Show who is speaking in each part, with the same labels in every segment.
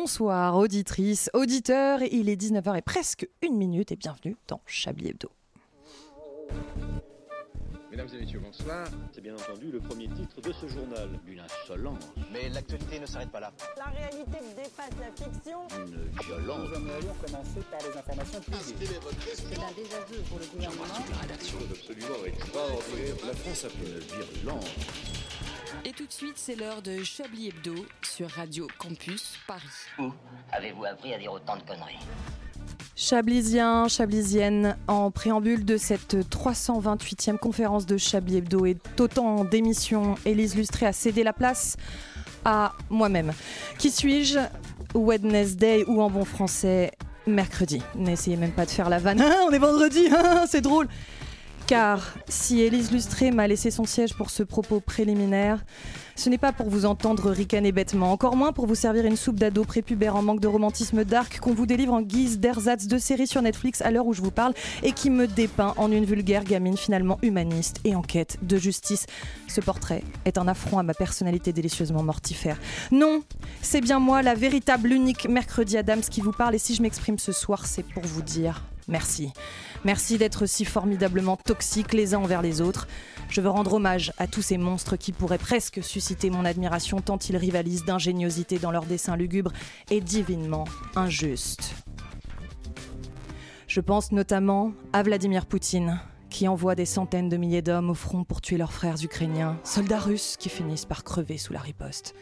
Speaker 1: bonsoir auditrices, auditeurs. Il est 19h et presque une minute et bienvenue dans Chablis Hebdo.
Speaker 2: Mesdames et messieurs, bonsoir.
Speaker 3: C'est bien entendu le premier titre de ce journal. Une insolence.
Speaker 4: Mais l'actualité ne s'arrête pas là.
Speaker 5: La réalité dépasse la fiction.
Speaker 3: Une violence.
Speaker 6: Nous aimerions commencer par les informations privées.
Speaker 7: C'est un désaveu pour le gouvernement.
Speaker 3: la rédaction.
Speaker 2: Absolument extraordinaire.
Speaker 3: La France a fait une virulence.
Speaker 8: Et tout de suite, c'est l'heure de Chablis Hebdo sur Radio Campus Paris.
Speaker 9: Où avez-vous appris à dire autant de conneries
Speaker 1: Chablisien, chablisienne, en préambule de cette 328e conférence de Chablis Hebdo et d'autant d'émissions, Élise Lustré a cédé la place à moi-même. Qui suis-je Wednesday ou en bon français, mercredi. N'essayez même pas de faire la vanne. Ah, on est vendredi, ah, c'est drôle. Car si Élise Lustré m'a laissé son siège pour ce propos préliminaire, ce n'est pas pour vous entendre ricaner bêtement, encore moins pour vous servir une soupe d'ado prépubère en manque de romantisme dark qu'on vous délivre en guise d'ersatz de série sur Netflix à l'heure où je vous parle et qui me dépeint en une vulgaire gamine finalement humaniste et en quête de justice. Ce portrait est un affront à ma personnalité délicieusement mortifère. Non, c'est bien moi, la véritable, unique mercredi Adams qui vous parle et si je m'exprime ce soir, c'est pour vous dire merci. Merci d'être si formidablement toxiques les uns envers les autres. Je veux rendre hommage à tous ces monstres qui pourraient presque susciter mon admiration tant ils rivalisent d'ingéniosité dans leurs dessins lugubres et divinement injustes. Je pense notamment à Vladimir Poutine, qui envoie des centaines de milliers d'hommes au front pour tuer leurs frères ukrainiens, soldats russes qui finissent par crever sous la riposte.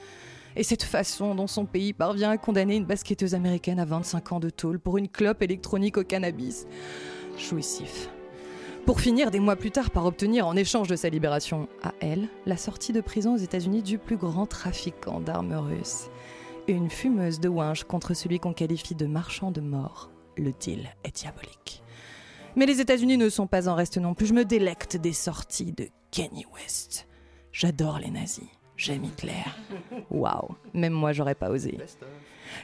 Speaker 1: Et cette façon dont son pays parvient à condamner une basketteuse américaine à 25 ans de tôle pour une clope électronique au cannabis. Jouissif. Pour finir, des mois plus tard, par obtenir en échange de sa libération à elle, la sortie de prison aux États-Unis du plus grand trafiquant d'armes russes. Une fumeuse de ouinge contre celui qu'on qualifie de marchand de mort. Le deal est diabolique. Mais les États-Unis ne sont pas en reste non plus. Je me délecte des sorties de Kanye West. J'adore les nazis. J'aime Hitler. Waouh, même moi j'aurais pas osé.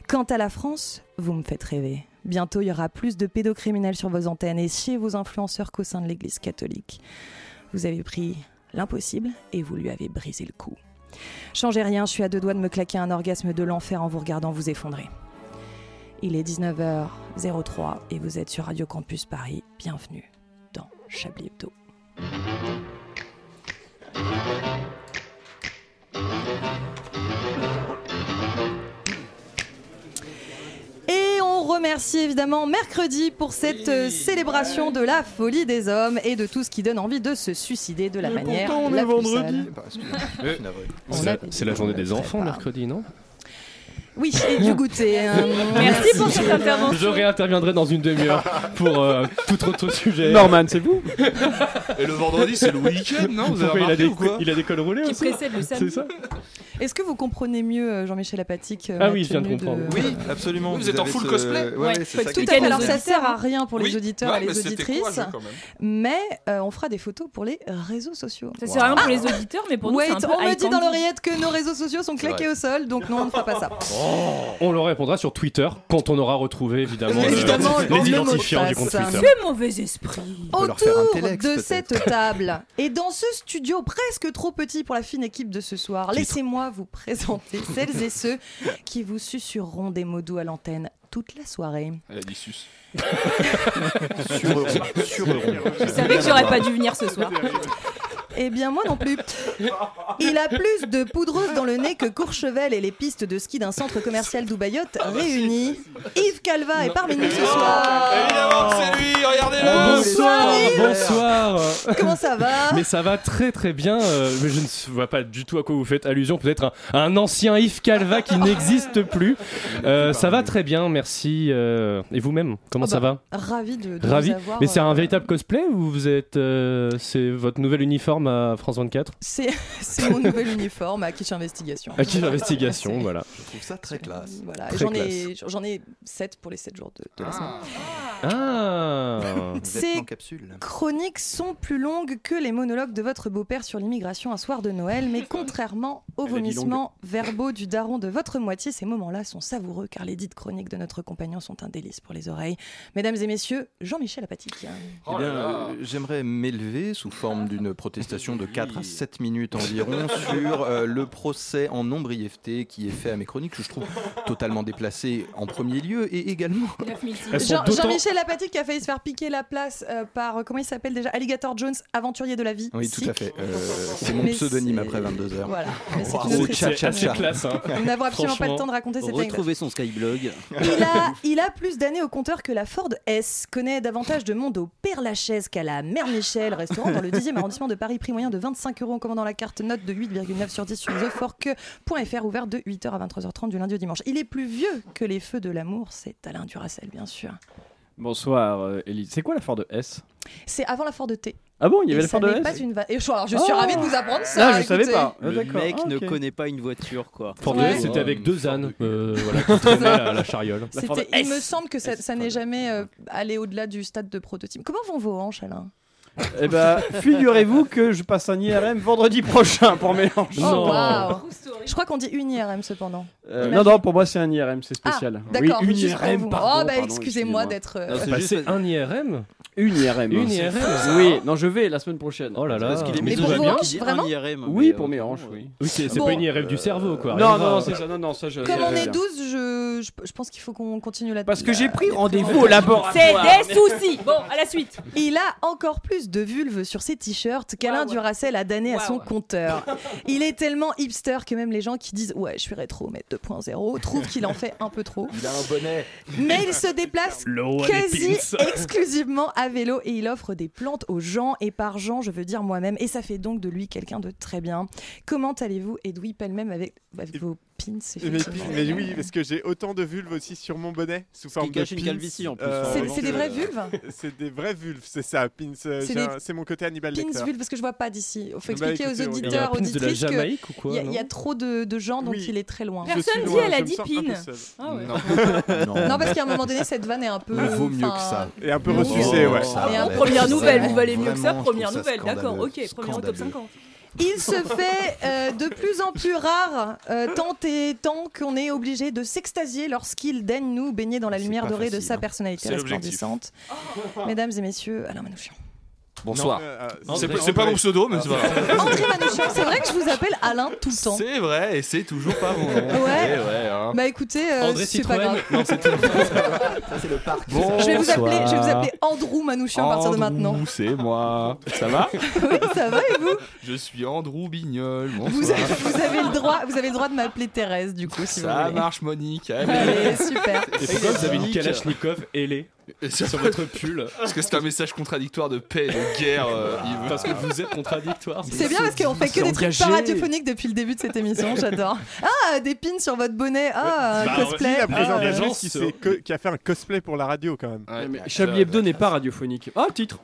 Speaker 1: Quant à la France, vous me faites rêver. Bientôt, il y aura plus de pédocriminels sur vos antennes et chez vos influenceurs qu'au sein de l'Église catholique. Vous avez pris l'impossible et vous lui avez brisé le cou. Changez rien, je suis à deux doigts de me claquer un orgasme de l'enfer en vous regardant vous effondrer. Il est 19h03 et vous êtes sur Radio Campus Paris. Bienvenue dans Chablis Hebdo. Et on remercie évidemment mercredi pour cette euh, célébration de la folie des hommes et de tout ce qui donne envie de se suicider de la manière.
Speaker 10: on
Speaker 1: la
Speaker 10: est
Speaker 1: plus
Speaker 10: vendredi.
Speaker 1: sale.
Speaker 10: Eh.
Speaker 1: On
Speaker 11: C'est la,
Speaker 1: avait dit
Speaker 11: c'est la
Speaker 1: qu'on
Speaker 11: journée
Speaker 1: ne
Speaker 11: des
Speaker 1: le ferait
Speaker 11: enfants
Speaker 1: pas.
Speaker 11: mercredi, non
Speaker 1: Oui, et du goûter. hein.
Speaker 12: Merci pour cette
Speaker 11: Je
Speaker 12: intervention.
Speaker 11: réinterviendrai dans une demi-heure pour euh, tout autre sujet.
Speaker 10: Norman, c'est vous
Speaker 4: Et le vendredi, c'est le week-end, non Vous avez
Speaker 11: Pourquoi il a,
Speaker 4: remarqué
Speaker 11: des,
Speaker 4: ou quoi
Speaker 11: il a des cols roulés
Speaker 12: Qui
Speaker 11: aussi
Speaker 12: précède le
Speaker 11: C'est
Speaker 12: samedi.
Speaker 11: ça
Speaker 1: Est-ce que vous comprenez mieux euh, Jean-Michel Apathique euh,
Speaker 11: Ah
Speaker 1: la
Speaker 11: oui, je viens de
Speaker 1: tenue
Speaker 11: comprendre.
Speaker 10: Oui, absolument.
Speaker 4: Vous êtes en
Speaker 10: avez
Speaker 4: full
Speaker 10: ce-
Speaker 4: cosplay
Speaker 10: Ouais,
Speaker 12: Ouais,
Speaker 10: ouais,
Speaker 12: faut
Speaker 10: c'est ça
Speaker 12: être tout
Speaker 1: Tout
Speaker 10: qui-
Speaker 1: à fait.
Speaker 12: nos
Speaker 1: Alors ça
Speaker 12: auditeurs.
Speaker 1: sert à rien pour les
Speaker 4: Oui.
Speaker 1: auditeurs
Speaker 4: Ouais,
Speaker 1: et
Speaker 4: mais
Speaker 1: les
Speaker 4: c'était
Speaker 1: auditrices,
Speaker 4: courageux, quand même.
Speaker 1: mais euh, on fera des photos pour les réseaux sociaux.
Speaker 12: Ça sert à rien pour les auditeurs, mais pour nous,
Speaker 1: Wait,
Speaker 12: c'est un peu
Speaker 1: on me
Speaker 12: high
Speaker 1: dit dans
Speaker 12: candy.
Speaker 1: l'oreillette que nos réseaux sociaux sont claqués au sol, donc non, on ne fera pas ça.
Speaker 11: On leur répondra sur Twitter quand on aura retrouvé évidemment,
Speaker 1: Les
Speaker 11: Oh, le-
Speaker 1: identifiants.
Speaker 11: les
Speaker 1: Le mot de
Speaker 11: identifiants du
Speaker 1: passe.
Speaker 11: compte Twitter.
Speaker 12: Que mauvais esprit.
Speaker 10: peut leur faire un
Speaker 1: Autour
Speaker 10: télex,
Speaker 1: de
Speaker 10: peut-être.
Speaker 1: cette table et dans ce studio presque trop petit pour la fine équipe de ce soir, laissez-moi vous présenter celles et ceux qui vous susurreront des mots doux à l'antenne toute la soirée.
Speaker 4: Elle a dit sus.
Speaker 10: Sur Euron. Sur Euron.
Speaker 12: Je savais que j'aurais pas dû venir ce soir.
Speaker 1: Eh bien, moi non plus. Il a plus de poudreuse dans le nez que Courchevel et les pistes de ski d'un centre commercial d'Oubayotte
Speaker 4: Ah bah,
Speaker 1: réunis. Yves Calva est parmi nous ce soir.
Speaker 4: Évidemment que c'est lui, regardez-le
Speaker 11: Oh, Bonsoir, bonsoir.
Speaker 1: Comment ça va
Speaker 11: Mais ça va très très bien. euh, mais je ne vois pas du tout à quoi vous faites allusion. Peut-être un, un ancien Yves Calva qui n'existe plus. Euh, ça va très bien, merci. euh, et vous-même, comment
Speaker 1: Oh
Speaker 11: ça va
Speaker 1: bah, Ravi de, de
Speaker 11: Ravi.
Speaker 1: vous avoir.
Speaker 11: Mais c'est un
Speaker 1: euh,
Speaker 11: véritable cosplay ou vous êtes euh, c'est votre nouvel uniforme à France 24
Speaker 1: C'est c'est mon nouvel uniforme à Kitsch Investigation.
Speaker 11: À qui l'investigation, voilà.
Speaker 10: Je trouve ça très classe.
Speaker 1: Voilà,
Speaker 11: Très
Speaker 1: j'en ai, j'en ai 7 pour les 7 jours de, de la semaine.
Speaker 11: Ah
Speaker 1: Ces chroniques sont plus longues que les monologues de votre beau-père sur l'immigration un soir de Noël, mais contrairement aux
Speaker 13: Elle a dit
Speaker 1: vomissements verbaux du daron de votre moitié, ces moments-là sont savoureux car les dites chroniques de notre compagnon sont un délice pour les oreilles. Mesdames et messieurs, Jean-Michel Apatique.
Speaker 10: Eh bien, euh, j'aimerais m'élever sous forme d'une protestation de 4 à 7 minutes environ sur euh, le procès en non-brièveté qui est fait à mes chroniques, que je trouve totalement déplacé en premier lieu et également. Elles sont
Speaker 1: Jean-
Speaker 10: d'autant-
Speaker 1: Jean-Michel Apatique a failli se faire piquer la place euh, par, euh, comment il s'appelle déjà Alligator Jones, aventurier de la vie.
Speaker 10: Oui, tout à fait. Euh, c'est mon
Speaker 1: Mais
Speaker 10: pseudonyme après 22h.
Speaker 1: Voilà. Mais c'est
Speaker 11: une autre histoire. C'est assez classe, hein.
Speaker 1: Nous n'avons absolument pas le temps de raconter cette anecdote.
Speaker 14: Retrouvez son Skyblog.
Speaker 1: Il a, il a plus d'années au compteur que la Ford S, connaît davantage de monde au Père Lachaise qu'à la Mère Michel, restaurant dans le 10e arrondissement de Paris, prix moyen de 25 euros en commandant la carte note de 8,9 sur 10 sur thefork.fr, ouvert de 8h à 23h30 du lundi au dimanche. Il est plus vieux que les feux de l'amour, c'est Alain Duracel, bien sûr.
Speaker 15: Bonsoir, euh, Elise. C'est quoi la Ford S
Speaker 1: C'est avant la Ford T.
Speaker 15: Ah bon, il y
Speaker 1: Et
Speaker 15: avait la
Speaker 1: ça
Speaker 15: Ford
Speaker 1: n'est
Speaker 15: S
Speaker 1: pas une va- Et je, alors, je suis
Speaker 15: Oh.
Speaker 1: ravie de vous apprendre ça.
Speaker 15: Ah, je savais
Speaker 1: écoutez.
Speaker 15: pas. Ah,
Speaker 14: Le
Speaker 15: d'accord.
Speaker 14: mec
Speaker 15: Ah,
Speaker 14: ne
Speaker 15: ok.
Speaker 14: connaît pas une voiture, quoi.
Speaker 11: Ford Ouais. S, c'était avec deux ânes euh, voilà, qui traînaient la, la chariole.
Speaker 1: C'était- Il me semble que ça, ça n'est jamais euh, allé au-delà du stade de prototype. Comment vont vos hanches, Alain
Speaker 15: Eh ben, figurez-vous que je passe un IRM vendredi prochain pour Mélenchon.
Speaker 1: Oh, waouh. Je crois qu'on dit une IRM cependant. Ah,
Speaker 15: Euh, non, non, pour moi c'est un IRM, c'est spécial.
Speaker 1: D'accord,
Speaker 15: oui, une
Speaker 1: juste pour
Speaker 15: IRM.
Speaker 1: vous.
Speaker 15: pardon,
Speaker 1: Oh, bah,
Speaker 15: pardon,
Speaker 1: excusez-moi d'être, euh,
Speaker 11: Bah, c'est un IRM
Speaker 15: Une IRM.
Speaker 11: Une
Speaker 15: hein, c'est
Speaker 11: IRM.
Speaker 15: fou. Oui, non, je vais la semaine prochaine.
Speaker 11: Oh là là. Parce qu'il est
Speaker 15: Mais
Speaker 11: médecin.
Speaker 15: tout va
Speaker 11: Pour
Speaker 15: bien.
Speaker 11: vos hanches, vraiment IRM,
Speaker 15: Oui,
Speaker 11: mais,
Speaker 15: pour
Speaker 11: euh,
Speaker 15: mes hanches, oui.
Speaker 11: Oui, c'est c'est
Speaker 1: Bon.
Speaker 11: pas une IRM du cerveau, quoi.
Speaker 15: Non,
Speaker 11: rien
Speaker 15: non, non,
Speaker 11: de
Speaker 15: c'est
Speaker 11: grave.
Speaker 15: ça, non, non, ça je.
Speaker 1: Comme on est
Speaker 15: je-
Speaker 1: 12, je, je, je pense qu'il faut qu'on continue là-dessus.
Speaker 15: Parce que j'ai pris rendez-vous au laboratoire.
Speaker 12: C'est des soucis. Bon, à la suite.
Speaker 1: Il a encore plus de vulve sur ses t-shirts qu'Alain Duracell a damné à son compteur. Il est tellement hipster que même les gens qui disent Ouais, je suis rétro, mais 2.0 trouvent qu'il en fait un peu trop.
Speaker 16: Il a un bonnet.
Speaker 1: Mais il se déplace
Speaker 16: Le roi des
Speaker 1: quasi
Speaker 16: pins.
Speaker 1: exclusivement à vélo et il offre des plantes aux gens. Et par gens, je veux dire moi-même. Et ça fait donc de lui quelqu'un de très bien. Comment allez-vous, Edoui, pêle-même avec, avec vos pins
Speaker 17: Euh, Mais,
Speaker 1: effectivement.
Speaker 17: mais oui, parce que j'ai autant de vulves aussi sur mon bonnet sous forme de
Speaker 15: gâche une
Speaker 17: pins.
Speaker 15: calvitie, en plus.
Speaker 1: C'est-
Speaker 17: donc,
Speaker 1: c'est des
Speaker 17: euh,
Speaker 1: vraies vulves
Speaker 17: C'est des vraies vulves, c'est ça, pins. euh,
Speaker 1: C'est
Speaker 17: j'ai
Speaker 1: des
Speaker 17: un- C'est mon côté Hannibal
Speaker 1: pins
Speaker 17: Lecter.
Speaker 1: vulve, parce que je vois pas d'ici. Il faut
Speaker 17: Bah,
Speaker 1: expliquer
Speaker 17: écoutez,
Speaker 1: aux
Speaker 17: on- Il y a
Speaker 1: auditeurs,
Speaker 17: un pins de la
Speaker 1: auditrices que
Speaker 17: Jamaïque ou quoi,
Speaker 1: il y a- il y, a
Speaker 17: non
Speaker 1: trop de, de gens, donc il est très loin.
Speaker 17: Je suis loin, je me sens un peu seul.
Speaker 1: Ah Non. parce qu'à un moment donné, cette vanne est un peu. enfin,
Speaker 17: Et un peu
Speaker 1: longue.
Speaker 17: ressucée, ouais.
Speaker 1: Mais un peu
Speaker 12: Première
Speaker 1: ressucée.
Speaker 12: nouvelle, vous valez mieux que ça.
Speaker 1: Vraiment,
Speaker 12: Première
Speaker 1: je trouve ça
Speaker 12: nouvelle, d'accord, ok. Premier en top
Speaker 1: Scandaleux.
Speaker 12: 50.
Speaker 1: Il se fait euh, de plus en plus rare, euh, tant et tant qu'on est obligé de s'extasier lorsqu'il daigne nous baigner dans la lumière
Speaker 10: pas
Speaker 1: dorée de
Speaker 10: facile,
Speaker 1: sa
Speaker 10: hein.
Speaker 1: personnalité
Speaker 10: C'est l'objectif.
Speaker 1: resplendissante. Mesdames et messieurs, Alain Manouchian.
Speaker 4: Bonsoir.
Speaker 10: Non, euh, euh,
Speaker 4: C'est
Speaker 10: André-
Speaker 4: pas- c'est pas
Speaker 10: André.
Speaker 4: mon pseudo, mais c'est
Speaker 1: Ah,
Speaker 4: pas grave.
Speaker 1: André Manouchian, c'est vrai que je vous appelle Alain tout le temps.
Speaker 4: C'est vrai, et c'est toujours pas bon. Ouais. ouais, hein.
Speaker 1: Bah écoutez, euh,
Speaker 4: André
Speaker 1: c'est pas
Speaker 4: Citroën.
Speaker 1: grave.
Speaker 4: Non, c'est tout.
Speaker 10: Ça, c'est le parc.
Speaker 1: Je vais, vous appeler, je vais vous
Speaker 15: Bonsoir.
Speaker 1: appeler Andrew Manouchian à partir de maintenant.
Speaker 4: Andrew, c'est moi. Ça va
Speaker 1: Oui, ça va et vous
Speaker 4: Je suis Andrew Bignol.
Speaker 1: vous,
Speaker 4: Bonsoir.
Speaker 1: avez, vous avez le droit, vous avez le droit de m'appeler Thérèse du coup si vous
Speaker 4: Ça
Speaker 1: voulez.
Speaker 4: marche, Monique.
Speaker 1: Allez, super.
Speaker 11: Et pourquoi vous avez une Kalachnikov ailée
Speaker 4: sur
Speaker 11: votre pull Ah,
Speaker 4: Parce que c'est un message contradictoire de paix et de guerre, euh, Yves.
Speaker 11: Parce que vous êtes contradictoire.
Speaker 1: C'est bien parce qu'on fait que des trucs
Speaker 4: engagé.
Speaker 1: pas radiophoniques depuis le début de cette émission, j'adore. Ah, des pins sur votre bonnet, ah, un
Speaker 17: Bah,
Speaker 1: cosplay.
Speaker 17: Qui a présenté
Speaker 15: Ah,
Speaker 17: un
Speaker 15: ouais.
Speaker 17: mec
Speaker 15: L'agence
Speaker 17: qui,
Speaker 15: se-
Speaker 17: s'est co- qui a fait un cosplay pour la radio quand même.
Speaker 15: Ouais, mais Chablis Hebdo n'est pas radiophonique. Ah, titre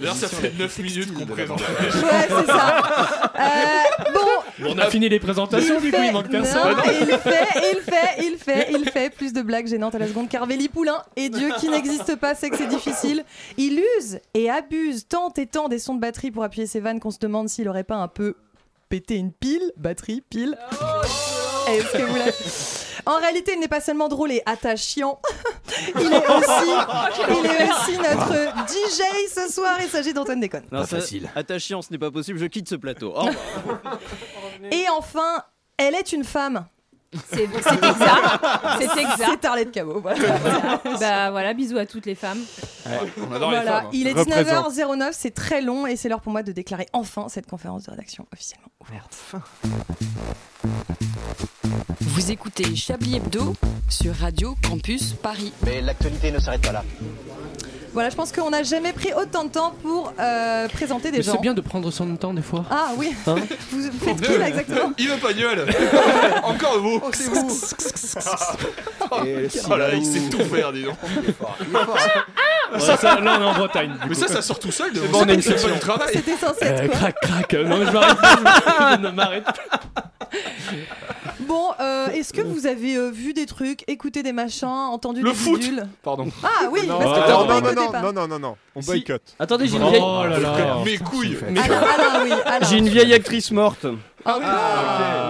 Speaker 4: D'ailleurs, ça fait 9 minutes qu'on présente.
Speaker 1: Ouais, c'est ça. Euh, bon,
Speaker 11: On a fini les présentations, du coup, il manque personne.
Speaker 1: Non, et il fait, il fait, il fait, il fait plus de blagues gênantes à la seconde car Véli Poulain et Dieu qui n'existe pas, c'est que c'est difficile. Il use et abuse tant et tant des sons de batterie pour appuyer ses vannes qu'on se demande s'il aurait pas un peu pété une pile, batterie, pile. Est-ce que vous l'avez En réalité, il n'est pas seulement drôle et attachant. il est aussi, il est aussi notre DJ ce soir. Il s'agit d'Antoine Déconne.
Speaker 14: facile. Attachant, ce n'est pas possible, je quitte ce plateau. Au revoir.
Speaker 1: Et enfin, elle est une femme.
Speaker 12: C'est exact. C'est exact.
Speaker 1: C'est Arlette Cabot. voilà.
Speaker 12: Bah voilà, bisous à toutes les femmes.
Speaker 4: on
Speaker 1: Voilà, il est 19h09, c'est très long et c'est l'heure pour moi de déclarer enfin cette conférence de rédaction officiellement ouverte.
Speaker 8: Vous écoutez Chablis Hebdo sur Radio Campus Paris.
Speaker 3: Mais l'actualité ne s'arrête pas là.
Speaker 1: Voilà, je pense qu'on n'a jamais pris autant de temps pour euh, présenter des
Speaker 11: Mais
Speaker 1: gens.
Speaker 11: c'est bien de prendre son temps des fois.
Speaker 1: Ah oui,
Speaker 11: Hein
Speaker 1: vous faites qui là exactement
Speaker 4: Yves Pagnol Encore vous C'est vous Oh là là, il sait tout faire, dis donc
Speaker 11: Ouais, ça, là, on est en Bretagne. du
Speaker 4: Mais
Speaker 11: coup.
Speaker 4: ça, ça sort tout seul de
Speaker 11: C'est
Speaker 4: vous.
Speaker 11: bon, on a une
Speaker 4: C'est pas
Speaker 11: section.
Speaker 4: du travail.
Speaker 1: C'était censé
Speaker 11: Euh,
Speaker 1: être quoi
Speaker 11: crac, crac. Euh, Non, mais je m'arrête. plus, je ne m'arrête plus.
Speaker 1: Bon, euh, est-ce que vous avez euh, vu des trucs, écouté des machins, entendu
Speaker 4: Le
Speaker 1: des
Speaker 4: foot
Speaker 1: bidules
Speaker 4: Pardon.
Speaker 1: Ah oui,
Speaker 17: non,
Speaker 1: parce que
Speaker 17: non,
Speaker 1: t'as
Speaker 17: non,
Speaker 1: pas
Speaker 17: non,
Speaker 1: écouté, pas.
Speaker 17: non, non, non, non, on boycotte.
Speaker 15: Attendez, j'ai une
Speaker 17: Oh
Speaker 15: vieille.
Speaker 17: là là.
Speaker 4: Mes couilles
Speaker 15: J'ai une vieille actrice morte.
Speaker 1: Ah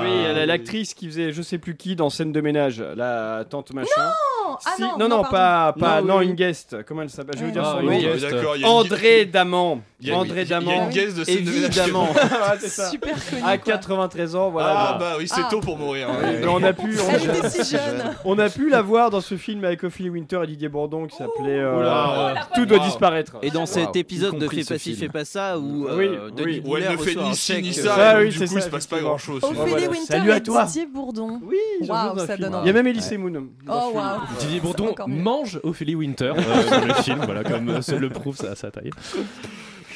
Speaker 15: oui, oui elle est l'actrice qui faisait je sais plus qui dans scène de ménage, la tante machin.
Speaker 1: Non, ah
Speaker 15: Si-
Speaker 1: non,
Speaker 15: non, non,
Speaker 1: pardon.
Speaker 15: pas, pas
Speaker 11: Non,
Speaker 15: non,
Speaker 11: oui.
Speaker 15: une guest. Comment elle s'appelle Je vais vous dire
Speaker 11: Ah,
Speaker 15: son
Speaker 11: une
Speaker 15: nom.
Speaker 11: guest. Oui, d'accord, il y a une
Speaker 15: André Daman.
Speaker 11: Il y a-
Speaker 15: André
Speaker 11: il y a une
Speaker 15: Daman.
Speaker 11: guest de scène de ménage.
Speaker 15: Évidemment. Voilà, c'est ça.
Speaker 1: Super connu,
Speaker 15: À
Speaker 1: quoi.
Speaker 15: 93 ans, voilà.
Speaker 4: Ah
Speaker 15: voilà.
Speaker 4: bah oui, c'est
Speaker 1: Ah.
Speaker 4: tôt pour mourir. hein.
Speaker 15: Mais on a pu, on,
Speaker 1: Elle était si jeune.
Speaker 15: on a pu la voir dans ce film avec Ophélie Winter et Didier Bourdon qui s'appelait
Speaker 1: Oh.
Speaker 11: Oh
Speaker 15: euh,
Speaker 14: Oula.
Speaker 15: euh, Tout doit disparaître.
Speaker 14: Et dans cet épisode de
Speaker 15: compris
Speaker 14: Fais
Speaker 15: ce
Speaker 14: pas ci,
Speaker 15: film.
Speaker 14: fais pas ça, où
Speaker 15: Oui,
Speaker 14: euh, Denis
Speaker 15: oui.
Speaker 4: Ou
Speaker 14: Bouler
Speaker 4: elle ne fait
Speaker 14: reçoit un
Speaker 4: ni ci
Speaker 14: chèque,
Speaker 4: ni
Speaker 14: euh,
Speaker 4: ça,
Speaker 15: Ah
Speaker 4: et
Speaker 15: oui,
Speaker 4: donc,
Speaker 15: c'est
Speaker 4: du coup
Speaker 15: ça,
Speaker 4: il se passe pas
Speaker 15: effectivement.
Speaker 4: grand chose.
Speaker 1: Ophélie
Speaker 15: Voilà.
Speaker 1: Winter
Speaker 15: Salut à
Speaker 1: et
Speaker 15: toi.
Speaker 1: Didier Bourdon.
Speaker 15: Oui, ils ont fait
Speaker 1: Waouh,
Speaker 15: un
Speaker 1: ça
Speaker 15: film.
Speaker 1: donne
Speaker 15: Il y a
Speaker 1: envie.
Speaker 15: même Elise Moon. dans
Speaker 1: Oh,
Speaker 15: le film.
Speaker 1: waouh.
Speaker 11: Didier
Speaker 1: C'est
Speaker 11: Bourdon
Speaker 1: encore mieux.
Speaker 11: mange Ophélie Winter euh, dans le film, voilà, comme euh, se le prouve sa, sa taille.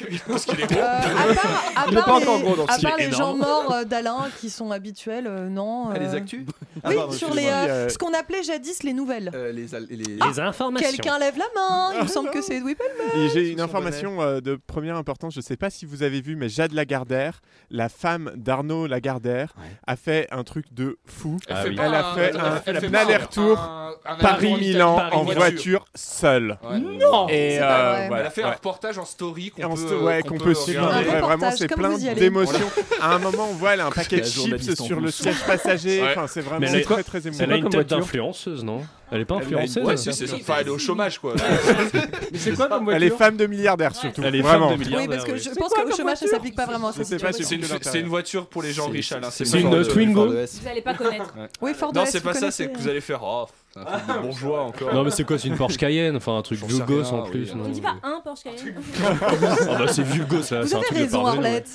Speaker 1: Euh, à part, à
Speaker 11: Il est
Speaker 1: part
Speaker 11: pas
Speaker 1: les,
Speaker 11: encore gros dans ce
Speaker 1: à
Speaker 11: film.
Speaker 1: part les gens
Speaker 11: Énorme.
Speaker 1: morts euh, d'Alain qui sont habituels, euh, non.
Speaker 10: Ah, les
Speaker 1: euh,
Speaker 10: actus Ah,
Speaker 1: Oui,
Speaker 10: pardon,
Speaker 1: sur les,
Speaker 10: excuse-moi.
Speaker 1: euh, ce qu'on appelait jadis les nouvelles. Ah,
Speaker 10: Euh, les, al- les-
Speaker 11: Les
Speaker 15: Ah,
Speaker 11: informations.
Speaker 1: Quelqu'un lève la main, il me semble que c'est Edwin Pelmer.
Speaker 17: Et j'ai une
Speaker 10: Sur
Speaker 17: information euh, de première importance, je ne sais pas si vous avez vu, mais Jade Lagardère, la femme d'Arnaud Lagardère, a fait un truc de fou.
Speaker 4: Elle
Speaker 15: Ah
Speaker 4: fait pas
Speaker 17: Elle a
Speaker 4: un-
Speaker 17: fait
Speaker 4: elle
Speaker 17: un,
Speaker 4: fait pas un-
Speaker 17: aller-retour
Speaker 4: un- un
Speaker 17: Paris-Milan
Speaker 4: aller-retour
Speaker 17: en
Speaker 4: Paris-
Speaker 17: voiture seule.
Speaker 4: Ouais.
Speaker 17: Non Et
Speaker 4: C'est pas
Speaker 17: euh,
Speaker 4: vrai.
Speaker 17: voilà,
Speaker 4: Elle a fait un
Speaker 17: ouais.
Speaker 4: reportage en story qu'on
Speaker 17: Et on
Speaker 4: peut,
Speaker 17: se- ouais, qu'on peut suivre.
Speaker 4: regarder.
Speaker 17: Ouais, vraiment,
Speaker 1: reportage,
Speaker 17: c'est
Speaker 1: comme
Speaker 17: plein
Speaker 1: vous y allez.
Speaker 17: d'émotions. À un moment, on voit elle a un paquet de
Speaker 10: la
Speaker 17: chips
Speaker 10: journaliste en
Speaker 17: sur le
Speaker 10: blouse.
Speaker 17: siège passager.
Speaker 4: Ouais.
Speaker 17: Enfin, c'est vraiment
Speaker 11: Mais elle a-
Speaker 17: c'est très très émouvant.
Speaker 11: Elle a
Speaker 15: C'est
Speaker 11: une
Speaker 15: quoi
Speaker 11: tête
Speaker 15: comme voiture
Speaker 11: d'influenceuse, non Elle est pas
Speaker 17: Elle a une-
Speaker 11: influenceuse hein.
Speaker 4: Ouais, si, c'est ça. Enfin, elle est au chômage quoi.
Speaker 15: Mais c'est quoi comme
Speaker 17: Elle est
Speaker 15: voiture
Speaker 17: femme de milliardaire surtout.
Speaker 11: Elle est femme
Speaker 17: vraiment.
Speaker 11: de milliardaire,
Speaker 1: Oui, parce que
Speaker 11: oui.
Speaker 1: je
Speaker 15: bah C'est
Speaker 1: pense
Speaker 15: quoi
Speaker 1: qu'au
Speaker 15: comme
Speaker 1: chômage, ça
Speaker 15: voiture
Speaker 1: s'appplique pas vraiment à
Speaker 17: Je
Speaker 1: cette
Speaker 17: sais pas si
Speaker 4: C'est
Speaker 1: situation.
Speaker 4: une, c'est une voiture pour les gens riches, Alain.
Speaker 11: C'est
Speaker 4: pas
Speaker 11: une
Speaker 4: fort
Speaker 11: euh,
Speaker 4: de-
Speaker 11: Twingo
Speaker 12: Vous allez pas connaître.
Speaker 1: Oui, Ford
Speaker 4: Non,
Speaker 1: S,
Speaker 4: c'est
Speaker 1: vous
Speaker 4: pas ça,
Speaker 1: connaissez,
Speaker 4: c'est que
Speaker 1: hein.
Speaker 4: vous allez faire. Oh, c'est un truc de bourgeois encore.
Speaker 11: Non mais c'est quoi, c'est une Porsche Cayenne, enfin un truc
Speaker 4: J'en
Speaker 11: vieux
Speaker 4: sais
Speaker 11: gosse
Speaker 4: rien,
Speaker 11: en
Speaker 4: oui.
Speaker 11: plus.
Speaker 4: On
Speaker 11: non
Speaker 12: On dit pas un Porsche Cayenne.
Speaker 11: Ah bah c'est vieux gosse là,
Speaker 1: Vous
Speaker 11: c'est un
Speaker 1: avez
Speaker 11: truc de
Speaker 1: raison,
Speaker 11: pardon, ouais.
Speaker 1: Arlette.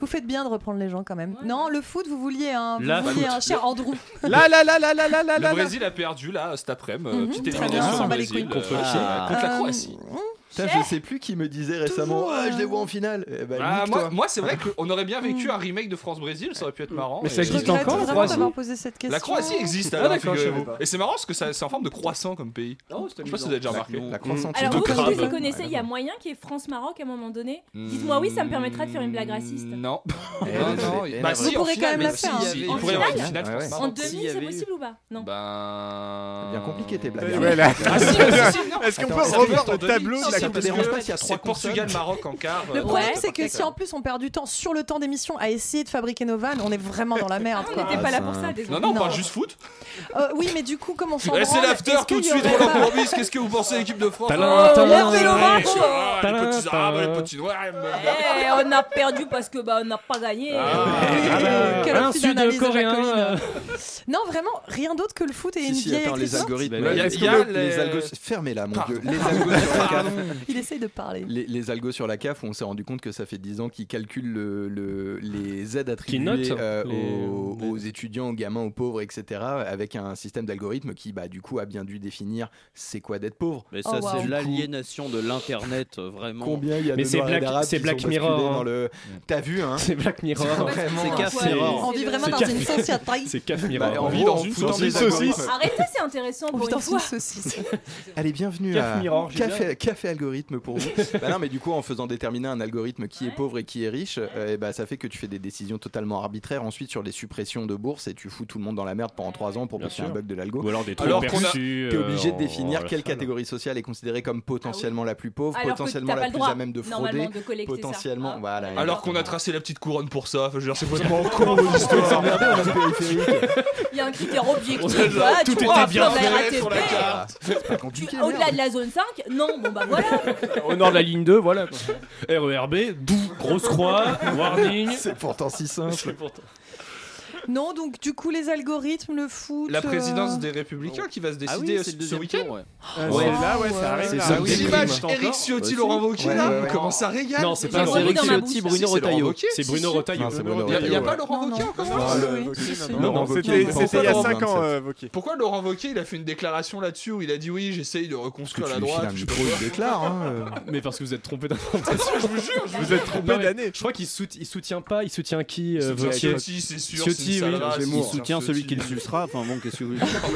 Speaker 1: Vous faites bien de reprendre les gens quand même. Non, le foot, vous vouliez un,
Speaker 11: La
Speaker 1: vous vouliez
Speaker 11: foot.
Speaker 1: un cher Andrew.
Speaker 15: Là, là, là, là, là, là, là,
Speaker 4: Le
Speaker 15: là.
Speaker 4: Brésil a perdu là cet après-midi. euh,
Speaker 1: Mhm.
Speaker 4: Petite
Speaker 1: Très bien,
Speaker 4: élimination
Speaker 1: on s'en
Speaker 4: du
Speaker 1: bat les
Speaker 4: Brésil,
Speaker 1: couilles.
Speaker 4: euh,
Speaker 11: Contre
Speaker 4: contre,
Speaker 11: qui
Speaker 4: la
Speaker 1: Euh,
Speaker 4: Croatie.
Speaker 10: Putain, je sais plus qui me disait récemment
Speaker 1: Toujours,
Speaker 10: Ah, je les
Speaker 1: euh,
Speaker 10: vois en finale. Eh ben,
Speaker 4: Ah,
Speaker 10: nique-toi.
Speaker 4: moi, moi, c'est vrai qu'on aurait bien vécu un remake de France-Brésil, ça aurait pu être marrant.
Speaker 15: Mais ça
Speaker 4: et-
Speaker 1: Hmm. Je
Speaker 15: existe
Speaker 1: regrette
Speaker 15: encore, la
Speaker 1: vraiment
Speaker 15: Croatie
Speaker 1: d'avoir posé cette question.
Speaker 4: La Croatie existe,
Speaker 15: Ah,
Speaker 4: alors,
Speaker 15: d'accord, je
Speaker 4: figurez-vous.
Speaker 15: savais pas.
Speaker 4: Et c'est marrant parce que ça- c'est en forme de croissant comme pays.
Speaker 15: Non,
Speaker 4: Je sais pas si vous avez déjà remarqué.
Speaker 10: La croissante.
Speaker 12: Alors, vous,
Speaker 4: Plutôt
Speaker 12: vous les
Speaker 4: crabe.
Speaker 12: connaissez, il y a moyen qu'il y ait France-Maroc à un moment donné Dites-moi oui, ça me permettra de faire une blague raciste.
Speaker 4: Non.
Speaker 10: Eh,
Speaker 4: Non, non,
Speaker 10: eh,
Speaker 4: bah,
Speaker 10: bah,
Speaker 4: si,
Speaker 1: Vous
Speaker 4: en
Speaker 1: pourrez
Speaker 4: finale,
Speaker 1: quand même la
Speaker 4: mais si,
Speaker 1: faire, hein.
Speaker 4: il y
Speaker 12: En
Speaker 4: avait- Il pourrait y avoir une
Speaker 12: finale
Speaker 4: finale
Speaker 10: Ouais, ouais.
Speaker 4: France-Maroc.
Speaker 12: En
Speaker 14: S'il
Speaker 12: demi,
Speaker 14: y
Speaker 12: c'est
Speaker 14: avait eu-
Speaker 12: possible ou pas Non.
Speaker 4: Ben.
Speaker 10: Bien compliqué, tes blagues.
Speaker 17: Ouais, là.
Speaker 4: Ah, si, si, si, non.
Speaker 17: Est-ce qu'on
Speaker 10: Attends,
Speaker 17: peut
Speaker 10: est-ce que
Speaker 17: revoir
Speaker 10: t'en
Speaker 17: le
Speaker 10: donnes
Speaker 17: tableau
Speaker 10: une
Speaker 17: de la
Speaker 10: Ça
Speaker 17: Coupe
Speaker 10: peut
Speaker 17: du
Speaker 10: dérange
Speaker 17: Monde
Speaker 10: pas s'il y a trois
Speaker 4: C'est Portugal-Maroc en quart.
Speaker 1: Le
Speaker 4: euh,
Speaker 1: problème,
Speaker 4: ouais,
Speaker 1: c'est que
Speaker 4: parfait,
Speaker 1: si
Speaker 4: quand
Speaker 1: en plus on perd du temps sur le temps d'émission à essayer de fabriquer nos vannes, on est vraiment dans la merde.
Speaker 12: Ah, On
Speaker 1: quoi.
Speaker 12: n'était pas là pour
Speaker 10: c'est
Speaker 12: ça,
Speaker 10: un-
Speaker 12: désolé.
Speaker 4: Non, non, on
Speaker 1: Non.
Speaker 4: parle juste foot.
Speaker 1: Euh, oui, mais du coup, comme on s'en
Speaker 4: Eh, C'est
Speaker 1: branle,
Speaker 4: l'after
Speaker 1: est-ce
Speaker 4: tout de
Speaker 1: qu'il y
Speaker 4: suite,
Speaker 1: aurait
Speaker 4: Roland
Speaker 1: pas-
Speaker 4: Courbis. Qu'est-ce que vous pensez, équipe de France
Speaker 11: Talin,
Speaker 4: Oh,
Speaker 11: talin,
Speaker 4: Hervé
Speaker 1: talin,
Speaker 4: Laurent, oh,
Speaker 11: talin,
Speaker 4: Les petits arabes,
Speaker 11: talin.
Speaker 4: les petits noirs.
Speaker 12: Eh, on a perdu parce que bah on n'a pas gagné.
Speaker 4: Ah.
Speaker 1: Oui,
Speaker 11: Ah
Speaker 1: oui,
Speaker 11: bah,
Speaker 1: quelle
Speaker 11: un
Speaker 1: envie d'analyse de
Speaker 11: sud-coréen.
Speaker 1: Jacqueline.
Speaker 11: euh,
Speaker 1: Non, vraiment, rien d'autre que le foot et une
Speaker 10: Si, si,
Speaker 1: vieille
Speaker 10: attends, les
Speaker 1: actrice.
Speaker 10: algorithmes.
Speaker 11: Bah,
Speaker 10: les-
Speaker 4: y a-
Speaker 10: est-ce que
Speaker 4: y a
Speaker 10: le- les
Speaker 4: les-
Speaker 10: algos. Fermez-la, mon
Speaker 4: Pardon.
Speaker 10: dieu. Les algos sur la CAF.
Speaker 1: Il essaye de parler.
Speaker 10: Les, les algos sur la CAF, on s'est rendu compte que ça fait 10 ans qu'ils calculent le, le- les aides attribuées
Speaker 11: notent
Speaker 10: euh,
Speaker 11: les-
Speaker 10: aux, aux étudiants, aux gamins, aux pauvres, etc. avec un système d'algorithme qui, bah, du coup, a bien dû définir c'est quoi d'être pauvre.
Speaker 14: Mais
Speaker 1: Oh,
Speaker 14: ça,
Speaker 1: wow.
Speaker 14: c'est l'aliénation de l'internet, euh, vraiment.
Speaker 10: Combien il y a
Speaker 11: Mais
Speaker 10: de
Speaker 11: c'est
Speaker 10: noirs et
Speaker 11: Black-
Speaker 10: d'arabes
Speaker 11: c'est
Speaker 10: qui
Speaker 11: Black
Speaker 10: sont basculés
Speaker 11: Mirror, hein.
Speaker 10: dans le... T'as vu, hein
Speaker 11: C'est Black Mirror.
Speaker 10: Vraiment,
Speaker 14: C'est
Speaker 10: hein,
Speaker 14: café,
Speaker 10: c'est-
Speaker 14: erreur.
Speaker 1: On vit vraiment
Speaker 11: C'est
Speaker 1: dans
Speaker 11: Catherine.
Speaker 1: une saucière trahi.
Speaker 11: C'est CAF
Speaker 10: Bah,
Speaker 11: Mirror.
Speaker 10: en
Speaker 4: On vit
Speaker 10: gros,
Speaker 4: dans
Speaker 10: en
Speaker 4: une
Speaker 10: foutant
Speaker 4: saucisse.
Speaker 10: des algorithmes.
Speaker 17: Saucisse.
Speaker 12: Arrêtez, c'est intéressant
Speaker 1: On
Speaker 12: pour
Speaker 1: vit
Speaker 12: une
Speaker 1: dans une
Speaker 12: fois.
Speaker 1: saucisse.
Speaker 10: Allez, bienvenue
Speaker 15: Café
Speaker 10: à
Speaker 15: Mirror, Julien.
Speaker 10: café, Café algorithme pour vous. Bah non, mais du coup, en faisant déterminer un algorithme qui est
Speaker 12: Ouais.
Speaker 10: pauvre et qui est riche, euh, eh bah, ça fait que tu fais des décisions totalement arbitraires ensuite sur les suppressions de bourses et tu fous tout le monde dans la merde pendant 3 ans pour
Speaker 11: Bien
Speaker 10: passer un
Speaker 11: sûr.
Speaker 10: bug de l'algo.
Speaker 11: Ou alors des
Speaker 4: Alors
Speaker 11: trucs
Speaker 4: qu'on a-
Speaker 11: perçus.
Speaker 10: T'es
Speaker 11: euh,
Speaker 10: obligé de
Speaker 11: en-
Speaker 10: définir
Speaker 11: en-
Speaker 10: quelle
Speaker 11: la salle.
Speaker 10: catégorie sociale est considérée comme potentiellement la plus pauvre,
Speaker 12: Alors que
Speaker 10: potentiellement
Speaker 12: t'as pas
Speaker 10: la
Speaker 12: le
Speaker 10: plus
Speaker 12: droit,
Speaker 10: à même de frauder.
Speaker 12: normalement, de collecter ça.
Speaker 10: potentiellement,
Speaker 12: Ah,
Speaker 10: voilà.
Speaker 12: ouais.
Speaker 4: Alors qu'on a tracé la petite couronne pour ça. Enfin, je veux dire, c'est complètement con l'histoire.
Speaker 10: Regardez, on a le périphérique.
Speaker 12: Il y a un critère objectif.
Speaker 4: On a-
Speaker 12: voilà,
Speaker 4: tout
Speaker 12: tu
Speaker 4: était
Speaker 12: vois, un
Speaker 4: bien
Speaker 12: plan
Speaker 4: fait
Speaker 12: RATP,
Speaker 4: sur la carte.
Speaker 10: Ah, C'est pas
Speaker 12: tu-
Speaker 10: compliqué.
Speaker 12: Eh, Au-delà
Speaker 10: merde.
Speaker 12: de la zone 5, non, bon bah voilà.
Speaker 15: Au nord de la ligne 2, voilà.
Speaker 11: RERB, E doux, grosse croix, warning.
Speaker 10: C'est pourtant si simple.
Speaker 1: Non, donc du coup, les algorithmes, le foot.
Speaker 4: La présidence
Speaker 1: euh,
Speaker 4: des Républicains qui va se
Speaker 14: Ah oui, c'est le
Speaker 4: décider ce
Speaker 14: deuxième
Speaker 4: week-end.
Speaker 14: tour, ouais.
Speaker 17: Ah,
Speaker 11: Ouais.
Speaker 17: C'est là, ouais, ça arrive.
Speaker 10: C'est
Speaker 17: là.
Speaker 10: ça.
Speaker 4: Petit
Speaker 10: déprime.
Speaker 4: match, Eric Ciotti, Laurent Wauquiez,
Speaker 10: Ouais,
Speaker 4: là,
Speaker 10: ouais, ouais.
Speaker 4: comment ça régale
Speaker 11: Non, c'est
Speaker 12: J'ai
Speaker 11: pas
Speaker 12: envie
Speaker 11: Laurent
Speaker 12: d'un
Speaker 11: Wauquiez.
Speaker 12: mabou.
Speaker 14: Si,
Speaker 4: Si,
Speaker 14: Bruno
Speaker 4: c'est Laurent
Speaker 14: Rotaillot.
Speaker 4: Wauquiez.
Speaker 11: C'est
Speaker 4: Si,
Speaker 11: Bruno
Speaker 4: si.
Speaker 11: Rotaillot.
Speaker 10: Non, c'est Bruno
Speaker 4: Il n'y a,
Speaker 10: Rotaillot,
Speaker 4: pas
Speaker 10: ouais.
Speaker 4: Laurent Wauquiez encore non
Speaker 10: Non,
Speaker 1: le-
Speaker 17: Wauquiez,
Speaker 1: si, si.
Speaker 17: non,
Speaker 10: Non,
Speaker 17: non,
Speaker 10: on veut
Speaker 17: C'était
Speaker 10: pas, on
Speaker 17: c'était il y a
Speaker 10: veut pas.
Speaker 17: 5 ans, euh, Wauquiez.
Speaker 4: Pourquoi Laurent Wauquiez il a fait une déclaration là-dessus où il a dit oui j'essaye de
Speaker 10: Que
Speaker 4: reconstruire
Speaker 10: tu
Speaker 4: la
Speaker 10: lui files
Speaker 4: droite
Speaker 10: un
Speaker 4: je sais
Speaker 10: micro, il déclare. hein, euh.
Speaker 11: Mais parce que vous êtes trompé d'information.
Speaker 4: pas. je vous jure je vous
Speaker 17: Vous êtes trompé
Speaker 11: Non, mais
Speaker 17: d'année.
Speaker 11: Je crois qu'il sout- il soutient pas, il soutient qui euh,
Speaker 4: jure
Speaker 11: Wauquiez
Speaker 4: Ciotti c'est sûr
Speaker 11: Ciotti,
Speaker 14: oui, oui,
Speaker 15: Salva,
Speaker 14: il
Speaker 15: Zemmour.
Speaker 14: soutient celui qui l'insultera. Enfin bon, qu'est-ce que vous
Speaker 1: D'accord.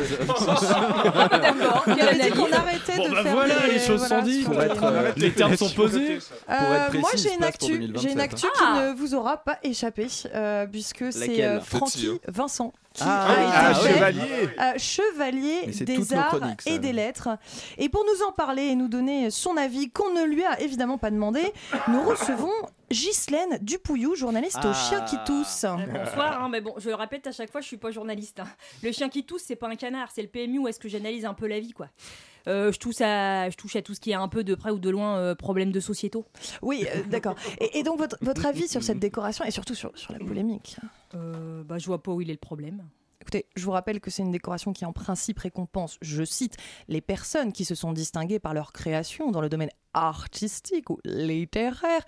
Speaker 1: Il avait dit qu'on arrêtait
Speaker 14: Bon,
Speaker 1: de
Speaker 14: bah
Speaker 1: faire
Speaker 14: voilà,
Speaker 1: des-
Speaker 14: les choses
Speaker 1: voilà,
Speaker 14: sont dites.
Speaker 1: sur
Speaker 14: Pour être, euh,
Speaker 1: Arrête
Speaker 14: les
Speaker 1: de
Speaker 14: termes
Speaker 1: faire
Speaker 14: sont
Speaker 1: des
Speaker 14: posés.
Speaker 1: choses.
Speaker 14: Pour être
Speaker 1: Euh,
Speaker 14: précis,
Speaker 1: moi,
Speaker 14: il se
Speaker 1: j'ai une
Speaker 14: place pour
Speaker 1: actu,
Speaker 14: 2027.
Speaker 1: j'ai une actu qui
Speaker 14: Ah.
Speaker 1: ne vous aura pas échappé, euh, puisque c'est
Speaker 14: Laquelle
Speaker 1: euh,
Speaker 14: Petit,
Speaker 1: Francky
Speaker 14: hein.
Speaker 1: Vincent qui
Speaker 14: Ah,
Speaker 1: a
Speaker 14: ah,
Speaker 1: été
Speaker 14: ouais.
Speaker 1: fait,
Speaker 14: chevalier.
Speaker 1: euh, chevalier
Speaker 14: Mais c'est toutes
Speaker 1: des
Speaker 14: nos
Speaker 1: arts
Speaker 14: chroniques, ça,
Speaker 1: et des
Speaker 14: alors.
Speaker 1: lettres. Et pour nous en parler et nous donner son avis qu'on ne lui a évidemment pas demandé, nous recevons Ghislaine Dupouillou, journaliste au Chien qui
Speaker 12: Ah.
Speaker 1: tousse.
Speaker 12: Bonsoir, hein, mais bon, je le répète à chaque fois, je suis pas journaliste. hein. Le chien qui tousse, c'est pas un canard, c'est le PMU où est-ce que j'analyse un peu la vie, quoi. Euh, je, touche à, je touche à tout ce qui est un peu de près ou de loin euh, problème de sociétaux.
Speaker 1: Oui, euh, d'accord. Et, et donc votre, votre avis sur cette décoration et surtout sur, sur la polémique
Speaker 12: Euh, bah, je vois pas où il est le problème.
Speaker 1: Écoutez, je vous rappelle que c'est une décoration qui en principe récompense, je cite, les personnes qui se sont distinguées par leur création dans le domaine artistique ou littéraire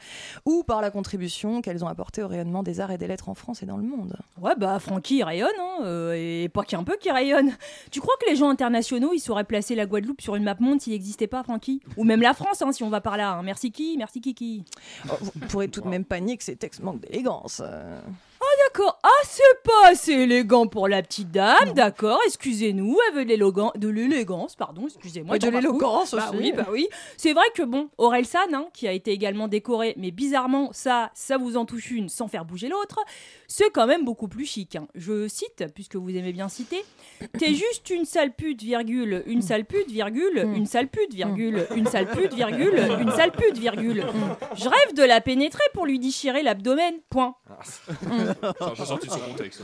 Speaker 1: ou par la contribution qu'elles ont apportée au rayonnement des arts et des lettres en France et dans le monde.
Speaker 12: Ouais, bah, Francky il rayonne, hein, euh, et pas qu'un peu qui rayonne. Tu crois que les gens internationaux, ils sauraient placer la Guadeloupe sur une map monde s'il n'existait pas, Francky Ou même la France, hein, si on va par là. hein. Merci qui Merci Kiki
Speaker 1: Oh, vous pourrez tout de même pas nier que ces textes manquent d'élégance. euh.
Speaker 12: Ah d'accord, ah c'est pas assez élégant pour la petite dame, d'accord, excusez-nous, elle veut de l'élogan- de l'élégance, pardon, excusez-moi.
Speaker 1: Et de
Speaker 12: j'en raffole.
Speaker 1: l'élégance
Speaker 12: Bah
Speaker 1: aussi.
Speaker 12: oui, bah oui. C'est vrai que bon, Aurel San, hein, qui a été également décoré, mais bizarrement, ça, ça vous en touche une sans faire bouger l'autre, c'est quand même beaucoup plus chic. hein. Je cite, puisque vous aimez bien citer, t'es juste une sale pute, virgule, une sale pute, virgule,
Speaker 1: Hmm.
Speaker 12: une sale pute, virgule, une sale pute, virgule, une sale pute, virgule. Je rêve de la pénétrer pour lui déchirer l'abdomen, point. Mm.
Speaker 4: J'ai sorti de son contexte.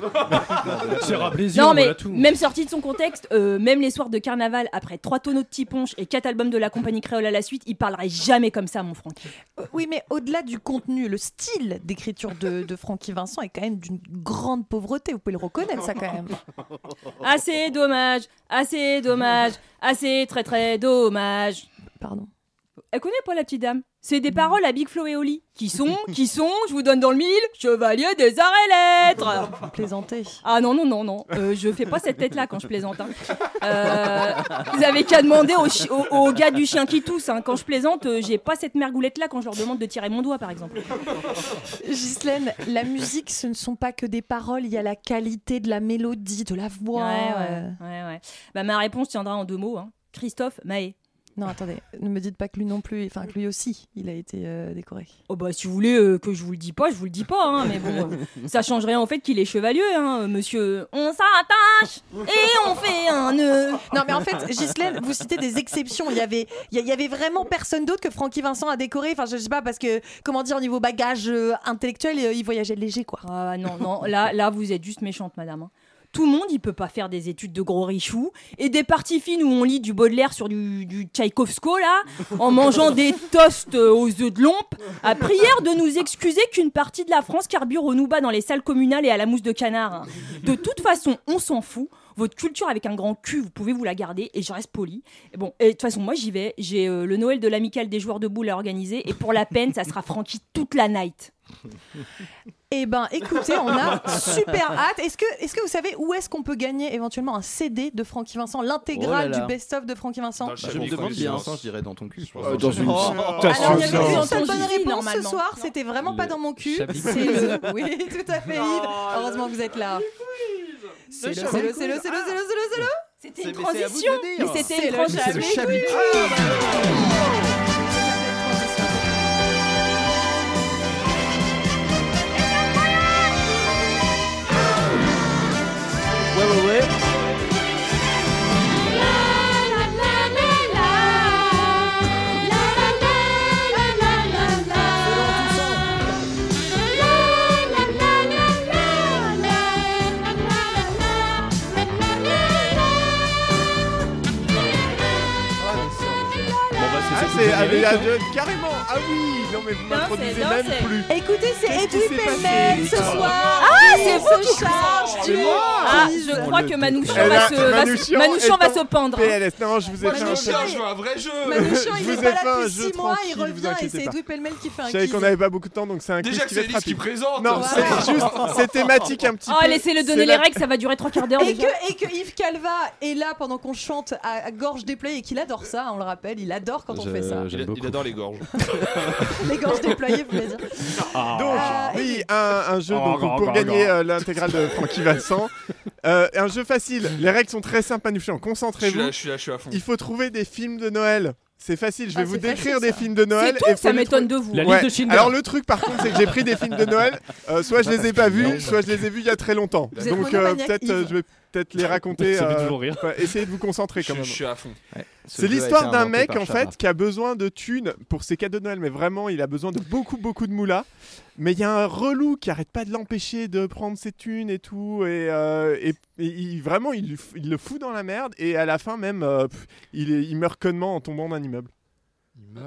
Speaker 11: Sierra Plaisir,
Speaker 12: Non, mais
Speaker 11: voilà tout.
Speaker 12: même sorti de son contexte, euh, même les soirs de carnaval, après trois tonneaux de petits ponches et quatre albums de la compagnie créole à la suite, il parlerait jamais comme ça, mon Francky.
Speaker 1: Euh, Oui, mais au-delà du contenu, le style d'écriture de, de Francky Vincent est quand même d'une grande pauvreté, vous pouvez le reconnaître ça quand même.
Speaker 12: Assez dommage, assez dommage, assez très très dommage.
Speaker 1: Pardon.
Speaker 12: Elle connaît pas la petite dame. C'est des paroles à Big Flo et Oli. Qui sont, qui sont, je vous donne dans le mille, chevalier des arts et lettres.
Speaker 1: Plaisanter.
Speaker 12: Ah non, non, non, non. Euh, je fais pas cette tête-là quand je plaisante. hein. Euh, vous avez qu'à demander aux chi- aux- aux gars du chien qui tousse. hein. Quand je plaisante, euh, j'ai pas cette mergoulette-là quand je leur demande de tirer mon doigt, par exemple.
Speaker 1: Ghislaine, la musique, ce ne sont pas que des paroles, il y a la qualité de la mélodie, de la voix.
Speaker 12: Ouais,
Speaker 1: euh.
Speaker 12: ouais, ouais, ouais. Bah, ma réponse tiendra en deux mots. hein. Christophe Mahé.
Speaker 1: Non, attendez, ne me dites pas que lui non plus, enfin que lui aussi, il a été euh, décoré.
Speaker 12: Oh bah si vous voulez euh, que je vous le dis pas, je vous le dis pas, hein, mais bon, euh, ça change rien au fait qu'il est chevalier, hein, euh, monsieur. On s'attache et on fait un nœud.
Speaker 1: Non, mais en fait, Ghislaine, vous citez des exceptions. Il y avait, il y- il y avait vraiment personne d'autre que Francky Vincent à décorer. Enfin, je sais pas, parce que, comment dire, au niveau bagage euh, intellectuel, euh, il voyageait léger, quoi.
Speaker 12: Ah non, non, là, là, vous êtes juste méchante, madame. hein. Tout le monde, il peut pas faire des études de gros richou et des parties fines où on lit du Baudelaire sur du, du Tchaïkovsko, là, en mangeant des toasts euh, aux œufs de lompe, à prière de nous excuser qu'une partie de la France carbure au nouba dans les salles communales et à la mousse de canard. hein. De toute façon, on s'en fout. Votre culture avec un grand cul, vous pouvez vous la garder et je reste poli. Bon, et de toute façon, moi j'y vais. J'ai euh, le Noël de l'amicale des joueurs de boules à organiser et pour la peine, ça sera Francky toute la night.
Speaker 1: Eh ben, écoutez, on a super hâte. Est-ce que, est-ce que vous savez où est-ce qu'on peut gagner éventuellement un CD de Francky Vincent, l'intégrale
Speaker 10: Oh là là.
Speaker 1: du best-of de Francky Vincent
Speaker 10: Bah, je me demande bien. Je dirais dans ton cul.
Speaker 4: Euh,
Speaker 15: dans une-
Speaker 17: Ah,
Speaker 1: Alors, il y avait une seule
Speaker 12: Dans ton
Speaker 1: bonne
Speaker 12: zizi,
Speaker 1: réponse ce
Speaker 12: normalement.
Speaker 1: soir, c'était vraiment pas dans mon cul. C'est
Speaker 15: Chablis
Speaker 1: le. Oui, tout à fait, Yves. Heureusement que vous êtes là. C'est le, c'est le, c'est le, c'est le, c'est le, c'est le, c'est le.
Speaker 12: C'était
Speaker 1: une
Speaker 12: transition. Mais c'était une transition.
Speaker 14: Ouais, ouais, ouais.
Speaker 17: Bon, bah,
Speaker 14: c'est
Speaker 17: ah,
Speaker 14: ça,
Speaker 17: c'est
Speaker 14: c'est
Speaker 17: avec la
Speaker 14: générique,
Speaker 17: jeune, carrément. Ah oui, non mais vous m'introduisez même plus.
Speaker 1: Écoutez, c'est
Speaker 17: qui
Speaker 1: Edoui
Speaker 17: s'est passé
Speaker 1: Pellemel ce soir.
Speaker 12: Ah,
Speaker 1: Il
Speaker 12: c'est
Speaker 1: se
Speaker 12: vous qui
Speaker 1: charge du
Speaker 12: Ah,
Speaker 1: quiz.
Speaker 12: je crois que Manouchian
Speaker 17: Elle
Speaker 12: va
Speaker 17: a-
Speaker 12: se, va se,
Speaker 17: Manouchian
Speaker 12: Manouchian
Speaker 17: est
Speaker 12: va
Speaker 17: en
Speaker 12: se pendre.
Speaker 17: PLS. Non, je vous ai fait un
Speaker 4: Manouchian,
Speaker 17: jeu.
Speaker 4: je veux un vrai jeu.
Speaker 1: Manouchian,
Speaker 17: Je
Speaker 1: il
Speaker 17: vous
Speaker 1: est
Speaker 17: ai
Speaker 1: pas là
Speaker 17: fait un
Speaker 1: depuis
Speaker 17: jeu
Speaker 1: six mois, il
Speaker 17: tranquille, vous
Speaker 1: revient et
Speaker 17: inquiétez
Speaker 1: c'est
Speaker 17: pas.
Speaker 1: Edoui Pellemel qui fait un
Speaker 17: Je savais
Speaker 1: quiz.
Speaker 17: qu'on n'avait pas beaucoup de temps, donc c'est un quiz
Speaker 4: Déjà que
Speaker 17: qui
Speaker 4: c'est
Speaker 17: va être
Speaker 4: Elise qui
Speaker 17: rapide.
Speaker 4: présente.
Speaker 17: Non,
Speaker 4: Voilà.
Speaker 17: c'est juste, c'est thématique un
Speaker 1: Oh,
Speaker 17: petit
Speaker 12: Ah,
Speaker 17: peu.
Speaker 12: laissez-le donner
Speaker 17: C'est
Speaker 12: les
Speaker 17: la-
Speaker 12: règles, ça va durer trois quarts d'heure.
Speaker 1: Et
Speaker 12: déjà.
Speaker 1: que, et que Yves Calva est là pendant qu'on chante à à gorge déployée et qu'il adore ça, on le rappelle, il adore quand on fait ça.
Speaker 4: Il, il adore les gorges.
Speaker 1: Les gorges déployées, vous voulez dire.
Speaker 17: Donc,
Speaker 1: Euh,
Speaker 17: Ah, oui, un, un jeu
Speaker 1: Oh,
Speaker 17: donc,
Speaker 1: oh,
Speaker 17: pour
Speaker 1: oh,
Speaker 17: gagner
Speaker 1: oh.
Speaker 17: euh, l'intégrale de Francky Vincent. Euh, un jeu facile. Les règles sont très simples, Manouchian.
Speaker 4: Je suis
Speaker 17: Concentrez-vous.
Speaker 4: là, je suis là, je suis à fond.
Speaker 17: Il faut trouver des films de Noël. C'est facile, je vais
Speaker 12: Ah,
Speaker 17: vous
Speaker 12: c'est
Speaker 17: décrire
Speaker 12: facile,
Speaker 17: des
Speaker 12: ça.
Speaker 17: films de Noël.
Speaker 12: C'est tout, ça
Speaker 17: et faut les
Speaker 12: m'étonne
Speaker 17: trouver.
Speaker 12: de vous. La liste de Schindler.
Speaker 17: Alors le truc par contre, c'est que j'ai pris des films de Noël, euh, soit
Speaker 4: Bah,
Speaker 17: je les ai pas vus, soit je les ai vus il y a très longtemps.
Speaker 4: Vous êtes
Speaker 17: Donc euh,
Speaker 4: monomaniaque,
Speaker 17: peut-être euh,
Speaker 4: Yves.
Speaker 17: je vais peut-être les raconter.
Speaker 4: Ça fait toujours rire.
Speaker 17: enfin, essayez de vous concentrer quand
Speaker 4: Je-
Speaker 17: même.
Speaker 4: je suis à fond. Ouais. Ce
Speaker 17: C'est
Speaker 4: jeu a
Speaker 17: l'histoire
Speaker 4: été
Speaker 17: d'un
Speaker 4: inventé
Speaker 17: mec
Speaker 4: par
Speaker 17: en
Speaker 4: Chabrol.
Speaker 17: fait qui a besoin de thunes pour ses cadeaux de Noël, mais vraiment il a besoin de beaucoup beaucoup de moula. Mais il y a un relou qui arrête pas de l'empêcher de prendre ses thunes et tout, et, euh, et- et il, vraiment il, lui f- il le fout dans la merde. Et à la fin même, euh, pff, il, est- il meurt connement en tombant d'un immeuble.
Speaker 1: C'était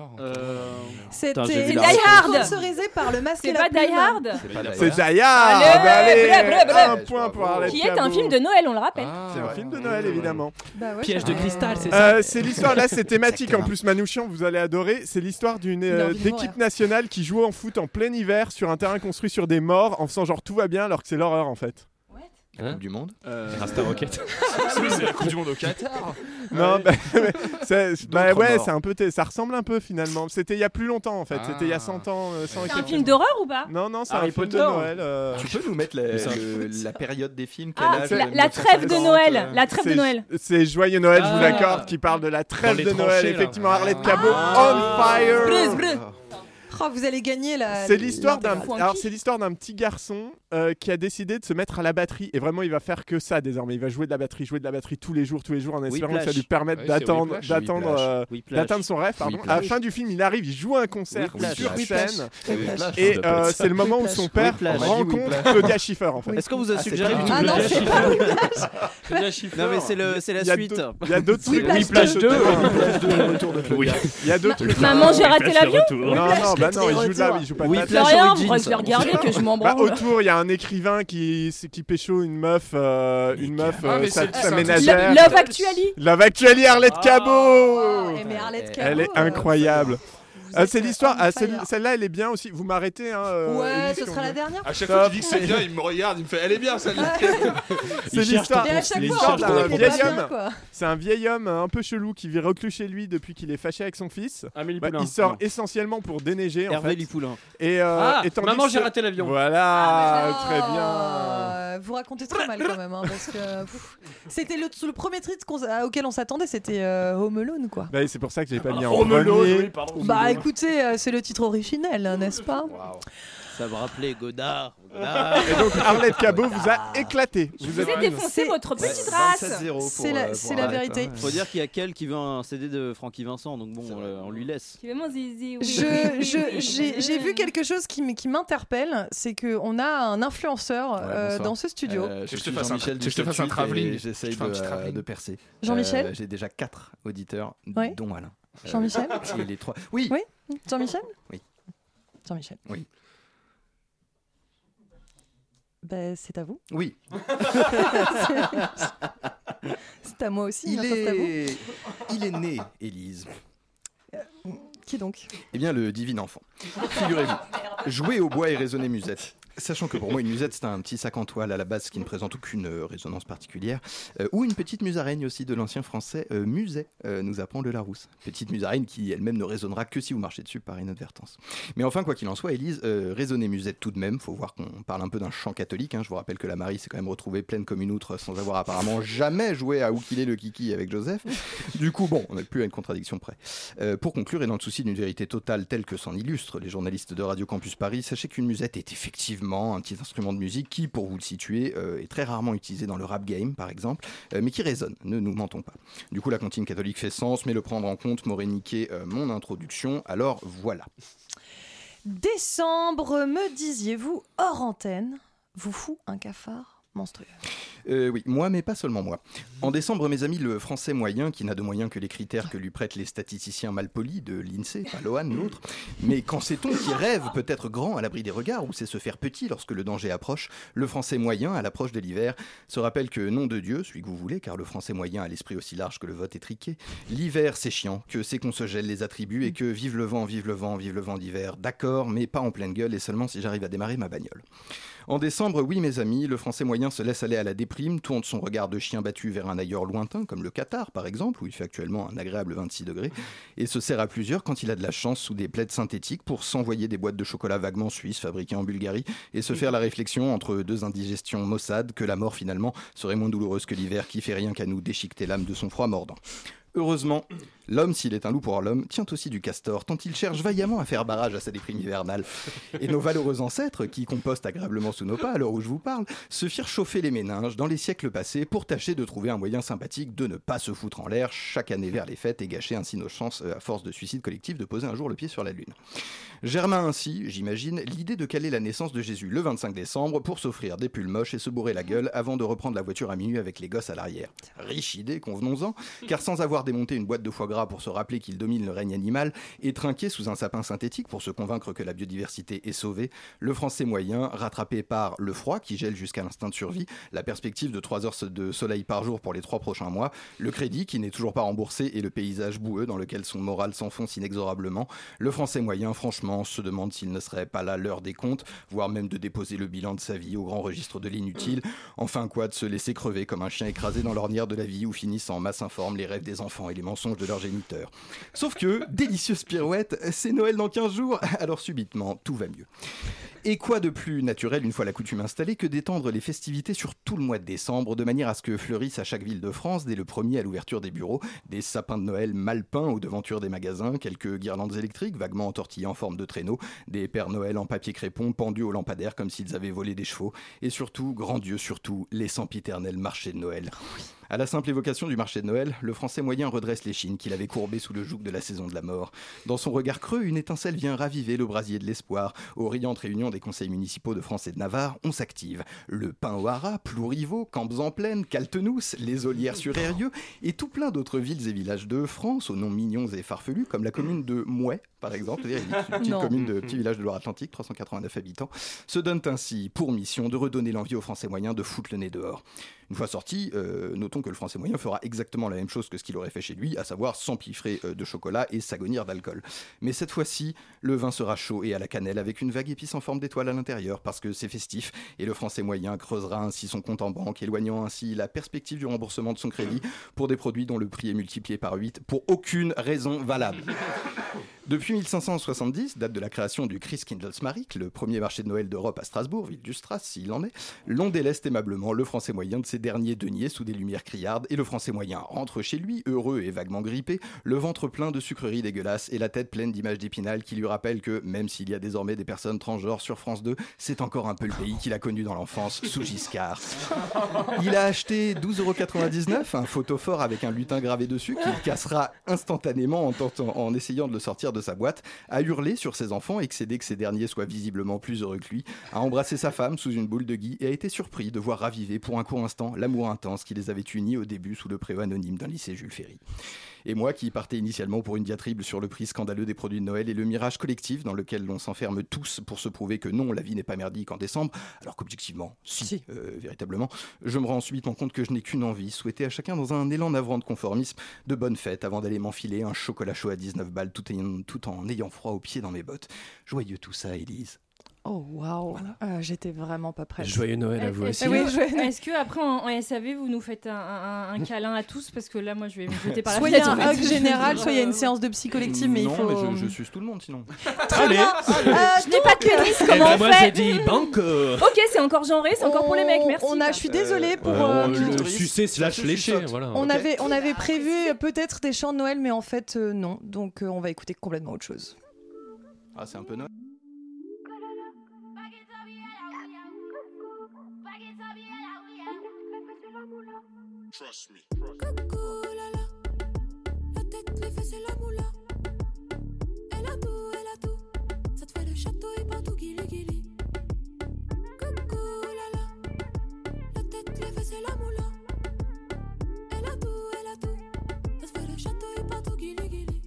Speaker 17: Putain, j'ai vu
Speaker 1: Die
Speaker 17: la réponse.
Speaker 1: Hard sponsorisé par le masque
Speaker 12: C'est
Speaker 1: et
Speaker 12: pas
Speaker 1: la plume.
Speaker 12: Die Hard
Speaker 17: C'est Zaya.
Speaker 12: Allez,
Speaker 4: Bah,
Speaker 17: allez,
Speaker 12: bref, bref,
Speaker 17: un
Speaker 12: bref.
Speaker 17: point pour Arlette
Speaker 12: Qui est un
Speaker 17: Cabot.
Speaker 12: film de Noël, on le rappelle.
Speaker 17: C'est un film de Noël évidemment.
Speaker 13: Piège de cristal, c'est ça
Speaker 17: Euh, c'est l'histoire, là c'est thématique en plus Manouchian, vous allez adorer, c'est l'histoire d'une
Speaker 13: Il a
Speaker 17: euh,
Speaker 13: envie de
Speaker 17: d'équipe nationale qui joue en foot en plein hiver sur un terrain construit sur des morts en faisant genre tout va bien alors que c'est l'horreur en fait.
Speaker 10: La Coupe du Monde
Speaker 17: Euh,
Speaker 10: Rasta Rocket.
Speaker 4: C'est la Coupe du Monde au Qatar. Ah
Speaker 17: Non,
Speaker 4: Ouais.
Speaker 17: bah, c'est- bah
Speaker 4: D'autres
Speaker 17: ouais,
Speaker 4: morts.
Speaker 17: c'est un peu, t- ça ressemble un peu finalement. C'était il y a plus longtemps en fait, c'était il y
Speaker 4: Ah.
Speaker 17: a 100 ans. euh, 100 et
Speaker 12: C'est un
Speaker 17: quelques
Speaker 12: film
Speaker 17: ans.
Speaker 12: d'horreur ou pas
Speaker 17: Non, non, c'est
Speaker 10: Harry
Speaker 17: un film de
Speaker 10: Potter.
Speaker 17: Noël. euh,
Speaker 10: Tu peux nous mettre la,
Speaker 17: Mais c'est un
Speaker 10: le- la période des films quel
Speaker 12: Ah,
Speaker 10: âge,
Speaker 12: la- la
Speaker 10: 1960,
Speaker 12: trêve de Noël,
Speaker 10: euh,
Speaker 12: la trêve de
Speaker 17: c'est-
Speaker 12: Noël.
Speaker 17: C'est Joyeux Noël, je vous
Speaker 10: Ah.
Speaker 17: l'accorde, qui parle de la trêve
Speaker 10: les
Speaker 17: de Noël.
Speaker 10: tranchées, là.
Speaker 17: Effectivement,
Speaker 13: Ah.
Speaker 17: Arlette Cabot, on fire
Speaker 1: Oh, vous allez gagner la.
Speaker 17: C'est l'histoire d'un
Speaker 1: l'intégrale.
Speaker 17: alors c'est l'histoire d'un petit garçon euh, qui a décidé de se mettre à la batterie et vraiment il va faire que ça désormais il va jouer de la batterie jouer de la batterie tous les jours tous les jours en espérant que ça
Speaker 13: Whiplash.
Speaker 17: lui permette
Speaker 13: Ah Oui, c'est
Speaker 17: d'attendre
Speaker 13: Whiplash.
Speaker 17: d'attendre
Speaker 13: Whiplash.
Speaker 17: euh,
Speaker 13: Whiplash.
Speaker 17: d'atteindre son rêve pardon à la
Speaker 13: Whiplash.
Speaker 17: fin du film il arrive il joue un concert
Speaker 13: Whiplash.
Speaker 17: sur
Speaker 13: Whiplash.
Speaker 17: scène
Speaker 13: Whiplash.
Speaker 17: et
Speaker 13: Whiplash.
Speaker 17: euh, c'est le moment où son père
Speaker 13: Whiplash.
Speaker 17: rencontre
Speaker 13: Whiplash.
Speaker 17: Claudia Schiffer en fait
Speaker 13: Est-ce qu'on vous a suggéré du
Speaker 17: Ah non,
Speaker 13: doublage
Speaker 17: c'est pas
Speaker 13: Non, mais c'est le- c'est la
Speaker 17: hein. Il y a
Speaker 13: suite.
Speaker 17: deux- Il y a deux trucs.
Speaker 13: Whiplash Whiplash 2, 2, Whiplash 2, le retour de Claudia.
Speaker 17: Oui. Il y a deux trucs.
Speaker 12: Maman, j'ai raté Whiplash, le l'avion retour.
Speaker 17: Non, non, bah non, il joue
Speaker 12: Whiplash,
Speaker 17: de la-
Speaker 12: retour.
Speaker 17: il joue pas
Speaker 12: Whiplash
Speaker 17: de la-
Speaker 12: Florian, Origins. faudrait que je le regarde, que je m'en
Speaker 17: Bah,
Speaker 12: branle.
Speaker 17: autour, il y a un écrivain qui, qui pécho une meuf, euh, une meuf,
Speaker 13: Ah, mais
Speaker 17: euh, sa,
Speaker 13: c'est-
Speaker 17: sa
Speaker 13: c'est un-
Speaker 17: ménagère.
Speaker 12: Love Actually.
Speaker 17: Love Actually, Arlette Cabot.
Speaker 1: Eh, Ah, mais Arlette Cabot,
Speaker 17: Ah. Elle est
Speaker 1: euh,
Speaker 17: incroyable. Ah, c'est l'histoire. ah, celle- Celle-là, elle est bien aussi. Vous m'arrêtez. Hein, euh,
Speaker 1: Ouais,
Speaker 17: Elise,
Speaker 1: ce
Speaker 17: quand
Speaker 1: sera
Speaker 17: vous-
Speaker 1: la dernière.
Speaker 4: À chaque fois qu'il dit que c'est bien, il me regarde, il me fait Elle est bien celle-là.
Speaker 17: C'est
Speaker 4: cherche
Speaker 17: l'histoire.
Speaker 4: ton Mais à chaque
Speaker 17: c'est
Speaker 4: fois,
Speaker 17: l'histoire
Speaker 4: on trouve
Speaker 17: d'un
Speaker 4: qu'il est
Speaker 17: vieil
Speaker 4: pas
Speaker 17: homme.
Speaker 4: bien, quoi.
Speaker 17: C'est un vieil homme euh, un peu chelou qui vit reclus chez lui depuis qu'il est fâché avec son fils.
Speaker 15: Amélie
Speaker 17: Bah,
Speaker 15: Poulain.
Speaker 17: il sort
Speaker 15: Non.
Speaker 17: essentiellement pour déneiger. en
Speaker 15: Hervé
Speaker 17: fait.
Speaker 15: Lipoulin.
Speaker 17: Et, euh,
Speaker 15: Ah,
Speaker 17: et tandis
Speaker 15: maman,
Speaker 17: que-
Speaker 15: j'ai raté l'avion.
Speaker 17: Voilà,
Speaker 1: Ah,
Speaker 17: très bien.
Speaker 1: Euh, vous racontez trop mal quand même, hein, parce que pff, c'était le, le premier titre qu'on- à- auquel on s'attendait, c'était euh, Home Alone, quoi.
Speaker 17: Bah, c'est pour ça que j'ai pas mis en
Speaker 15: Oh, melon,
Speaker 17: premier.
Speaker 15: oui, pardon.
Speaker 1: Bah écoutez, euh, c'est le titre originel, hein, n'est-ce pas
Speaker 13: Ça me rappelait Godard. Ah.
Speaker 17: Et donc Arlette Cabot vous a éclaté.
Speaker 13: vous ai
Speaker 17: êtes-
Speaker 13: défoncé
Speaker 12: votre
Speaker 13: Ouais,
Speaker 12: petite
Speaker 13: c'est
Speaker 12: race.
Speaker 13: 27-0 pour,
Speaker 1: C'est la-
Speaker 13: euh,
Speaker 1: c'est
Speaker 13: pour
Speaker 1: la
Speaker 13: Arlette,
Speaker 1: vérité.
Speaker 13: hein. Faut dire qu'il y a quel qui veut un CD de Francky Vincent, donc bon, euh, on lui laisse.
Speaker 12: Tu veux mon zizi oui, oui,
Speaker 1: Je-
Speaker 12: oui,
Speaker 1: je-
Speaker 12: oui, oui.
Speaker 1: J'ai j'ai vu quelque chose qui, m- qui m'interpelle, c'est qu'on a un influenceur euh,
Speaker 10: bonsoir.
Speaker 1: dans ce studio.
Speaker 10: Euh,
Speaker 4: Que je te
Speaker 10: suis
Speaker 4: fasse un-
Speaker 10: Jean-Michel
Speaker 4: que je te fasse un
Speaker 10: Duceppe
Speaker 4: travelling.
Speaker 10: et J'essaye
Speaker 4: Je te fais un
Speaker 10: de, euh,
Speaker 4: petit travelling.
Speaker 10: de percer. Euh,
Speaker 1: Jean-Michel
Speaker 10: J'ai déjà 4 auditeurs,
Speaker 1: Ouais.
Speaker 10: dont Alain. Euh,
Speaker 1: Jean-Michel
Speaker 10: et les trois. Oui.
Speaker 1: Jean-Michel
Speaker 10: Oui.
Speaker 1: Jean-Michel.
Speaker 10: Oui.
Speaker 1: Ben, c'est à vous.
Speaker 10: Oui.
Speaker 1: c'est à moi aussi. hein,
Speaker 10: Il
Speaker 1: mais enfin, c'est à vous.
Speaker 10: est... Il est né, Élise.
Speaker 1: Qui donc
Speaker 10: Eh bien, le divin enfant. Figurez-vous, jouer au bois et raisonner musette. Sachant que pour moi, une musette, c'est un petit sac en toile à la base qui ne présente aucune euh, résonance particulière. Euh, ou une petite musaraigne aussi de l'ancien français euh, muset, euh, nous apprend le Larousse. Petite musaraigne qui elle-même ne résonnera que si vous marchez dessus par inadvertance. Mais enfin, quoi qu'il en soit, Élise, euh, raisonner musette tout de même. Faut voir qu'on parle un peu d'un chant catholique. hein. Je vous rappelle que la Marie s'est quand même retrouvée pleine comme une outre sans avoir apparemment jamais joué à Où qu'il est le kiki avec Joseph. Du coup, bon, on n'est plus à une contradiction près. Euh, pour conclure, et dans le souci d'une vérité totale telle que s'en illustrent les journalistes de Radio Campus Paris, sachez qu'une musette est effectivement un petit instrument de musique qui, pour vous le situer, euh, est très rarement utilisé dans le rap game, par exemple, euh, mais qui résonne, ne nous mentons pas. Du coup, la comptine catholique fait sens, mais le prendre en compte m'aurait niqué euh, mon introduction, alors voilà.
Speaker 1: Décembre, me disiez-vous, hors antenne, vous fout un cafard monstrueux.
Speaker 10: Euh, oui, moi, mais pas seulement moi. En décembre, mes amis, le français moyen, qui n'a de moyens que les critères que lui prêtent les statisticiens malpolis de l'INSEE, pas Lohan, l'autre, mais quand sait-on qui rêve peut-être grand à l'abri des regards ou sait se faire petit lorsque le danger approche, le français moyen, à l'approche de l'hiver, se rappelle que nom de Dieu, celui que vous voulez, car le français moyen a l'esprit aussi large que le vote étriqué, l'hiver, c'est chiant, que c'est qu'on se gèle les attributs et que vive le vent, vive le vent, vive le vent d'hiver, d'accord, mais pas en pleine gueule et seulement si j'arrive à démarrer ma bagnole. En décembre, oui, mes amis, le français moyen se laisse aller à la dépression déprime, tourne son regard de chien battu vers un ailleurs lointain, comme le Qatar par exemple, où il fait actuellement un agréable 26 degrés, et se sert à plusieurs quand il a de la chance sous des plaides synthétiques pour s'envoyer des boîtes de chocolat vaguement suisses fabriquées en Bulgarie et se faire la réflexion entre deux indigestions maussades que la mort finalement serait moins douloureuse que l'hiver qui fait rien qu'à nous déchiqueter l'âme de son froid mordant. Heureusement, l'homme, s'il est un loup pour l'homme, tient aussi du castor, tant il cherche vaillamment à faire barrage à sa déprime hivernale. Et nos valeureux ancêtres, qui compostent agréablement sous nos pas à l'heure où je vous parle, se firent chauffer les méninges dans les siècles passés pour tâcher de trouver un moyen sympathique de ne pas se foutre en l'air chaque année vers les fêtes et gâcher ainsi nos chances, euh, à force de suicide collectif, de poser un jour le pied sur la Lune. Germain ainsi, j'imagine, l'idée de caler la naissance de Jésus le 25 décembre pour s'offrir des pulls moches et se bourrer la gueule avant de reprendre la voiture à minuit avec les gosses à l'arrière. Riche idée, convenons-en, car sans avoir démonter une boîte de foie gras pour se rappeler qu'il domine le règne animal et trinquer sous un sapin synthétique pour se convaincre que la biodiversité est sauvée, le français moyen, rattrapé par le froid qui gèle jusqu'à l'instinct de survie, la perspective de 3 heures de soleil par jour pour les 3 prochains mois, le crédit qui n'est toujours pas remboursé et le paysage boueux dans lequel son moral s'enfonce inexorablement, le français moyen, franchement, se demande s'il ne serait pas là l'heure des comptes, voire même de déposer le bilan de sa vie au grand registre de l'inutile, enfin quoi de se laisser crever comme un chien écrasé dans l'ornière de la vie où finissent en masse informe les rêves des enfants et les mensonges de leur géniteur. Sauf que, délicieuse pirouette, c'est Noël dans 15 jours, alors subitement, tout va mieux. Et quoi de plus naturel, une fois la coutume installée, que d'étendre les festivités sur tout le mois de décembre, de manière à ce que fleurissent à chaque ville de France, dès le premier à l'ouverture des bureaux, des sapins de Noël mal peints aux devantures des magasins, quelques guirlandes électriques vaguement entortillées en forme de traîneaux, des pères Noël en papier crépon pendus aux lampadaires comme s'ils avaient volé des chevaux, et surtout, grand Dieu surtout, les sempiternels marchés de Noël. À la simple évocation du marché de Noël, le français moyen redresse les chines qu'il avait courbées sous le joug de la saison de la mort. Dans son regard creux, une étincelle vient raviver le brasier de l'espoir. Aux riantes réunions des conseils municipaux de France et de Navarre, on s'active. Le pain au haras, Plourivaux, Camps en Plaine, Caltenousse, les Olières sur Eyrieux et tout plein d'autres villes et villages de France aux noms mignons et farfelus, comme la commune de Mouet, par exemple, une petite
Speaker 16: Non.
Speaker 10: commune de petit village de Loire-Atlantique, 389 habitants, se donnent ainsi pour mission de redonner l'envie aux Français moyens de foutre le nez dehors. Une fois sorti, euh, notons que le français moyen fera exactement la même chose que ce qu'il aurait fait chez lui, à savoir s'empiffrer euh, de chocolat et s'agonir d'alcool. Mais cette fois-ci, le vin sera chaud et à la cannelle avec une vague épice en forme d'étoile à l'intérieur, parce que c'est festif, et le français moyen creusera ainsi son compte en banque, éloignant ainsi la perspective du remboursement de son crédit pour des produits dont le prix est multiplié par 8 pour aucune raison valable. Depuis 1570, date de la création du Christkindlesmarkt, le premier marché de Noël d'Europe à Strasbourg, ville du Stras s'il en est, l'on déleste aimablement le français moyen de ses derniers deniers sous des lumières criardes et le français moyen rentre chez lui, heureux et vaguement grippé, le ventre plein de sucreries dégueulasses et la tête pleine d'images d'épinal qui lui rappellent que, même s'il y a désormais des personnes transgenres sur France 2, c'est encore un peu le pays qu'il a connu dans l'enfance, sous Giscard. Il a acheté 12,99€ un photophore avec un lutin gravé dessus qu'il cassera instantanément en, tentant- en essayant de le sortir de sa boîte, à hurler sur ses enfants, excédé que ces derniers soient visiblement plus heureux que lui, a embrassé sa femme sous une boule de gui et a été surpris de voir raviver pour un court instant l'amour intense qui les avait unis au début sous le préau anonyme d'un lycée Jules Ferry. Et moi qui partais initialement pour une diatribe sur le prix scandaleux des produits de Noël et le mirage collectif dans lequel l'on s'enferme tous pour se prouver que non, la vie n'est pas merdique en décembre, alors qu'objectivement, si, euh, véritablement, je me rends subitement compte que je n'ai qu'une envie, souhaiter à chacun dans un élan navrant de conformisme, de bonne fête avant d'aller m'enfiler un chocolat chaud à 19 balles tout en, tout en ayant froid aux pieds dans mes bottes. Joyeux tout ça, Élise.
Speaker 1: Oh waouh, Euh, j'étais vraiment pas prête.
Speaker 11: Joyeux Noël à vous
Speaker 1: Eh
Speaker 11: aussi.
Speaker 1: oui,
Speaker 12: Est-ce
Speaker 1: joyeux
Speaker 12: que-
Speaker 1: Noël.
Speaker 12: Est-ce que après en, en SAV vous nous faites un, un- un câlin à tous parce que là moi je vais me jeter par la
Speaker 1: Soit il y
Speaker 12: fenêtre.
Speaker 1: a un
Speaker 12: en
Speaker 1: hug
Speaker 12: fait. Euh,
Speaker 1: général, soit il y a une séance de psy collective, mais
Speaker 10: non,
Speaker 1: il faut. Euh,
Speaker 10: mais je, je suce tout le monde sinon.
Speaker 12: Allez. Ah, je n'ai pas de pénis,
Speaker 10: Eh
Speaker 12: comment
Speaker 10: ben,
Speaker 12: on
Speaker 10: moi,
Speaker 12: fait Oh,
Speaker 10: j'ai dit banco.
Speaker 12: Ok, c'est encore genré, c'est encore pour les mecs, merci.
Speaker 1: On a, je suis désolée pour. euh,
Speaker 11: on le sucer slash lécher, voilà.
Speaker 1: On avait, on avait prévu peut-être des chants de Noël, mais en fait, euh, non. Donc, euh, on va écouter complètement autre chose.
Speaker 10: Ah, c'est un peu Noël.
Speaker 18: Trust me.
Speaker 19: les fesses et la moula. Elle a tout, elle a tout. Ça te fait le château et partout guili guili. Coucou la la. La tête, les fesses et la moula. Elle a tout, elle a tout. Ça te fait le château et partout guili guili.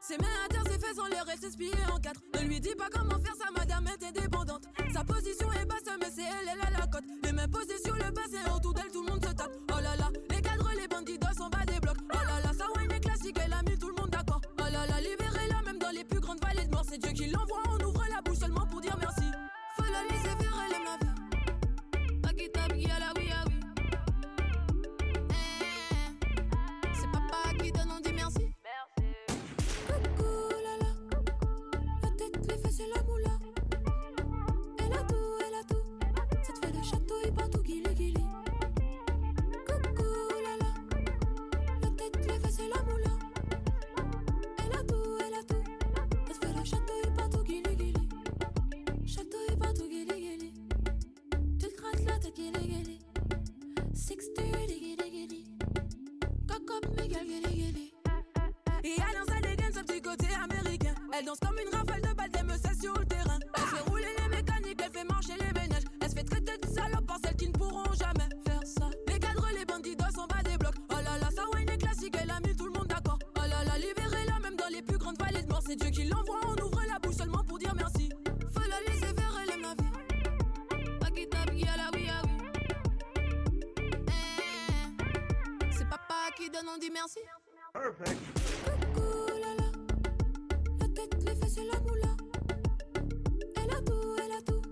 Speaker 19: Ses mains à terre, ses fesses en l'air, elle s'espillait en quatre. Ne lui dis pas comment faire, sa madame est indépendante. Sa position est basse, mais c'est elle, elle a la cote. Les mains posées sur le bassin, autour d'elle, tout le monde se tape. Oh là là, les cadres, les bandits d'os, on bat des blocs. Oh là là, sa wine est classique, elle a mis tout le monde d'accord. Oh là là, libérez-la, même dans les plus grandes vallées de mort. C'est Dieu qui l'envoie, on ouvre la bouche seulement pour dire merci. Faut la laisser faire, elle aime la vie. Akita, Biala, oui, ah oui. guili, guili. Et elle danse, elle dégaine ce petit côté américain. Elle danse comme une rafale de balles, des meufs sur le terrain. Elle fait rouler les mécaniques, elle fait marcher les ménages. Elle se fait traiter de salope par celles qui ne pourront jamais faire ça. Les cadres, les bandits sont bas des blocs. Oh là là, ça wine est classique, elle a mis tout le monde d'accord. Oh là là, libérez-la, même dans les plus grandes vallées de mort. C'est Dieu qui l'envoie, on ouvre la bouche seulement pour dire merci. Faut la laisser faire, elle aime la vie. Paquita, Biala, oui, ah oui. Eh, C'est papa qui donne, on dit merci.
Speaker 18: Coucou la la, la tête, les fesses et la moula.
Speaker 19: Elle a tout, elle a tout.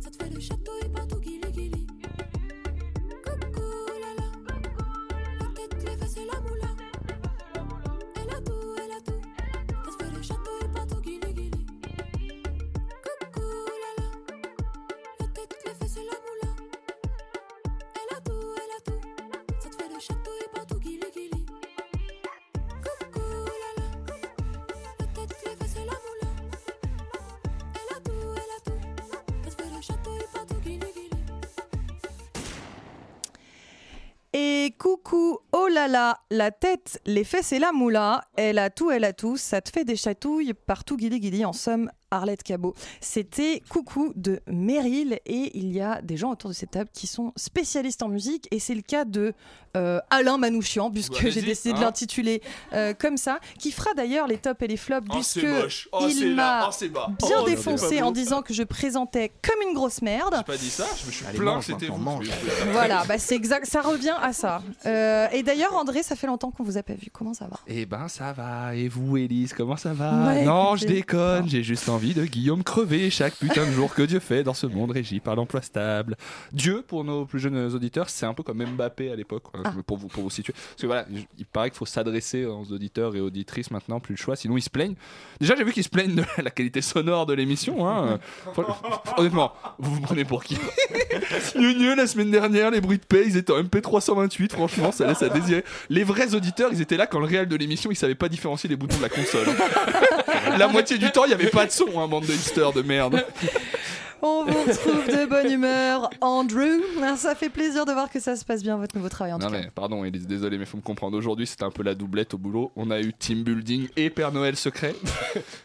Speaker 19: Ça te fait le château et partout guili guili. Coucou la la, la tête, les fesses et la moula. Elle a tout, elle a tout. Ça te fait le château et partout guili guili. Coucou la la, la tête, les fesses et la moula. Elle a tout, elle a tout. Ça te fait le château et partout guili guili. Coucou la la, la tête, les fesses et la moula. Elle a tout, elle a tout. Ça te fait le château et partout guili guili.
Speaker 1: Et coucou, oh là là, la tête, les fesses et la moula, elle a tout, elle a tout, ça te fait des chatouilles partout, guili guili, en somme, Arlette Cabot. C'était Coucou de Meryl et il y a des gens autour de cette table qui sont spécialistes en musique et c'est le cas de euh, Alain Manouchian, puisque
Speaker 4: Bah,
Speaker 1: j'ai
Speaker 4: vas-y,
Speaker 1: décidé de
Speaker 4: hein.
Speaker 1: l'intituler euh, comme ça, qui fera d'ailleurs les tops et les flops,
Speaker 4: Oh,
Speaker 1: puisque
Speaker 4: c'est moche. Oh, c'est
Speaker 1: il
Speaker 4: là.
Speaker 1: m'a
Speaker 4: Oh, c'est bas.
Speaker 1: bien
Speaker 4: Oh, c'est
Speaker 1: défoncé
Speaker 4: pas beau.
Speaker 1: en disant que je présentais comme une grosse merde.
Speaker 4: J'ai pas dit ça, je me suis plaint que
Speaker 10: mange
Speaker 4: c'était vous.
Speaker 1: Voilà, bah c'est exact, ça revient à ça. Euh, et d'ailleurs, André, ça fait longtemps qu'on vous a pas vu. Comment ça va
Speaker 4: Eh ben ça va, et vous Élise, comment ça va
Speaker 1: Ouais,
Speaker 4: Non,
Speaker 1: écoutez.
Speaker 4: je déconne, j'ai juste envie de Guillaume crever chaque putain de jour que Dieu fait dans ce monde régi par l'emploi stable. Dieu, pour nos plus jeunes auditeurs, c'est un peu comme Mbappé à l'époque, quoi,
Speaker 1: Ah.
Speaker 4: je- pour, vous, pour vous situer. Parce que voilà, je- il paraît qu'il faut s'adresser aux auditeurs et auditrices maintenant, plus le choix, sinon ils se plaignent. Déjà, j'ai vu qu'ils se plaignent de la qualité sonore de l'émission. hein. Fran- Honnêtement, vous vous prenez pour qui Mieux, mieux, la semaine dernière, les bruits de paix, ils étaient en MP328, franchement, ça laisse à désirer. Les vrais auditeurs, ils étaient là quand le réel de l'émission, ils savaient pas différencier les boutons de la console. la moitié du temps, il y avait pas de son, hein, bande de hipsters de merde.
Speaker 1: On vous retrouve de bonne humeur, Andrew. Ah, Ça fait plaisir de voir que ça se passe bien votre nouveau travail en tout
Speaker 4: Non mais pardon Elise, désolé mais faut me comprendre. Aujourd'hui c'était un peu la doublette au boulot. On a eu Team Building et Père Noël Secret.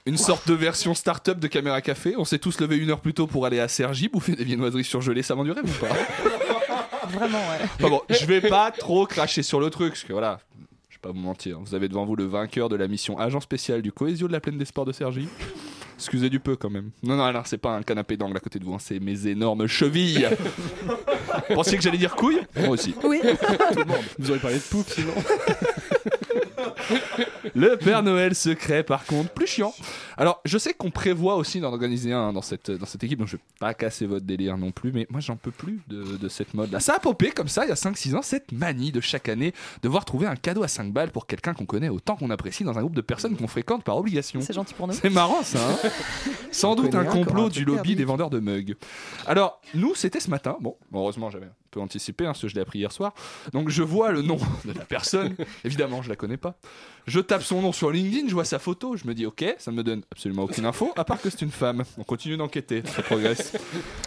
Speaker 4: une sorte de version start-up de Caméra Café. On s'est tous levés une heure plus tôt pour aller à Sergi bouffer des viennoiseries surgelées. Ça vend du rêve ou pas
Speaker 1: cas. Vraiment, ouais.
Speaker 4: Enfin bon, je vais pas trop cracher sur le truc, parce que voilà, je vais pas vous mentir. Vous avez devant vous le vainqueur de la mission agent spécial du Cohésio de la Plaine des Sports de Sergi. Excusez du peu quand même. Non, non, non, c'est pas un canapé d'angle à côté de vous, hein, c'est mes énormes chevilles. Vous Pensiez que j'allais dire couille Moi aussi.
Speaker 1: Oui.
Speaker 4: Tout le monde. Vous auriez parlé de pouf sinon. Le Père Noël secret, par contre, plus chiant. Alors, je sais qu'on prévoit aussi d'en organiser un dans cette, dans cette équipe, donc je vais pas casser votre délire non plus, mais moi j'en peux plus de, de cette mode-là. Ça a popé comme ça il y a 5-6 ans, cette manie de chaque année devoir trouver un cadeau à 5 balles pour quelqu'un qu'on connaît autant qu'on apprécie dans un groupe de personnes qu'on fréquente par obligation.
Speaker 1: C'est gentil pour nous.
Speaker 4: C'est marrant ça. hein Sans doute
Speaker 1: connaît
Speaker 4: un
Speaker 1: un qui aura
Speaker 4: complot
Speaker 1: un
Speaker 4: du
Speaker 1: truc
Speaker 4: lobby des vendeurs de mugs. Alors, nous, c'était ce matin. Bon, heureusement, j'avais un peu anticipé, hein, parce que je l'ai appris hier soir. Donc, je vois le nom de la personne. Évidemment, je la connais pas. Je tape son nom sur LinkedIn, je vois sa photo. Je me dis, ok, ça ne me donne absolument aucune info, à part que c'est une femme. On continue d'enquêter, ça progresse.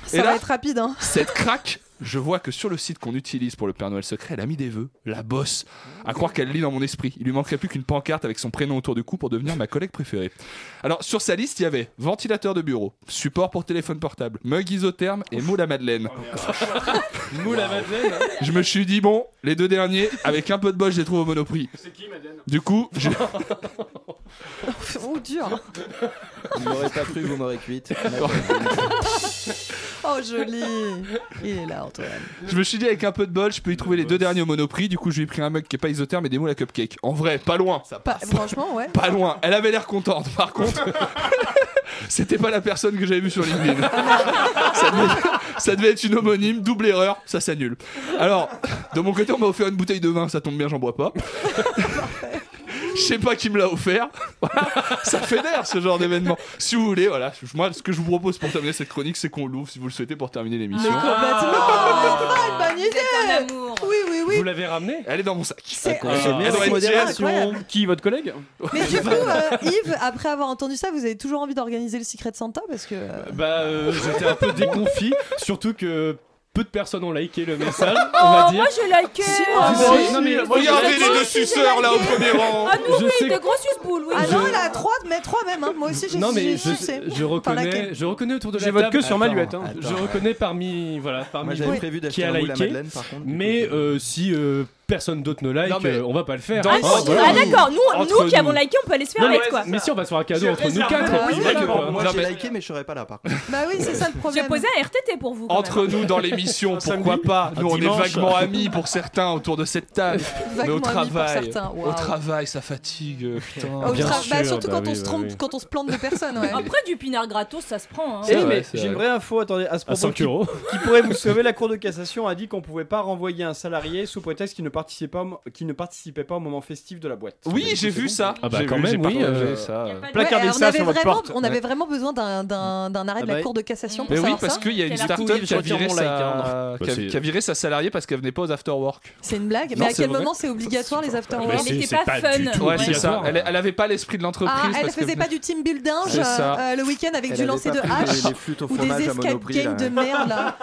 Speaker 1: Ça
Speaker 4: Et
Speaker 1: va
Speaker 4: là,
Speaker 1: être rapide, hein.
Speaker 4: cette craque, je vois que sur le site qu'on utilise pour le Père Noël secret, elle a mis des vœux, la bosse. À croire qu'elle lit dans mon esprit. Il lui manquerait plus qu'une pancarte avec son prénom autour du cou pour devenir ma collègue préférée. Alors, sur sa liste, il y avait ventilateur de bureau, support pour téléphone portable, mug isotherme et moule à madeleine.
Speaker 15: Oh, Moule à Madeleine.
Speaker 4: Je me suis dit, bon, les deux derniers, avec un peu de bol, je les trouve au monoprix.
Speaker 15: C'est qui, madeleine
Speaker 4: Du coup, je-
Speaker 1: Oh, dur. hein.
Speaker 10: Vous m'aurez pas cru, vous m'aurez cuite.
Speaker 1: Oh, joli. Il est là, Antoine.
Speaker 4: je me suis dit, avec un peu de bol, je peux y trouver les deux derniers au monoprix. Du coup, je lui ai pris un mug qui est pas isotherme et des moules à cupcake. En vrai, pas loin.
Speaker 1: Pas- franchement, ouais.
Speaker 4: Pas loin. Elle avait l'air contente. Par contre, c'était pas la personne que j'avais vue sur LinkedIn. ça, devait, ça devait être une homonyme, double erreur, ça s'annule. Alors, de mon côté, on m'a offert une bouteille de vin, ça tombe bien, j'en bois pas. Je sais pas qui me l'a offert. Voilà. Ça fédère ce genre d'événement. Si vous voulez, voilà. je- Moi, ce que je vous propose pour terminer cette chronique, c'est qu'on l'ouvre si vous le souhaitez pour terminer l'émission.
Speaker 1: Complètement.
Speaker 4: Ah.
Speaker 1: Bonne idée. Oui, oui, oui.
Speaker 4: Vous l'avez ramenée Elle est dans mon sac.
Speaker 1: C'est-
Speaker 4: Elle doit être tiède.
Speaker 15: Qui, votre collègue
Speaker 1: Mais du coup, euh, Yves, après avoir entendu ça, vous avez toujours envie d'organiser le Secret Santa parce que. euh,
Speaker 11: Bah, euh, j'étais un peu déconfit, surtout que. peu de personnes ont liké le message. on va
Speaker 12: Oh,
Speaker 11: dire.
Speaker 12: moi, j'ai liké. Si, moi
Speaker 11: Vous avez-
Speaker 12: aussi.
Speaker 11: non, mais-
Speaker 12: Regardez les deux suceurs, là, au premier rang. Ah, nous,
Speaker 11: Je
Speaker 12: oui,
Speaker 11: sais-
Speaker 12: des grosses suceboules, oui.
Speaker 1: Ah non,
Speaker 12: Je-
Speaker 1: elle a trois, mais trois même. hein. Moi aussi, j'ai
Speaker 11: Non mais
Speaker 1: j'ai
Speaker 11: je,
Speaker 1: sucé.
Speaker 11: je
Speaker 1: Par laquelle
Speaker 11: reconnais, je reconnais autour de la
Speaker 15: Je
Speaker 11: table.
Speaker 15: vote que sur ma luette, hein.
Speaker 11: je
Speaker 15: Attends,
Speaker 11: reconnais parmi voilà parmi
Speaker 15: Moi, j'avais
Speaker 11: vous
Speaker 15: prévu
Speaker 11: qui
Speaker 15: d'acheter
Speaker 11: a
Speaker 15: un
Speaker 11: liké.
Speaker 15: bout à Madeleine, par contre, du
Speaker 11: mais euh, si euh, personne d'autre ne like,
Speaker 15: Non, mais-
Speaker 11: euh, on va pas le faire.
Speaker 12: Ah, si, ah, d'accord, nous,
Speaker 11: Entre
Speaker 12: nous qui avons
Speaker 11: nous.
Speaker 12: liké, on peut aller se faire
Speaker 11: Non, mais,
Speaker 12: bête, quoi.
Speaker 11: mais si on va se faire un cadeau
Speaker 10: J'ai
Speaker 11: entre nous
Speaker 10: réservé
Speaker 11: quatre.
Speaker 10: la
Speaker 11: oui,
Speaker 10: oui,
Speaker 11: d'accord.
Speaker 10: d'accord. Moi,
Speaker 11: Non,
Speaker 10: j'ai
Speaker 11: mais-
Speaker 10: liké, mais je serais pas là, par contre.
Speaker 1: Bah oui, c'est ça le problème.
Speaker 12: J'ai posé un RTT pour vous.
Speaker 1: Oh,
Speaker 12: quand
Speaker 4: Entre
Speaker 12: même.
Speaker 4: nous dans l'émission, pourquoi pas Nous
Speaker 10: Un
Speaker 4: on
Speaker 10: dimanche.
Speaker 4: est vaguement amis pour certains autour de cette table,
Speaker 1: Vaguement
Speaker 4: mais au
Speaker 1: amis pour
Speaker 4: travail,
Speaker 1: certains,
Speaker 4: au
Speaker 1: waouh.
Speaker 4: travail ça fatigue, euh, putain.
Speaker 1: Au tra- bah, surtout quand on se trompe, quand on se plante de personne. Ouais.
Speaker 12: Après, du pinard gratos, ça se prend. hein.
Speaker 15: Eh, mais j'ai une vraie info, attendez, à ce propos
Speaker 11: 5
Speaker 15: qui,
Speaker 11: Euh, euros.
Speaker 15: qui pourrait vous sauver, la Cour de cassation a dit qu'on pouvait pas renvoyer un salarié sous prétexte qu'il ne participait pas, au- qu'il ne participait pas au moment festif de la boîte.
Speaker 4: Oui, j'ai vu ça.
Speaker 11: Ah bah
Speaker 4: J'ai
Speaker 11: quand
Speaker 4: vu,
Speaker 11: même
Speaker 4: j'ai
Speaker 11: oui.
Speaker 4: partagé
Speaker 11: euh,
Speaker 4: ça.
Speaker 15: Placardez
Speaker 1: Ouais, Eh, on
Speaker 15: ça
Speaker 1: avait
Speaker 15: sur votre
Speaker 1: vraiment,
Speaker 15: porte.
Speaker 1: On avait
Speaker 15: Ouais.
Speaker 1: vraiment besoin d'un- d'un d'un arrêt
Speaker 4: Ah
Speaker 1: de la
Speaker 4: bah-
Speaker 1: Cour de cassation pour
Speaker 4: Mais oui,
Speaker 1: savoir
Speaker 4: parce
Speaker 1: ça.
Speaker 4: qu'il y a une
Speaker 12: Quel
Speaker 4: start-up
Speaker 12: article,
Speaker 4: qui a
Speaker 12: je retire
Speaker 4: viré
Speaker 12: mon
Speaker 11: like,
Speaker 4: sa-
Speaker 11: hein.
Speaker 4: qui a-
Speaker 11: Bah, c'est-
Speaker 4: qui a viré sa salariée parce qu'elle venait pas aux after work.
Speaker 1: C'est une blague.
Speaker 4: Non,
Speaker 1: mais à
Speaker 4: c'est
Speaker 1: quel
Speaker 4: vrai.
Speaker 1: moment c'est obligatoire les after
Speaker 12: Mais
Speaker 1: work
Speaker 12: c'est- c'était pas fun.
Speaker 11: du tout
Speaker 4: Ouais, c'est ça.
Speaker 11: obligatoire.
Speaker 4: Elle, elle avait pas l'esprit de l'entreprise.
Speaker 1: Ah, elle
Speaker 4: parce
Speaker 1: faisait
Speaker 4: que-
Speaker 1: pas du team building
Speaker 4: C'est ça.
Speaker 1: euh, le week-end avec
Speaker 4: Elle
Speaker 1: du
Speaker 4: avait
Speaker 1: lancer
Speaker 4: pas
Speaker 1: de
Speaker 4: pris
Speaker 1: hache
Speaker 4: les- les flûtes au
Speaker 1: ou
Speaker 4: fromage à
Speaker 1: des escape
Speaker 4: Monoprix,
Speaker 1: games
Speaker 4: là.
Speaker 1: de merde là.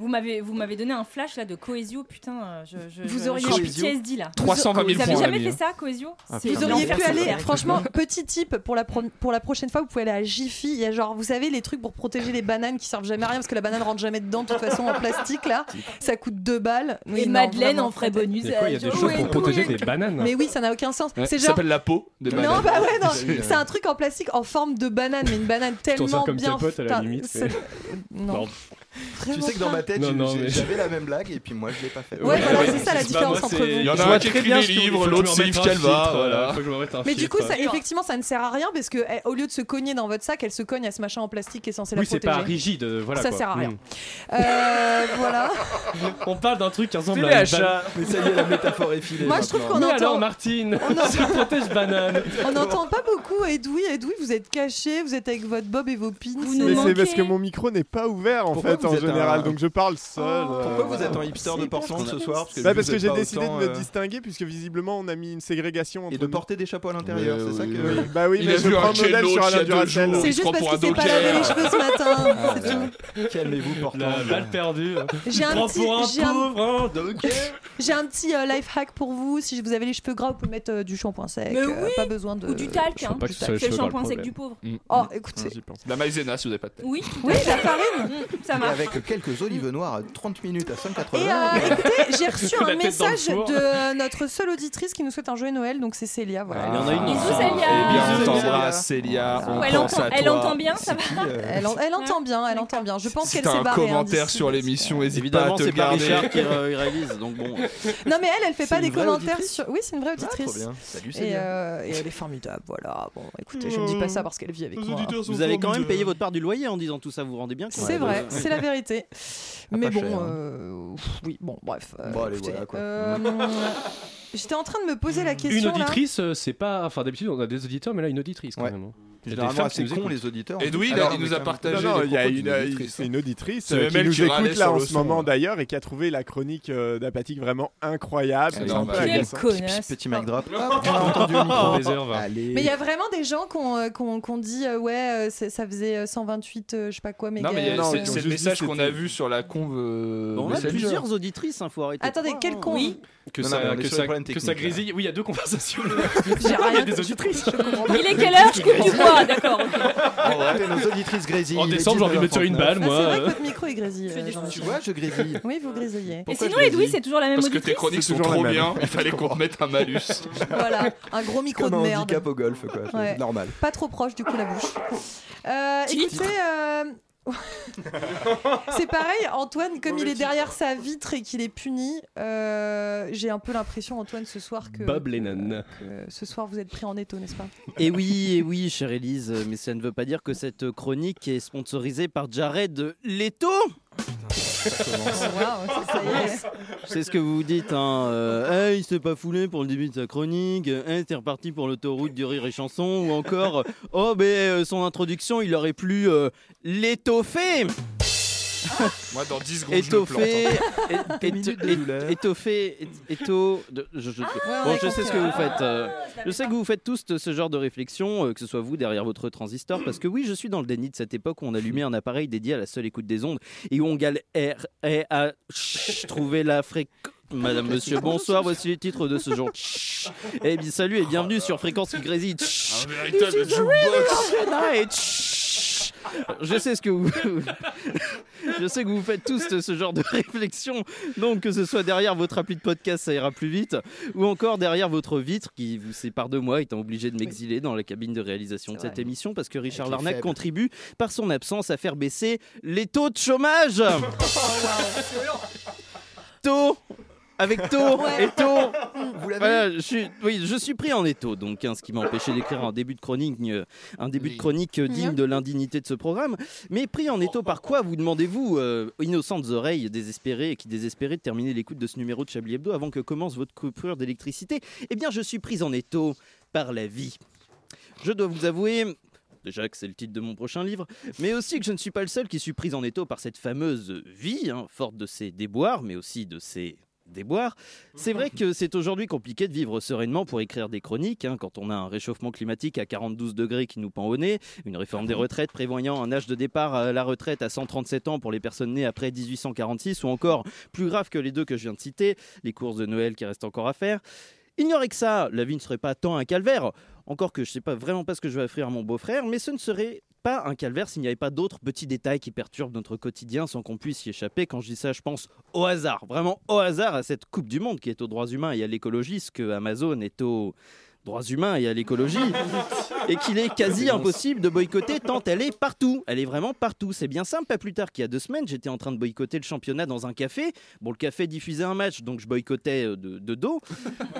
Speaker 12: Vous m'avez, vous m'avez donné un flash là de Coesio, putain. euh, Je, je,
Speaker 1: Vous
Speaker 12: je-
Speaker 1: auriez-
Speaker 12: je suis
Speaker 1: Coesio.
Speaker 12: PTSD là.
Speaker 4: 320 000
Speaker 12: Vous avez
Speaker 4: points,
Speaker 12: jamais
Speaker 4: l'ami,
Speaker 12: fait
Speaker 4: hein.
Speaker 12: ça, Coesio
Speaker 4: Ah,
Speaker 12: C'est
Speaker 4: putain.
Speaker 1: Vous
Speaker 12: l'enfer,
Speaker 1: auriez pu
Speaker 12: cette
Speaker 1: aller,
Speaker 12: affaire.
Speaker 1: franchement, petit tip pour la, pro- pour la prochaine fois, vous pouvez aller à Jiffy. Il y a genre, vous savez, les trucs pour protéger les bananes qui servent jamais à rien parce que la banane rentre jamais dedans, de toute façon, en plastique là. Ça coûte 2 balles.
Speaker 12: Et
Speaker 1: non,
Speaker 12: Madeleine
Speaker 1: vraiment,
Speaker 12: en euh, ferait bon
Speaker 11: Il y a quoi, il y a
Speaker 12: usage.
Speaker 11: des choses pour protéger des bananes.
Speaker 1: Mais oui, ça n'a aucun sens.
Speaker 4: Ouais,
Speaker 1: c'est
Speaker 4: ça
Speaker 1: genre.
Speaker 4: s'appelle la peau des
Speaker 1: Non,
Speaker 4: bananes.
Speaker 1: bah ouais, non. C'est un truc en plastique en forme de banane, mais une banane
Speaker 11: t'en sers
Speaker 1: tellement
Speaker 11: comme
Speaker 1: bien.
Speaker 11: capote, à la
Speaker 1: putain,
Speaker 11: limite,
Speaker 1: ça-
Speaker 11: mais-
Speaker 1: Ah, Non.
Speaker 11: Pardon.
Speaker 10: Tu sais que dans ma tête,
Speaker 11: Non,
Speaker 10: j'ai-
Speaker 11: non,
Speaker 10: j'ai-
Speaker 11: mais-
Speaker 10: j'avais la même blague et puis moi je l'ai pas fait.
Speaker 1: Ouais, voilà, c'est ça la
Speaker 11: Bah,
Speaker 1: différence
Speaker 11: moi,
Speaker 1: entre
Speaker 11: c'est-
Speaker 1: vous.
Speaker 4: Il y en
Speaker 11: Je
Speaker 4: a
Speaker 11: vois
Speaker 4: un qui
Speaker 11: très
Speaker 4: écrit
Speaker 11: bien
Speaker 4: des
Speaker 11: ce que vous dites, faut que
Speaker 4: livres,
Speaker 11: je
Speaker 4: l'autre
Speaker 11: me
Speaker 4: c'est
Speaker 11: remette
Speaker 4: Yves
Speaker 11: un
Speaker 4: Calva.
Speaker 11: filtre,
Speaker 4: voilà.
Speaker 11: faut que je me remette
Speaker 10: Ah, euh,
Speaker 11: un
Speaker 1: Mais du
Speaker 11: filtre.
Speaker 1: coup, ça, effectivement, ça ne sert à rien parce que eh, au lieu de se cogner dans votre sac, elle se cogne à ce machin en plastique qui est censé la
Speaker 11: oui, c'est
Speaker 1: protéger.
Speaker 11: pas rigide, euh, voilà.
Speaker 1: ça
Speaker 11: quoi.
Speaker 1: sert à rien.
Speaker 11: Mm.
Speaker 1: Euh, voilà.
Speaker 11: On parle d'un truc qui ressemble
Speaker 15: Télé
Speaker 11: à une
Speaker 15: achat.
Speaker 11: banane.
Speaker 10: Mais ça y est, la métaphore est filée.
Speaker 1: Moi, je trouve
Speaker 10: maintenant.
Speaker 1: qu'on
Speaker 11: Mais
Speaker 1: entend-
Speaker 11: alors, Martine,
Speaker 1: On entend-
Speaker 11: tu protèges banane.
Speaker 1: On n'entend pas beaucoup Edoui. Edoui, vous êtes caché, vous êtes avec votre bob et vos pins.
Speaker 12: Vous
Speaker 17: Mais
Speaker 12: nous
Speaker 17: c'est
Speaker 12: manquez.
Speaker 17: parce que mon micro n'est pas ouvert en
Speaker 10: Pourquoi
Speaker 17: fait
Speaker 10: vous
Speaker 17: en
Speaker 10: êtes
Speaker 17: général,
Speaker 10: un-
Speaker 17: donc je parle seul. euh,
Speaker 10: Pourquoi vous êtes en hipster de Portland ce soir
Speaker 17: Bah, parce que j'ai
Speaker 10: vous êtes pas
Speaker 17: décidé
Speaker 10: autant,
Speaker 17: de me
Speaker 10: euh,
Speaker 17: distinguer puisque visiblement on a mis une ségrégation entre
Speaker 10: Et de
Speaker 17: nous.
Speaker 10: porter des chapeaux à l'intérieur,
Speaker 4: Mais
Speaker 10: c'est ça
Speaker 4: oui,
Speaker 10: que.
Speaker 17: Bah oui,
Speaker 4: Il a
Speaker 17: mais je
Speaker 4: vu un
Speaker 17: prends modèle
Speaker 4: Kenlo
Speaker 17: sur
Speaker 4: il y a
Speaker 17: Alain
Speaker 4: deux
Speaker 17: Duracell.
Speaker 4: jours.
Speaker 1: C'est
Speaker 4: Il se
Speaker 1: juste
Speaker 4: prend
Speaker 1: parce
Speaker 4: pour
Speaker 1: qu'il s'est
Speaker 4: un
Speaker 1: pas
Speaker 4: docker.
Speaker 1: lavé les cheveux ce matin. c'est tout.
Speaker 10: Ah, Calmez-vous,
Speaker 11: La
Speaker 10: Portland.
Speaker 11: balle perdue.
Speaker 1: J'ai un
Speaker 11: Prends
Speaker 1: petit-
Speaker 11: pour un
Speaker 1: j'ai un-
Speaker 11: pauvre, hein, donc.
Speaker 1: J'ai un petit euh, life hack pour vous. Si vous avez les cheveux gras, vous pouvez mettre euh, du shampoing sec.
Speaker 12: Mais oui,
Speaker 1: pas besoin de.
Speaker 12: Ou du talc, hein.
Speaker 11: pas que ce soit le
Speaker 12: C'est le
Speaker 11: cheval le
Speaker 12: shampoing sec
Speaker 11: problème.
Speaker 12: du pauvre.
Speaker 4: Mm.
Speaker 1: Oh, écoutez.
Speaker 4: J'y pense. La maïzena si vous n'avez pas de tête.
Speaker 12: Oui, tout à
Speaker 1: Oui,
Speaker 12: fait.
Speaker 1: la farine.
Speaker 12: Mm, Ça
Speaker 10: Et
Speaker 12: marche.
Speaker 10: avec quelques olives noires à 30 minutes à 5,80.
Speaker 1: Et euh, écoutez, j'ai reçu un
Speaker 11: La tête dans le
Speaker 1: message
Speaker 11: four.
Speaker 1: de euh, notre seule auditrice qui nous souhaite un joyeux Noël. Donc c'est Célia. Voilà.
Speaker 10: Ah, il y en a une
Speaker 12: Bisous,
Speaker 10: aussi.
Speaker 12: Célia.
Speaker 4: Eh bien,
Speaker 10: Bisous,
Speaker 4: on
Speaker 10: Célia.
Speaker 4: t'embrasse, Célia. On
Speaker 12: Elle
Speaker 4: Ah, pense
Speaker 12: entend,
Speaker 4: à toi.
Speaker 12: elle entend bien, ça va.
Speaker 1: Elle, en- elle entend bien, elle entend bien. Je pense
Speaker 4: Si
Speaker 1: qu'elle
Speaker 4: t'as
Speaker 1: s'est
Speaker 4: un
Speaker 1: barrée. hein,
Speaker 4: commentaire
Speaker 1: d'ici.
Speaker 4: sur l'émission, hésite pas à
Speaker 13: Évidemment,
Speaker 4: te
Speaker 13: c'est pas Richard
Speaker 4: garder.
Speaker 13: qui euh, réalise, donc bon.
Speaker 1: Non mais elle, elle fait
Speaker 10: C'est
Speaker 1: pas des
Speaker 10: une vraie
Speaker 1: commentaires
Speaker 10: auditrice
Speaker 1: sur. Oui, c'est une vraie
Speaker 10: Ah, trop
Speaker 1: auditrice.
Speaker 10: bien. Salut,
Speaker 1: et,
Speaker 10: Célia.
Speaker 1: euh, et elle est formidable, voilà. Bon, écoutez, je ne dis pas ça parce qu'elle vit
Speaker 4: Mm.
Speaker 1: avec moi.
Speaker 13: Vous avez quand même payé votre part du loyer en disant tout ça, vous vous rendez bien Euh, compte
Speaker 1: C'est vrai, c'est la vérité. Mais bon,
Speaker 13: hein.
Speaker 1: euh, pff, oui, bon, bref. euh,
Speaker 10: Bon, allez,
Speaker 1: écoutez,
Speaker 10: voilà, quoi.
Speaker 1: euh, J'étais en train de me poser la question.
Speaker 11: Une
Speaker 1: là.
Speaker 11: auditrice, euh, c'est pas. Enfin, d'habitude, on a des auditeurs, mais là, une auditrice quand
Speaker 10: Ouais.
Speaker 11: même. hein. Il y a des
Speaker 10: Généralement,
Speaker 11: femmes qui
Speaker 10: assez
Speaker 11: nous
Speaker 10: con
Speaker 11: écoutent.
Speaker 10: les auditeurs.
Speaker 4: Edoui, il a-
Speaker 10: Alors,
Speaker 4: il
Speaker 10: mais
Speaker 4: nous
Speaker 10: quand
Speaker 4: a
Speaker 10: même.
Speaker 4: partagé
Speaker 17: Non,
Speaker 4: les
Speaker 17: non, il y a
Speaker 4: propos
Speaker 17: une,
Speaker 4: d'une auditrice.
Speaker 17: c'est une auditrice
Speaker 4: C'est
Speaker 17: euh,
Speaker 4: le
Speaker 17: qui
Speaker 4: mec
Speaker 17: nous
Speaker 4: qui râlait
Speaker 17: écoute là
Speaker 4: sur
Speaker 17: en
Speaker 4: le
Speaker 17: ce
Speaker 4: son,
Speaker 17: moment
Speaker 4: hein.
Speaker 17: d'ailleurs et qui a trouvé la chronique euh, d'Apathique vraiment incroyable.
Speaker 4: C'est
Speaker 17: C'est
Speaker 4: normal.
Speaker 17: un peu
Speaker 12: Quel
Speaker 17: agaçant.
Speaker 12: connasse.
Speaker 10: Petit mic drop. Hop, on a entendu le micro.
Speaker 11: Des heures, va.
Speaker 10: Allez.
Speaker 1: Mais il y a vraiment des gens qu'on euh, qu'on- qu'on dit euh, ouais, euh, c'est- ça faisait euh, 128, euh, je sais pas quoi, euh, mais.
Speaker 4: Non, mais il y a-
Speaker 17: Non,
Speaker 4: c'est-
Speaker 17: ils ont
Speaker 4: c'est
Speaker 17: juste
Speaker 4: le
Speaker 17: dit
Speaker 4: message qu'on a
Speaker 17: c'était-
Speaker 4: vu sur la conve. euh,
Speaker 13: Bon, on a
Speaker 4: Messenger.
Speaker 13: plusieurs auditrices, hein, faut arrêter.
Speaker 1: Attendez, quel con
Speaker 12: Oui.
Speaker 11: Que
Speaker 10: Non,
Speaker 11: ça,
Speaker 10: non, mais on est
Speaker 11: que
Speaker 10: sur
Speaker 11: ça-
Speaker 10: les problèmes
Speaker 11: que ça
Speaker 10: techniques, là.
Speaker 11: grésille. Oui, il y a deux conversations.
Speaker 1: J'ai
Speaker 11: Il y a
Speaker 1: rien
Speaker 11: des auditrices.
Speaker 12: Il est quelle heure Je coupe du bois, d'accord.
Speaker 10: Nos auditrices grésillent.
Speaker 11: En
Speaker 10: Il est
Speaker 11: décembre, j'ai envie de me tirer une
Speaker 10: 19h49.
Speaker 11: balle,
Speaker 1: Ah, c'est vrai que
Speaker 11: moi.
Speaker 1: votre micro est grésillé. euh,
Speaker 10: Tu
Speaker 1: Jean-Michel.
Speaker 10: vois, je grésille.
Speaker 1: Oui, vous grésillez.
Speaker 12: Et
Speaker 10: Pourquoi
Speaker 12: sinon,
Speaker 10: je l'ai
Speaker 12: Edoui,
Speaker 10: dit
Speaker 12: c'est toujours la même
Speaker 4: Parce que tes
Speaker 12: auditrice.
Speaker 4: chroniques sont
Speaker 17: toujours la
Speaker 4: trop
Speaker 17: même.
Speaker 4: bien, il fallait qu'on te mette un malus.
Speaker 1: Voilà, un gros micro
Speaker 10: Comme
Speaker 1: de
Speaker 10: un
Speaker 1: merde.
Speaker 10: handicap au golf, quoi. C'est
Speaker 1: Ouais.
Speaker 10: Normal.
Speaker 1: Pas trop proche du coup la bouche. Euh, écoutez, euh, c'est pareil, Antoine, comme il est derrière sa vitre et qu'il est puni, euh, j'ai un peu l'impression, Antoine, ce soir que,
Speaker 11: Bob Lennon.
Speaker 1: que ce soir vous êtes pris en étau, n'est-ce pas
Speaker 13: Et Eh oui, et oui, chère Elise, mais ça ne veut pas dire que cette chronique est sponsorisée par Jared Leto.
Speaker 1: Waouh, ça y est.
Speaker 13: C'est ce que vous dites, hein. euh, Hey, il s'est pas foulé pour le début de sa chronique. euh, Hey, c'est reparti pour l'autoroute du rire et chanson. Ou ben, encore, oh, mais euh, son introduction, il aurait plu euh, l'étoffer.
Speaker 4: Moi, dans 10 secondes,
Speaker 13: étoffé,
Speaker 4: je me plante. hein.
Speaker 13: é- éto- é- étoffé, é- éto- de- je, je- bon, je sais ce que vous faites. euh, je sais que vous faites tous ce genre de réflexion, euh, que ce soit vous derrière votre transistor, parce que oui, je suis dans le déni de cette époque où on allumait un appareil dédié à la seule écoute des ondes et où on galère et à chut, trouver la fréquence. Madame, monsieur, bonsoir, voici les titres de ce jour. Chut. Eh bien, salut et bienvenue sur Fréquence qui grésille. Chut.
Speaker 4: Un véritable
Speaker 13: This is the
Speaker 4: jukebox.
Speaker 13: rhythm of the night. Chut. Je sais ce que vous... Je sais que vous faites tous ce genre de réflexion. Donc, que ce soit derrière votre appli de podcast, ça ira plus vite, ou encore derrière votre vitre qui vous sépare de moi, étant obligé de m'exiler dans la cabine de réalisation de cette émission, parce que Richard
Speaker 14: Avec les
Speaker 13: Larnac
Speaker 14: faibles.
Speaker 13: contribue par son absence à faire baisser les taux de chômage. taux avec taux
Speaker 14: Ouais.
Speaker 13: et taux.
Speaker 14: Vous l'avez
Speaker 13: Voilà, je suis, oui, je suis pris en étau, donc hein, ce qui m'a empêché d'écrire un début de chronique, euh, un début de chronique euh, digne de l'indignité de ce programme. Mais pris en étau par quoi vous demandez-vous, euh, innocentes oreilles désespérées et qui désespéraient de terminer l'écoute de ce numéro de Chablis Hebdo avant que commence votre coupure d'électricité Eh bien, je suis pris en étau par la vie. Je dois vous avouer. Déjà que c'est le titre de mon prochain livre, mais aussi que je ne suis pas le seul qui suis pris en étau par cette fameuse vie, hein, forte de ses déboires, mais aussi de ses déboires. C'est vrai que c'est aujourd'hui compliqué de vivre sereinement pour écrire des chroniques, hein, quand on a un réchauffement climatique à 42 degrés qui nous pend au nez, une réforme des retraites prévoyant un âge de départ à la retraite à 137 ans pour les personnes nées après 1846, ou encore, plus grave que les deux que je viens de citer, les courses de Noël qui restent encore à faire. Ignorez que ça, la vie ne serait pas tant un calvaire. Encore que je sais pas vraiment pas ce que je vais offrir à mon beau-frère, mais ce ne serait pas un calvaire s'il n'y avait pas d'autres petits détails qui perturbent notre quotidien sans qu'on puisse y échapper. Quand je dis ça, je pense au hasard, vraiment au hasard à cette Coupe du Monde qui est aux droits humains et à l'écologie, ce que Amazon est aux droits humains et à l'écologie, et qu'il est quasi impossible de boycotter tant elle est partout. Elle est vraiment partout. C'est bien simple. Pas plus tard qu'il y a deux semaines, j'étais en train de boycotter le championnat dans un café. Bon, le café diffusait un match, donc je boycottais euh, de, de dos.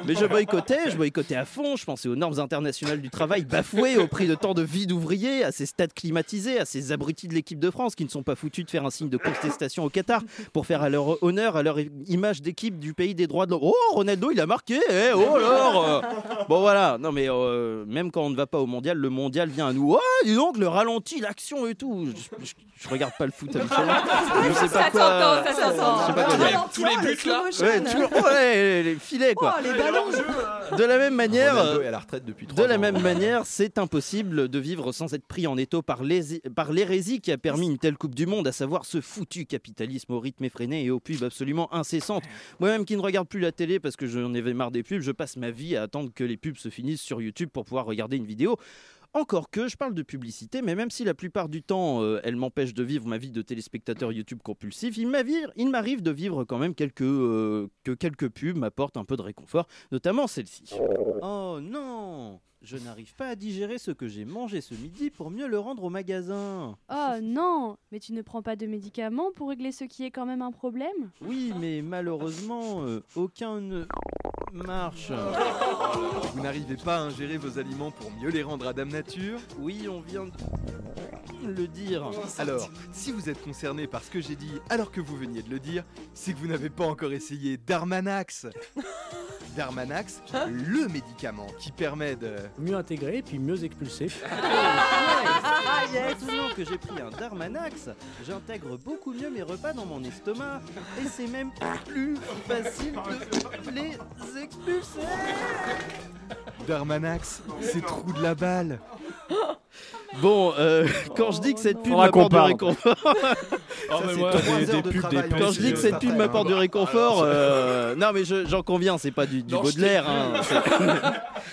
Speaker 13: Mais je boycottais, je boycottais à fond. Je pensais aux normes internationales du travail bafouées, au prix de tant de vie d'ouvriers, à ces stades climatisés, à ces abrutis de l'équipe de France qui ne sont pas foutus de faire un signe de contestation au Qatar pour faire à leur honneur, à leur image d'équipe du pays des droits de l'homme. Oh, Ronaldo, il a marqué. eh, oh alors. euh, Bon voilà, non mais euh, même quand on ne va pas au mondial, le mondial vient à nous. Oh, dis donc, le ralenti, l'action et tout. Je, je- je regarde pas le foot habituellement. Je sais pas
Speaker 14: Ça
Speaker 13: quoi. euh,
Speaker 14: s'entend, ça s'entend.
Speaker 13: je sais pas quoi
Speaker 14: Le
Speaker 13: dire.
Speaker 14: ralenti, Tous les buts, là. le slow
Speaker 13: Ouais,
Speaker 14: motion.
Speaker 13: tous les- oh, ouais, les, les filets quoi.
Speaker 14: Oh, les ballons.
Speaker 13: De la même manière. euh,
Speaker 10: Ronaldo est
Speaker 13: à la retraite depuis De la même manière, c'est impossible de vivre sans être pris en étau par l'hési- par l'hérésie qui a permis une telle Coupe du Monde, à savoir ce foutu capitalisme au rythme effréné et aux pubs absolument incessantes. Moi-même qui ne regarde plus la télé parce que j'en avais marre des pubs, je passe ma vie à attendre que les pubs se finissent sur YouTube pour pouvoir regarder une vidéo. Encore que je parle de publicité, mais même si la plupart du temps euh, elle m'empêche de vivre ma vie de téléspectateur YouTube compulsif, il m'avire- il m'arrive de vivre quand même quelques, euh, que quelques pubs m'apportent un peu de réconfort, notamment celle-ci. Oh non Je n'arrive pas à digérer ce que j'ai mangé ce midi pour mieux le rendre au magasin.
Speaker 16: Oh non, mais tu ne prends pas de médicaments pour régler ce qui est quand même un problème
Speaker 13: Oui, mais malheureusement, euh, aucun ne marche.
Speaker 10: Vous n'arrivez pas à ingérer vos aliments pour mieux les rendre à Dame Nature Oh,
Speaker 13: Oui, on vient de le dire.
Speaker 10: Alors, si vous êtes concerné par ce que j'ai dit alors que vous veniez de le dire, c'est que vous n'avez pas encore essayé Darmanax. Darmanax, le médicament qui permet de...
Speaker 20: Mieux intégrer puis mieux expulser.
Speaker 13: Ah, Maintenant que j'ai pris un Darmanax, j'intègre beaucoup mieux mes repas dans mon estomac et c'est même plus facile de les expulser.
Speaker 10: Darmanax, c'est trou de la balle.
Speaker 13: Bon, euh, quand je dis que cette pub
Speaker 10: Oh, Faudra qu'on
Speaker 13: m'apporte du
Speaker 10: parle.
Speaker 13: réconfort.
Speaker 10: Oh, mais moi, des- des pubs, des pubs,
Speaker 13: Quand je dis que cette pub
Speaker 10: euh,
Speaker 13: m'apporte du
Speaker 10: alors,
Speaker 13: réconfort,
Speaker 10: c'est-
Speaker 13: euh, non mais je- j'en conviens, c'est pas du, du
Speaker 10: Non, je
Speaker 13: Baudelaire.
Speaker 10: t'ai
Speaker 13: hein,
Speaker 10: vu.
Speaker 13: c'est-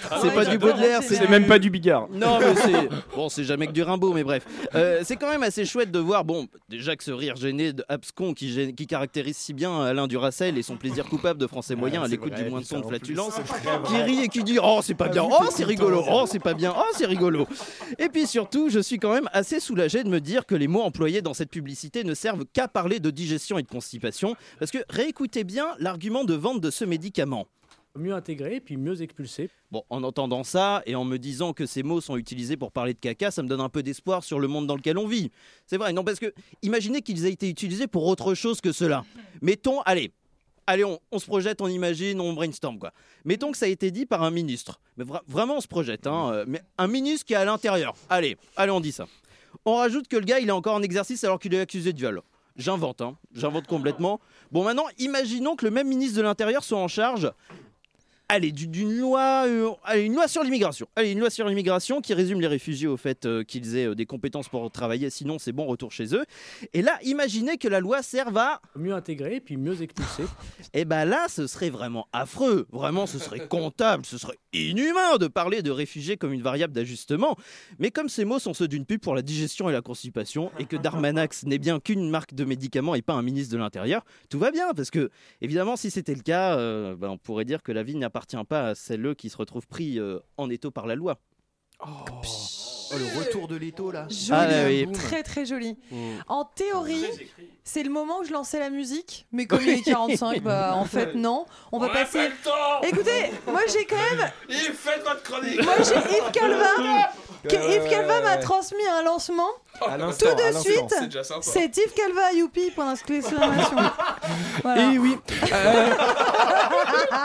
Speaker 10: Ah
Speaker 13: c'est
Speaker 10: ouais,
Speaker 13: pas du
Speaker 10: j'adore,
Speaker 13: Baudelaire,
Speaker 10: c'est C'est même pas du Bigard.
Speaker 13: Non mais c'est bon, c'est jamais que du Rimbaud, mais bref, Euh, c'est quand même assez chouette de voir. Bon, déjà que ce rire gêné de Abscon qui, gêne- qui caractérise si bien Alain Duracel et son plaisir coupable de français moyen à
Speaker 14: Ah, c'est
Speaker 13: l'écoute
Speaker 14: vrai,
Speaker 13: du moins de son
Speaker 14: ça,
Speaker 13: de
Speaker 14: en plus,
Speaker 13: flatulence,
Speaker 14: c'est très
Speaker 13: qui
Speaker 14: vrai.
Speaker 13: rit et qui dit oh c'est pas
Speaker 14: Ah
Speaker 13: bien,
Speaker 14: oui,
Speaker 13: oh
Speaker 14: t'es
Speaker 13: c'est
Speaker 14: content,
Speaker 13: rigolo,
Speaker 14: regarde.
Speaker 13: oh c'est pas bien, oh c'est rigolo. Et puis surtout, je suis quand même assez soulagé de me dire que les mots employés dans cette publicité ne servent qu'à parler de digestion et de constipation, parce que réécoutez bien l'argument de vente de ce médicament.
Speaker 20: Mieux intégrer puis mieux expulser.
Speaker 13: Bon, en entendant ça et en me disant que ces mots sont utilisés pour parler de caca, ça me donne un peu d'espoir sur le monde dans lequel on vit. C'est vrai, non, parce que imaginez qu'ils aient été utilisés pour autre chose que cela. Mettons, allez, allez, on, on se projette, on imagine, on brainstorm, quoi. Mettons que ça a été dit par un ministre. Mais vra- vraiment, on se projette, hein. euh, mais un ministre qui est à l'intérieur. Allez, allez, on dit ça. On rajoute que le gars, il est encore en exercice alors qu'il est accusé de viol. J'invente, hein. J'invente complètement. Bon, maintenant, imaginons que le même ministre de l'Intérieur soit en charge. Allez, du- d'une loi, euh, allez, une loi sur l'immigration. Allez, une loi sur l'immigration qui résume les réfugiés au fait euh, qu'ils aient euh, des compétences pour travailler, sinon c'est bon retour chez eux. Et là, imaginez que la loi serve à mieux intégrer puis mieux expulser. Et ben là, ce serait vraiment affreux. Vraiment, ce serait comptable, ce serait inhumain de parler de réfugiés comme une variable d'ajustement. Mais comme ces mots sont ceux d'une pub pour la digestion et la constipation, et que Darmanax n'est bien qu'une marque de médicaments et pas un ministre de l'Intérieur, tout va bien. Parce que, évidemment, si c'était le cas, euh, ben, on pourrait dire que la vie n'appartient pas à celles qui se retrouvent pris euh, en étau par la loi.
Speaker 10: Oh, le retour de l'étau là.
Speaker 1: Joli, hein.
Speaker 13: Ah, là, oui.
Speaker 1: très très joli.
Speaker 13: Mm.
Speaker 1: En théorie, c'est le moment où je lançais la musique, mais comme il est 45, bah en fait non. On va
Speaker 14: On a
Speaker 1: passer.
Speaker 14: pas le temps
Speaker 1: Écoutez, moi j'ai quand même.
Speaker 14: Il fait votre chronique
Speaker 1: Moi j'ai Yves Calva. que
Speaker 14: Ouais,
Speaker 1: Yves Calva
Speaker 14: ouais,
Speaker 1: m'a
Speaker 14: ouais.
Speaker 1: transmis un lancement.
Speaker 14: À
Speaker 1: Tout
Speaker 14: l'instant, à
Speaker 1: de
Speaker 14: l'instant. C'est
Speaker 1: suite,
Speaker 14: déjà sympa.
Speaker 1: c'est Yves Calva, youpi, point d'exclamation.
Speaker 11: Et oui. Euh,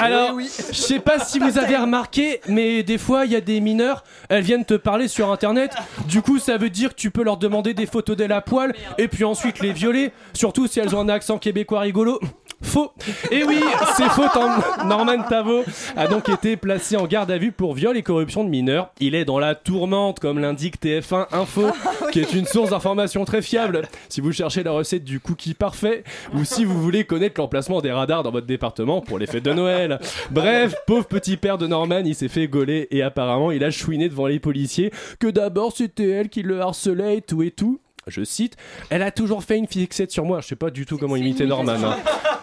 Speaker 11: Alors, je sais pas si vous avez remarqué, mais des fois, il y a des mineurs, elles viennent te parler sur Internet. Du coup, ça veut dire que tu peux leur demander des photos d'elles à poil et puis ensuite les violer, surtout si elles ont un accent québécois rigolo. Faux. Et oui, c'est faux. Tom- Norman Tavo a donc été placé en garde à vue pour viol et corruption de mineurs. Il est dans la tourmente, comme l'indique TF1 Info, qui est une source d'information très fiable. Si vous cherchez la recette du cookie parfait ou si vous voulez connaître l'emplacement des radars dans votre département pour les fêtes de Noël. Bref, pauvre petit père de Norman, il s'est fait gauler et apparemment il a chouiné devant les policiers que d'abord c'était elle qui le harcelait et tout et tout. Je cite, elle a toujours fait une fixette sur moi. Je sais pas du tout comment imiter Norman. hein.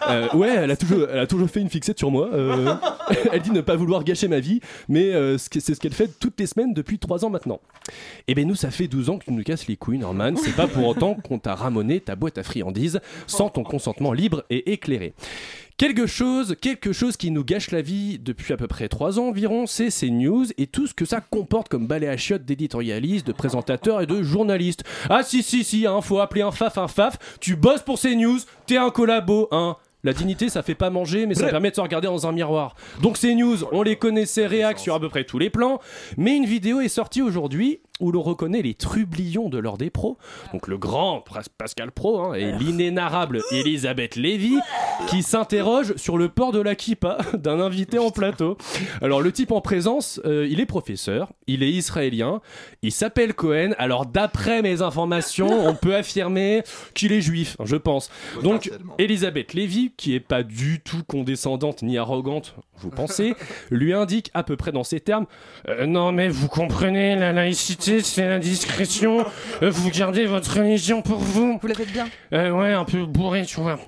Speaker 11: Euh, ouais, elle a, toujours, elle a toujours fait une fixette sur moi. euh. elle dit ne pas vouloir gâcher ma vie, mais euh, ce que- c'est ce qu'elle fait toutes les semaines depuis 3 ans maintenant. Eh ben nous, ça fait 12 ans que tu nous casses les couilles, Norman. C'est pas pour autant qu'on t'a ramonné ta boîte à friandises sans ton consentement libre et éclairé. Quelque chose, quelque chose qui nous gâche la vie depuis à peu près 3 ans environ, c'est ces news et tout ce que ça comporte comme balai à chiottes d'éditorialistes, de présentateurs et de journalistes. Ah si si si, hein, faut appeler un faf un faf, tu bosses pour ces news, t'es un collabo, hein. La dignité, ça fait pas manger, mais ça permet de se regarder dans un miroir. Donc ces news, on les connaissait réac sur à peu près tous les plans, mais une vidéo est sortie aujourd'hui où l'on reconnaît les trublions de l'ordre des pros, donc le grand Pas- Pascal Pro hein, et l'inénarrable Elisabeth Lévy, qui s'interroge sur le port de la kippa d'un invité en plateau. Alors le type en présence, euh, il est professeur, il est israélien, il s'appelle Cohen, alors d'après mes informations, on peut affirmer qu'il est juif, je pense. Donc Elisabeth Lévy, qui est pas du tout condescendante ni arrogante, vous pensez, lui indique à peu près dans ces termes Euh, Non, mais vous comprenez, la laïcité, c'est la discrétion, Euh, vous gardez votre religion pour vous.
Speaker 1: Vous la faites bien.
Speaker 11: Euh, ouais, un peu bourré, tu vois.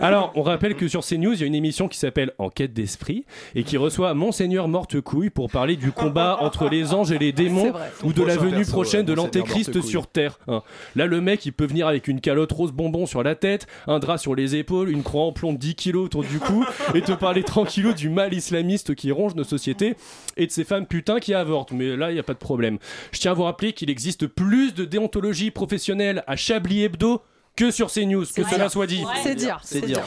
Speaker 11: Alors, on rappelle que sur CNews, il y a une émission qui s'appelle Enquête d'esprit et qui reçoit Monseigneur Mortecouille pour parler du combat entre les anges et les démons ou de la
Speaker 10: Prochain
Speaker 11: venue
Speaker 10: perso,
Speaker 11: prochaine
Speaker 10: ouais,
Speaker 11: de
Speaker 10: Monseigneur
Speaker 11: l'Antéchrist
Speaker 10: Mortecouille.
Speaker 11: sur Terre. hein. Là, le mec, il peut venir avec une calotte rose bonbon sur la tête, un drap sur les épaules, une croix en plomb de 10 kilos autour du cou et te parler tranquillou du mal islamiste qui ronge nos sociétés et de ces femmes putains qui avortent. Mais là, il n'y a pas de problème. Je tiens à vous rappeler qu'il existe plus de déontologie professionnelle à Chablis Hebdo que sur CNews, que
Speaker 1: dire.
Speaker 11: cela soit dit.
Speaker 1: Ouais. C'est dire, c'est dire.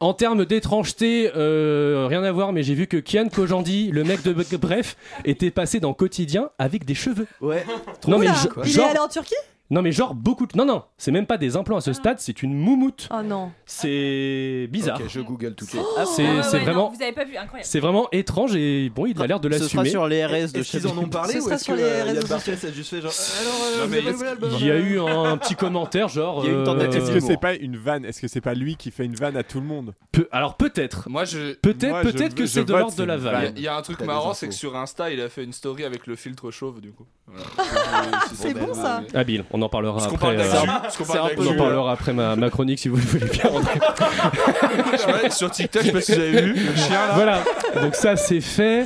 Speaker 11: En termes d'étrangeté, euh, rien à voir, mais j'ai vu que Kian Kojandi, le mec de Bref, était passé dans Quotidien avec des cheveux.
Speaker 10: Ouais.
Speaker 11: Non mais,
Speaker 1: Oula,
Speaker 11: je-
Speaker 1: il est
Speaker 11: genre,
Speaker 1: allé en Turquie
Speaker 11: non mais genre beaucoup de... Non non, c'est même pas des implants
Speaker 12: Ah.
Speaker 11: à ce stade, c'est une moumoute.
Speaker 1: Oh non.
Speaker 11: C'est bizarre.
Speaker 10: Ok, je google tout de suite.
Speaker 11: C'est
Speaker 12: Ah ouais,
Speaker 11: c'est
Speaker 12: ouais,
Speaker 11: vraiment...
Speaker 12: non, vous avez pas vu, incroyable.
Speaker 11: C'est vraiment étrange et bon, il a l'air de
Speaker 13: Ce sera
Speaker 11: l'assumer.
Speaker 13: sur les RS de
Speaker 10: Est-ce qu'ils en ont parlé ou est-ce que euh, il y a Barthes, ça a juste fait genre alors euh, vous avez pas nouvel album
Speaker 11: Il y a eu un, un petit commentaire genre. euh,
Speaker 17: Est-ce que c'est pas une vanne Est-ce que c'est pas lui qui fait une vanne à tout le monde
Speaker 11: Peu- alors peut-être.
Speaker 4: Moi je.
Speaker 17: Moi,
Speaker 11: Peut-être,
Speaker 17: je
Speaker 11: peut-être
Speaker 17: veux-
Speaker 11: que
Speaker 17: je
Speaker 11: c'est de
Speaker 17: vote,
Speaker 11: l'ordre de
Speaker 17: c'est
Speaker 11: la
Speaker 17: une
Speaker 11: vanne.
Speaker 17: vanne.
Speaker 4: Il y a un truc
Speaker 17: T'as des
Speaker 4: marrant,
Speaker 17: infos.
Speaker 4: c'est que sur Insta, il a fait une story avec le filtre chauve, du coup. Euh, Voilà.
Speaker 1: C'est
Speaker 4: ben,
Speaker 1: bon,
Speaker 4: bah,
Speaker 1: ça.
Speaker 11: Habile, Ah, on en parlera
Speaker 4: Parce qu'on
Speaker 11: après. euh,
Speaker 4: parle d'actu, parce qu'on parle
Speaker 11: on en
Speaker 4: d'actu,
Speaker 11: parlera après ma, ma chronique si vous le voulez bien.
Speaker 4: Ouais, sur TikTok, je sais pas si vous avez vu. Le chien là.
Speaker 11: Voilà, donc ça c'est fait.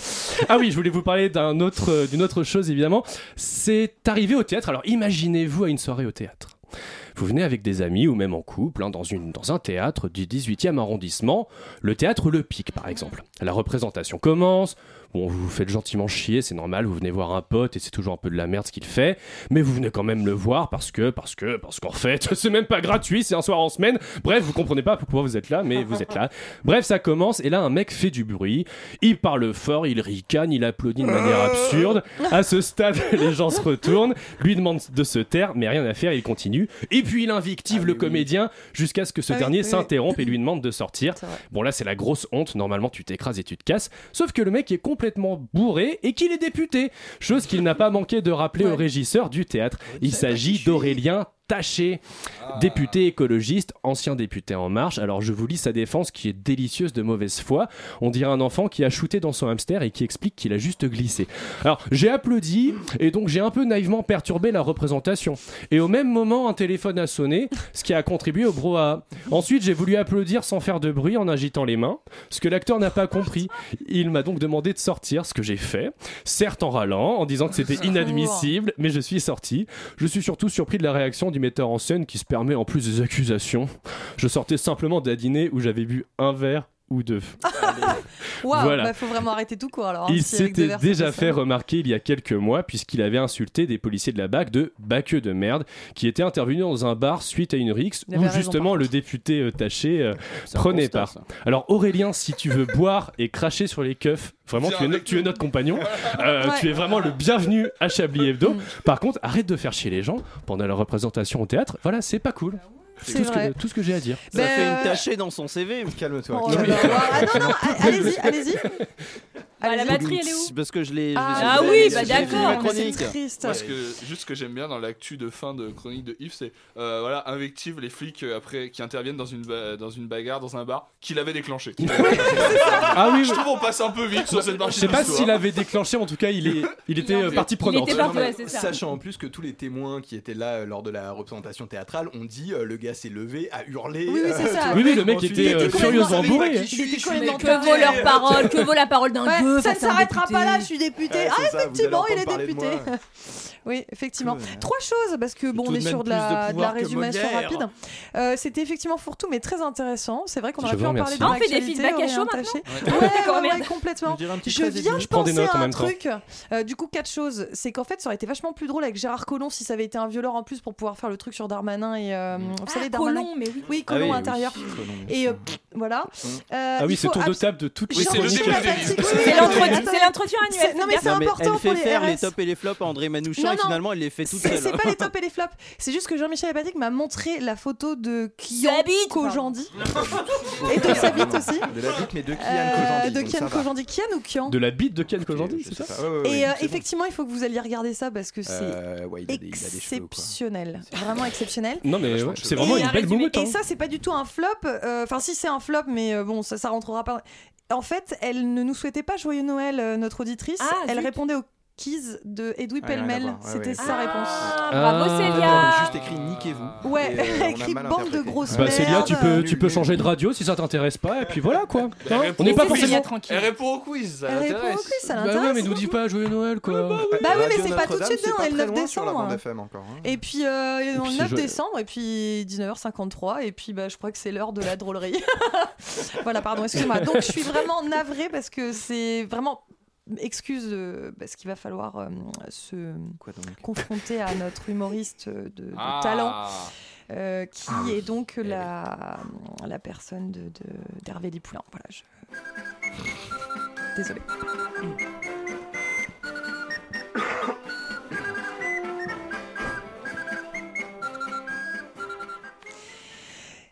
Speaker 11: Ah oui, je voulais vous parler d'un autre, euh, d'une autre chose évidemment. C'est arrivé au théâtre. Alors imaginez-vous à une soirée au théâtre. Vous venez avec des amis ou même en couple hein, dans, une, dans un théâtre du 18e arrondissement, le théâtre Le Pic par exemple. La représentation commence, Bon, vous vous faites gentiment chier, c'est normal, vous venez voir un pote et c'est toujours un peu de la merde ce qu'il fait, mais vous venez quand même le voir parce que, parce que, parce qu'en fait, c'est même pas gratuit, c'est un soir en semaine. Bref, vous comprenez pas pourquoi vous êtes là, mais vous êtes là. Bref, ça commence et là, un mec fait du bruit, il parle fort, il ricane, il applaudit de manière absurde. À ce stade, les gens se retournent, lui demandent de se taire, mais rien à faire, il continue. Et puis il invective le comédien jusqu'à ce que ce
Speaker 1: Ah oui,
Speaker 11: dernier
Speaker 1: oui, oui.
Speaker 11: s'interrompe et lui demande de sortir. Bon là c'est la grosse honte, normalement tu t'écrases et tu te casses, sauf que le mec est complètement bourré et qu'il est député, chose qu'il n'a pas manqué de rappeler au régisseur du théâtre. Il s'agit d'Aurélien Taché, député écologiste, ancien député En Marche. Alors je vous lis sa défense qui est délicieuse de mauvaise foi. On dirait un enfant qui a shooté dans son hamster et qui explique qu'il a juste glissé. Alors j'ai applaudi et donc j'ai un peu naïvement perturbé la représentation. Et au même moment, un téléphone a sonné, ce qui a contribué au brouhaha. Ensuite, j'ai voulu applaudir sans faire de bruit en agitant les mains, ce que l'acteur n'a pas compris. Il m'a donc demandé de sortir, ce que j'ai fait, certes en râlant, en disant que c'était inadmissible, mais je suis sorti. Je suis surtout surpris de la réaction du metteur en scène qui se permet en plus des accusations. Je sortais simplement d'un dîner où j'avais bu un verre ou deux.
Speaker 1: Waouh,
Speaker 11: Voilà.
Speaker 1: bah, faut vraiment arrêter tout court alors. hein,
Speaker 11: Il
Speaker 1: si avec des
Speaker 11: s'était
Speaker 1: verres, ça
Speaker 11: déjà
Speaker 1: passe
Speaker 11: fait
Speaker 1: pas.
Speaker 11: remarquer il y a quelques mois puisqu'il avait insulté des policiers de la BAC de baqueux de merde qui étaient intervenus dans un bar suite à une rixe
Speaker 1: Il
Speaker 11: où
Speaker 1: avait raison,
Speaker 11: justement le député euh, Taché euh, prenait
Speaker 4: constat,
Speaker 11: part.
Speaker 4: ça.
Speaker 11: Alors Aurélien, si tu veux boire et cracher sur les keufs, vraiment tu es, no- tu es notre compagnon, Euh, tu es vraiment le bienvenu à Chablis
Speaker 1: Mm.
Speaker 11: Hebdo. Par contre, arrête de faire chier les gens pendant leur représentation au théâtre. Voilà, c'est pas cool.
Speaker 1: C'est
Speaker 11: C'est tout, ce
Speaker 1: vrai.
Speaker 11: que- tout ce que j'ai à dire.
Speaker 13: Ça
Speaker 1: Ben,
Speaker 13: fait une
Speaker 1: euh,
Speaker 13: tachée dans son CV, mais calme-toi.
Speaker 1: Oh là là. Ah, non, non, a- allez-y, allez-y.
Speaker 12: Ah, la batterie, elle est où
Speaker 13: C'est Parce que je l'ai. je
Speaker 12: Ah,
Speaker 13: l'ai
Speaker 12: ah
Speaker 13: fait,
Speaker 12: oui,
Speaker 13: j'ai
Speaker 12: bah
Speaker 13: fait
Speaker 12: d'accord,
Speaker 13: ma
Speaker 12: mais c'est
Speaker 13: chronique.
Speaker 12: triste.
Speaker 4: Parce que juste ce que j'aime bien dans l'actu de fin de chronique de Yves, c'est euh, voilà invective les flics euh, après qui interviennent dans une ba- dans une bagarre dans un bar qu'il avait déclenché.
Speaker 11: Ah oui,
Speaker 4: je trouve on passe un peu vite sur cette
Speaker 11: Je
Speaker 4: partie.
Speaker 11: sais
Speaker 4: de
Speaker 11: pas
Speaker 4: l'histoire.
Speaker 11: s'il avait déclenché, en tout cas, il, est, il était euh, partie prenante.
Speaker 10: Sachant en plus que tous les témoins qui étaient là euh, lors de la représentation théâtrale ont dit euh, le gars s'est levé, a hurlé.
Speaker 11: Oui, oui, c'est
Speaker 10: euh,
Speaker 11: ça.
Speaker 10: tu vois.
Speaker 11: Oui, oui, le mec
Speaker 10: Ensuite,
Speaker 11: était,
Speaker 10: il
Speaker 11: euh,
Speaker 10: complètement
Speaker 11: furieusement
Speaker 10: taré,
Speaker 11: bourré.
Speaker 10: il a dit,
Speaker 1: Il était
Speaker 10: Je suis
Speaker 1: complètement
Speaker 10: député.
Speaker 12: Que vaut leur parole Que vaut la parole d'un
Speaker 1: Ouais,
Speaker 12: gueux
Speaker 1: ça ne
Speaker 12: face à un
Speaker 1: s'arrêtera
Speaker 12: député
Speaker 1: pas là, je suis député.
Speaker 10: Ouais,
Speaker 1: ah,
Speaker 10: c'est ça, vous allez
Speaker 1: effectivement, il
Speaker 10: entendre
Speaker 1: est
Speaker 10: parler de
Speaker 1: député.
Speaker 10: moi.
Speaker 1: oui, effectivement. Trois choses, parce que bon,
Speaker 10: tout
Speaker 1: on
Speaker 10: de
Speaker 1: est
Speaker 10: même
Speaker 1: sur de
Speaker 10: plus de
Speaker 1: la, de la
Speaker 10: pouvoir que
Speaker 1: résumation
Speaker 10: Molière.
Speaker 1: rapide. Euh, C'était effectivement fourre-tout, mais très intéressant. C'est vrai qu'on
Speaker 11: Je
Speaker 1: aurait pu
Speaker 11: vous
Speaker 1: en parler
Speaker 11: remercie.
Speaker 1: dans
Speaker 12: Ah, on fait des
Speaker 1: l'actualité,
Speaker 12: feedbacks à
Speaker 1: Aurélien
Speaker 12: chaud maintenant
Speaker 1: Taché. Ouais, ouais, ouais, complètement.
Speaker 10: dirais un petit
Speaker 1: Je
Speaker 10: trait des
Speaker 1: viens
Speaker 10: deux.
Speaker 1: de
Speaker 10: Je prends des
Speaker 1: penser
Speaker 10: notes
Speaker 1: à
Speaker 10: en
Speaker 1: un
Speaker 10: même temps.
Speaker 1: truc. Euh, du coup, quatre choses. C'est qu'en fait, ça aurait été vachement plus drôle avec Gérard Collomb si ça avait été un violeur en plus pour pouvoir faire le truc sur Darmanin et.
Speaker 10: Mm.
Speaker 1: euh, vous savez, Darmanin.
Speaker 12: Ah, Collomb, mais oui.
Speaker 1: Oui,
Speaker 11: Ah
Speaker 1: Collomb
Speaker 11: oui, oui.
Speaker 1: intérieur.
Speaker 11: Collomb, bien
Speaker 1: Et euh, pff, voilà. Euh,
Speaker 11: ah oui,
Speaker 1: il
Speaker 11: c'est
Speaker 1: faut
Speaker 11: tour de table de toutes les
Speaker 1: Jean-
Speaker 11: chroniques.
Speaker 13: Jean-
Speaker 12: C'est l'entretien-
Speaker 1: Attends,
Speaker 12: c'est l'entretien annuel.
Speaker 1: c'est- Non, mais c'est
Speaker 13: Non, mais
Speaker 1: important
Speaker 13: elle fait
Speaker 1: pour les
Speaker 13: faire
Speaker 1: RS.
Speaker 13: les tops et les flops à André Manouchian
Speaker 1: Non,
Speaker 13: et
Speaker 1: non.
Speaker 13: finalement elle les fait toute
Speaker 1: C'est
Speaker 13: seule. hein.
Speaker 1: c'est pas les tops et les flops. C'est juste que Jean-Michel Apathique m'a montré la photo de Kian Kojandi. Et de sa bite aussi.
Speaker 10: De la bite, mais de Kian
Speaker 1: Euh,
Speaker 10: Kojandi,
Speaker 1: de
Speaker 10: donc
Speaker 1: Kian
Speaker 10: ça va.
Speaker 1: Kojandi. Kian ou Kian
Speaker 11: De la bite de Ken Kojandi, c'est ça
Speaker 1: Et euh, effectivement, il faut que vous alliez regarder ça parce que c'est
Speaker 11: Euh, ouais, il a des- il a des cheveux, quoi.
Speaker 1: exceptionnel. Vraiment exceptionnel.
Speaker 11: Non, mais ouais, c'est vraiment
Speaker 1: Et-
Speaker 11: une belle moumoute. hein.
Speaker 1: Et ça, c'est pas du tout un flop. euh, Enfin, si c'est un flop, mais euh, bon, ça, ça rentrera pas. En fait, elle ne nous souhaitait pas joyeux Noël, euh, notre auditrice.
Speaker 12: Ah,
Speaker 1: elle
Speaker 12: zut.
Speaker 1: répondait au quiz de Edoui
Speaker 10: Ah, rien à
Speaker 1: Pellemel.
Speaker 10: voir, ouais,
Speaker 1: C'était
Speaker 10: ouais.
Speaker 1: sa réponse.
Speaker 11: Ah.
Speaker 12: bravo,
Speaker 10: D'accord,
Speaker 12: Célia
Speaker 10: Juste écrit niquez-vous.
Speaker 1: Ouais,
Speaker 10: Et, euh, on a
Speaker 1: écrit
Speaker 10: mal
Speaker 1: bande de
Speaker 10: interprété.
Speaker 1: grosses
Speaker 11: Bah, Célia,
Speaker 1: merdes.
Speaker 11: tu peux, tu peux changer de radio si ça t'intéresse pas, et puis voilà quoi.
Speaker 4: Bah,
Speaker 10: Bah,
Speaker 11: Hein, on n'est pas forcément.
Speaker 4: Elle répond au quiz, ça
Speaker 1: Elle répond au
Speaker 4: l'intéresse.
Speaker 1: quiz, ça
Speaker 11: Bah
Speaker 1: l'intéresse.
Speaker 11: ouais, mais nous dis pas joyeux Noël quoi.
Speaker 1: Bah oui, mais
Speaker 10: Radio
Speaker 1: c'est pas tout de
Speaker 10: Notre-Dame,
Speaker 1: suite,
Speaker 10: c'est
Speaker 1: non,
Speaker 10: pas
Speaker 1: et le
Speaker 10: très
Speaker 1: 9
Speaker 10: loin sur la
Speaker 1: décembre.
Speaker 10: bande FM encore, hein.
Speaker 1: Et puis, euh,
Speaker 10: Et
Speaker 1: on
Speaker 10: puis,
Speaker 1: le
Speaker 10: c'est
Speaker 1: 9
Speaker 10: joyeux.
Speaker 1: décembre, et puis 19h53, et puis bah, je crois que c'est l'heure de la drôlerie. voilà, pardon, excusez-moi. Donc je suis vraiment navrée parce que c'est vraiment. Excuse, euh, parce qu'il va falloir euh, se confronter à notre humoriste euh, de, de
Speaker 4: Ah.
Speaker 1: talent. euh, qui est donc la, la personne de- de- d'Hervé de, Lipoulin. Voilà, je... Désolée.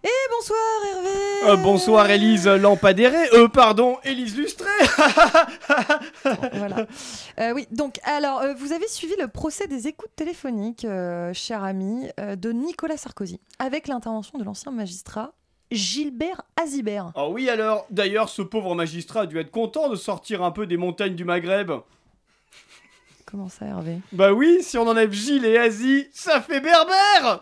Speaker 1: Et bonsoir Hervé
Speaker 15: Euh, bonsoir Élise Lampadéré, euh pardon, Élise Lustré
Speaker 1: voilà. Euh, oui, donc, alors, euh, vous avez suivi le procès des écoutes téléphoniques, euh, cher ami, euh, de Nicolas Sarkozy, avec l'intervention de l'ancien magistrat Gilbert Azibert.
Speaker 15: Ah oui alors, d'ailleurs ce pauvre magistrat a dû être content de sortir un peu des montagnes du Maghreb.
Speaker 1: Comment ça, Hervé
Speaker 15: Bah oui, si on enlève Gilles et Asie, ça fait berbère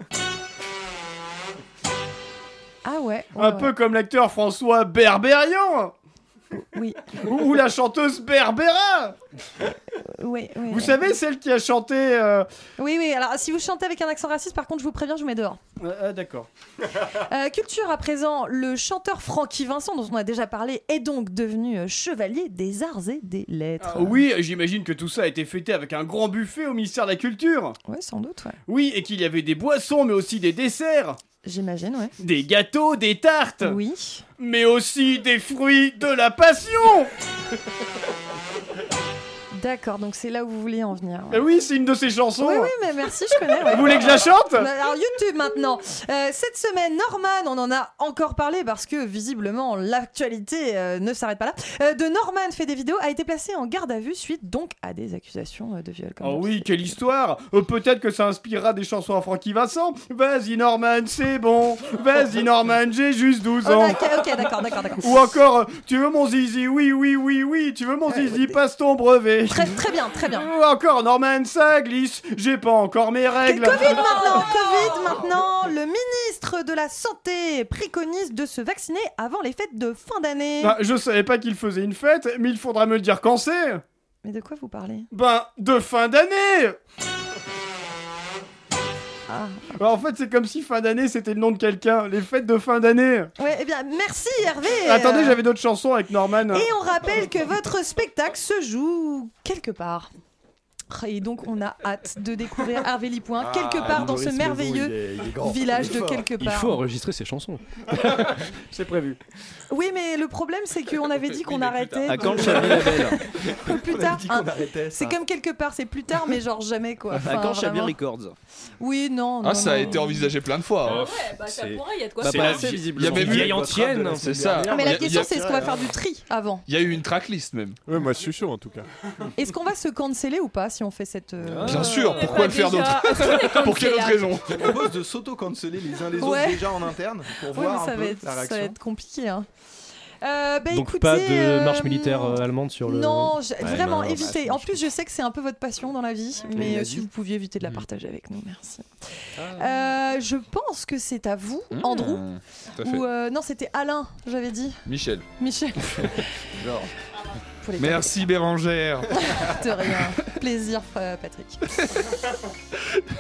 Speaker 1: Ah ouais, ouais,
Speaker 15: Un
Speaker 1: Ah ouais.
Speaker 15: peu comme l'acteur François Berberian
Speaker 1: Oui.
Speaker 15: Ou, ou la chanteuse Berbera
Speaker 1: Oui, oui.
Speaker 15: Vous savez, celle qui a chanté. euh,
Speaker 1: Oui, oui. Alors, si vous chantez avec un accent raciste, par contre, je vous préviens, je vous mets dehors.
Speaker 15: euh, ah, D'accord.
Speaker 1: Euh, culture à présent, le chanteur Francky Vincent, dont on a déjà parlé, est donc devenu euh, chevalier des arts et des lettres.
Speaker 15: Ah oui, j'imagine que tout ça a été fêté avec un grand buffet au ministère de la Culture.
Speaker 1: Oui, sans doute, ouais.
Speaker 15: Oui, et qu'il y avait des boissons, mais aussi des desserts.
Speaker 1: J'imagine, ouais.
Speaker 15: Des gâteaux, des tartes.
Speaker 1: Oui.
Speaker 15: Mais aussi des fruits de la passion.
Speaker 1: D'accord, donc c'est là où vous vouliez en venir. ouais.
Speaker 15: Eh oui, c'est une de ses chansons.
Speaker 1: Oui, oui, mais merci, je connais. ouais.
Speaker 15: hein. Vous voulez que je la chante
Speaker 1: Bah, Alors, YouTube maintenant. Euh, cette semaine, Norman, on en a encore parlé parce que visiblement l'actualité euh, ne s'arrête pas là. Euh, de Norman fait des vidéos, a été placé en garde à vue suite donc à Ah, des accusations euh, de viol. comme
Speaker 15: Oh
Speaker 1: vous
Speaker 15: oui, quelle histoire Euh, Peut-être que ça inspirera des chansons à Francky Vincent. Vas-y Norman, c'est bon. Vas-y Norman, j'ai juste 12
Speaker 1: Oh,
Speaker 15: ans.
Speaker 1: ok, ok, d'accord, d'accord, d'accord.
Speaker 15: Ou encore, euh, tu veux mon zizi Oui, oui, oui, oui. Tu veux mon zizi Passe ton brevet.
Speaker 1: Très, très bien, très bien.
Speaker 15: Ou encore, Norman, ça glisse. J'ai pas encore mes règles.
Speaker 1: Covid maintenant, Covid maintenant. Le ministre de la Santé préconise de se vacciner avant les fêtes de fin d'année.
Speaker 15: Bah, je savais pas qu'il faisait une fête, mais il faudra me le dire quand c'est.
Speaker 1: Mais de quoi vous parlez
Speaker 15: Ben, de fin d'année
Speaker 1: Ah.
Speaker 15: Bah, En fait, c'est comme si fin d'année c'était le nom de quelqu'un. Les fêtes de fin d'année.
Speaker 1: Ouais, eh bien, merci Hervé.
Speaker 15: Attendez,
Speaker 1: Euh,
Speaker 15: j'avais d'autres chansons avec Norman.
Speaker 1: Et on rappelle que votre spectacle se joue quelque part. Et donc, on a hâte de découvrir Hervé Lipoin
Speaker 11: Ah,
Speaker 1: quelque
Speaker 10: Ah,
Speaker 1: part dans ce merveilleux village de quelque
Speaker 20: Il
Speaker 1: part.
Speaker 20: faut enregistrer ses chansons.
Speaker 15: c'est prévu.
Speaker 1: Oui, mais le problème, c'est qu'on avait dit qu'on arrêtait.
Speaker 13: À quand le
Speaker 1: donc-
Speaker 13: Chablis Label
Speaker 1: Plus tard.
Speaker 13: dit qu'on
Speaker 1: hein.
Speaker 4: Ah.
Speaker 13: arrêtait, ça.
Speaker 1: C'est comme quelque part, c'est plus tard, mais genre jamais quoi.
Speaker 13: À
Speaker 1: Enfin,
Speaker 13: quand Chablis
Speaker 1: vraiment.
Speaker 13: Records
Speaker 1: Oui, non.
Speaker 4: Ah,
Speaker 1: non,
Speaker 4: ça a
Speaker 1: non.
Speaker 4: été envisagé plein de fois.
Speaker 12: Ouais, bah ça
Speaker 4: C'est-
Speaker 12: pourrait, il y a de quoi
Speaker 4: Bah,
Speaker 12: se
Speaker 4: bah,
Speaker 12: passer.
Speaker 4: c'est-
Speaker 20: visible,
Speaker 4: il y
Speaker 20: ils
Speaker 4: avait
Speaker 20: ont
Speaker 4: eu-
Speaker 20: vieille ancienne, hein.
Speaker 4: c'est ça.
Speaker 1: Ah, mais
Speaker 4: Il y
Speaker 1: la
Speaker 4: a-
Speaker 1: question,
Speaker 4: il y a-
Speaker 1: c'est est-ce qu'on va faire du tri avant
Speaker 4: Il y a eu une tracklist même.
Speaker 17: Ouais, moi je suis chaud en tout cas.
Speaker 1: Est-ce qu'on va se canceller ou pas si on fait cette.
Speaker 10: Ah.
Speaker 11: Ah.
Speaker 1: euh,
Speaker 4: Bien sûr, pourquoi le faire d'autre Pour quelle autre raison
Speaker 10: Je propose de s'auto-canceller les uns les
Speaker 1: Ouais.
Speaker 10: autres déjà en interne pour
Speaker 1: Ouais, mais
Speaker 10: voir
Speaker 1: ça,
Speaker 10: un
Speaker 1: va
Speaker 10: peu
Speaker 1: être,
Speaker 10: la
Speaker 1: ça va
Speaker 10: réaction.
Speaker 1: être compliqué. hein. Euh, bah,
Speaker 20: Donc
Speaker 1: écoutez,
Speaker 20: pas de
Speaker 1: euh,
Speaker 20: marche militaire euh, allemande sur le.
Speaker 1: Non, j'ai-
Speaker 20: Ouais,
Speaker 1: vraiment,
Speaker 20: non, bah,
Speaker 1: évitez. en plus, je sais que c'est un peu votre passion dans la vie, mais euh, si vous pouviez éviter
Speaker 4: Mm-hmm.
Speaker 1: de la partager avec nous, merci. Euh, je pense que c'est à vous, Andrew.
Speaker 4: Ah. Mm. Mmh. Tout à fait.
Speaker 1: Ou euh, non, c'était Alain, j'avais dit.
Speaker 4: Michel.
Speaker 1: Michel. Faut les taper.
Speaker 4: Merci Bérangère.
Speaker 1: De rien. Plaisir, euh, Patrick.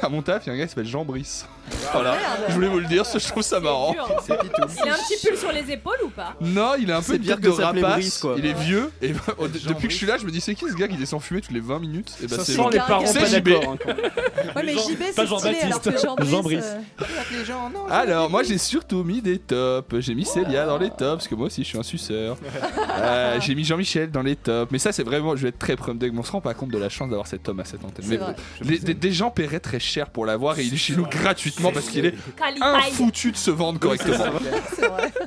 Speaker 4: À mon taf, il y a un gars qui s'appelle Jean Brice.
Speaker 1: Ah,
Speaker 4: Voilà, je voulais vous le dire, parce que je trouve ça
Speaker 14: Oh.
Speaker 4: marrant.
Speaker 12: dur. Il a un petit pull sur les épaules ou pas
Speaker 4: Non, il a un peu de
Speaker 13: C'est bien
Speaker 4: tête
Speaker 13: que
Speaker 4: de
Speaker 13: ça s'appelait
Speaker 4: rapace.
Speaker 13: Brice, quoi.
Speaker 4: Il est vieux. Et ben, au- depuis que je suis là, je me dis c'est qui ce gars qui descend fumer toutes les 20 minutes Et ben,
Speaker 15: Ça
Speaker 4: c'est
Speaker 15: sent
Speaker 4: Jean.
Speaker 15: les parents
Speaker 4: C'est
Speaker 15: pas
Speaker 4: JB.
Speaker 15: d'accord, hein,
Speaker 1: Ouais, mais JB, c'est stylé, alors que Jean-Brice. euh,
Speaker 4: Alors, moi j'ai surtout mis des tops. J'ai mis Célia dans les tops, parce que moi aussi je suis un suceur. Euh, j'ai mis Jean-Michel dans les tops. Mais ça, c'est vraiment, je vais être très dès On se rend pas compte de la chance d'avoir cet homme à cette antenne.
Speaker 1: C'est
Speaker 4: Mais
Speaker 1: vrai.
Speaker 4: les- des, des gens paieraient très cher pour l'avoir et il est chez nous gratuitement parce qu'il est
Speaker 12: Qualified.
Speaker 4: infoutu de se vendre correctement.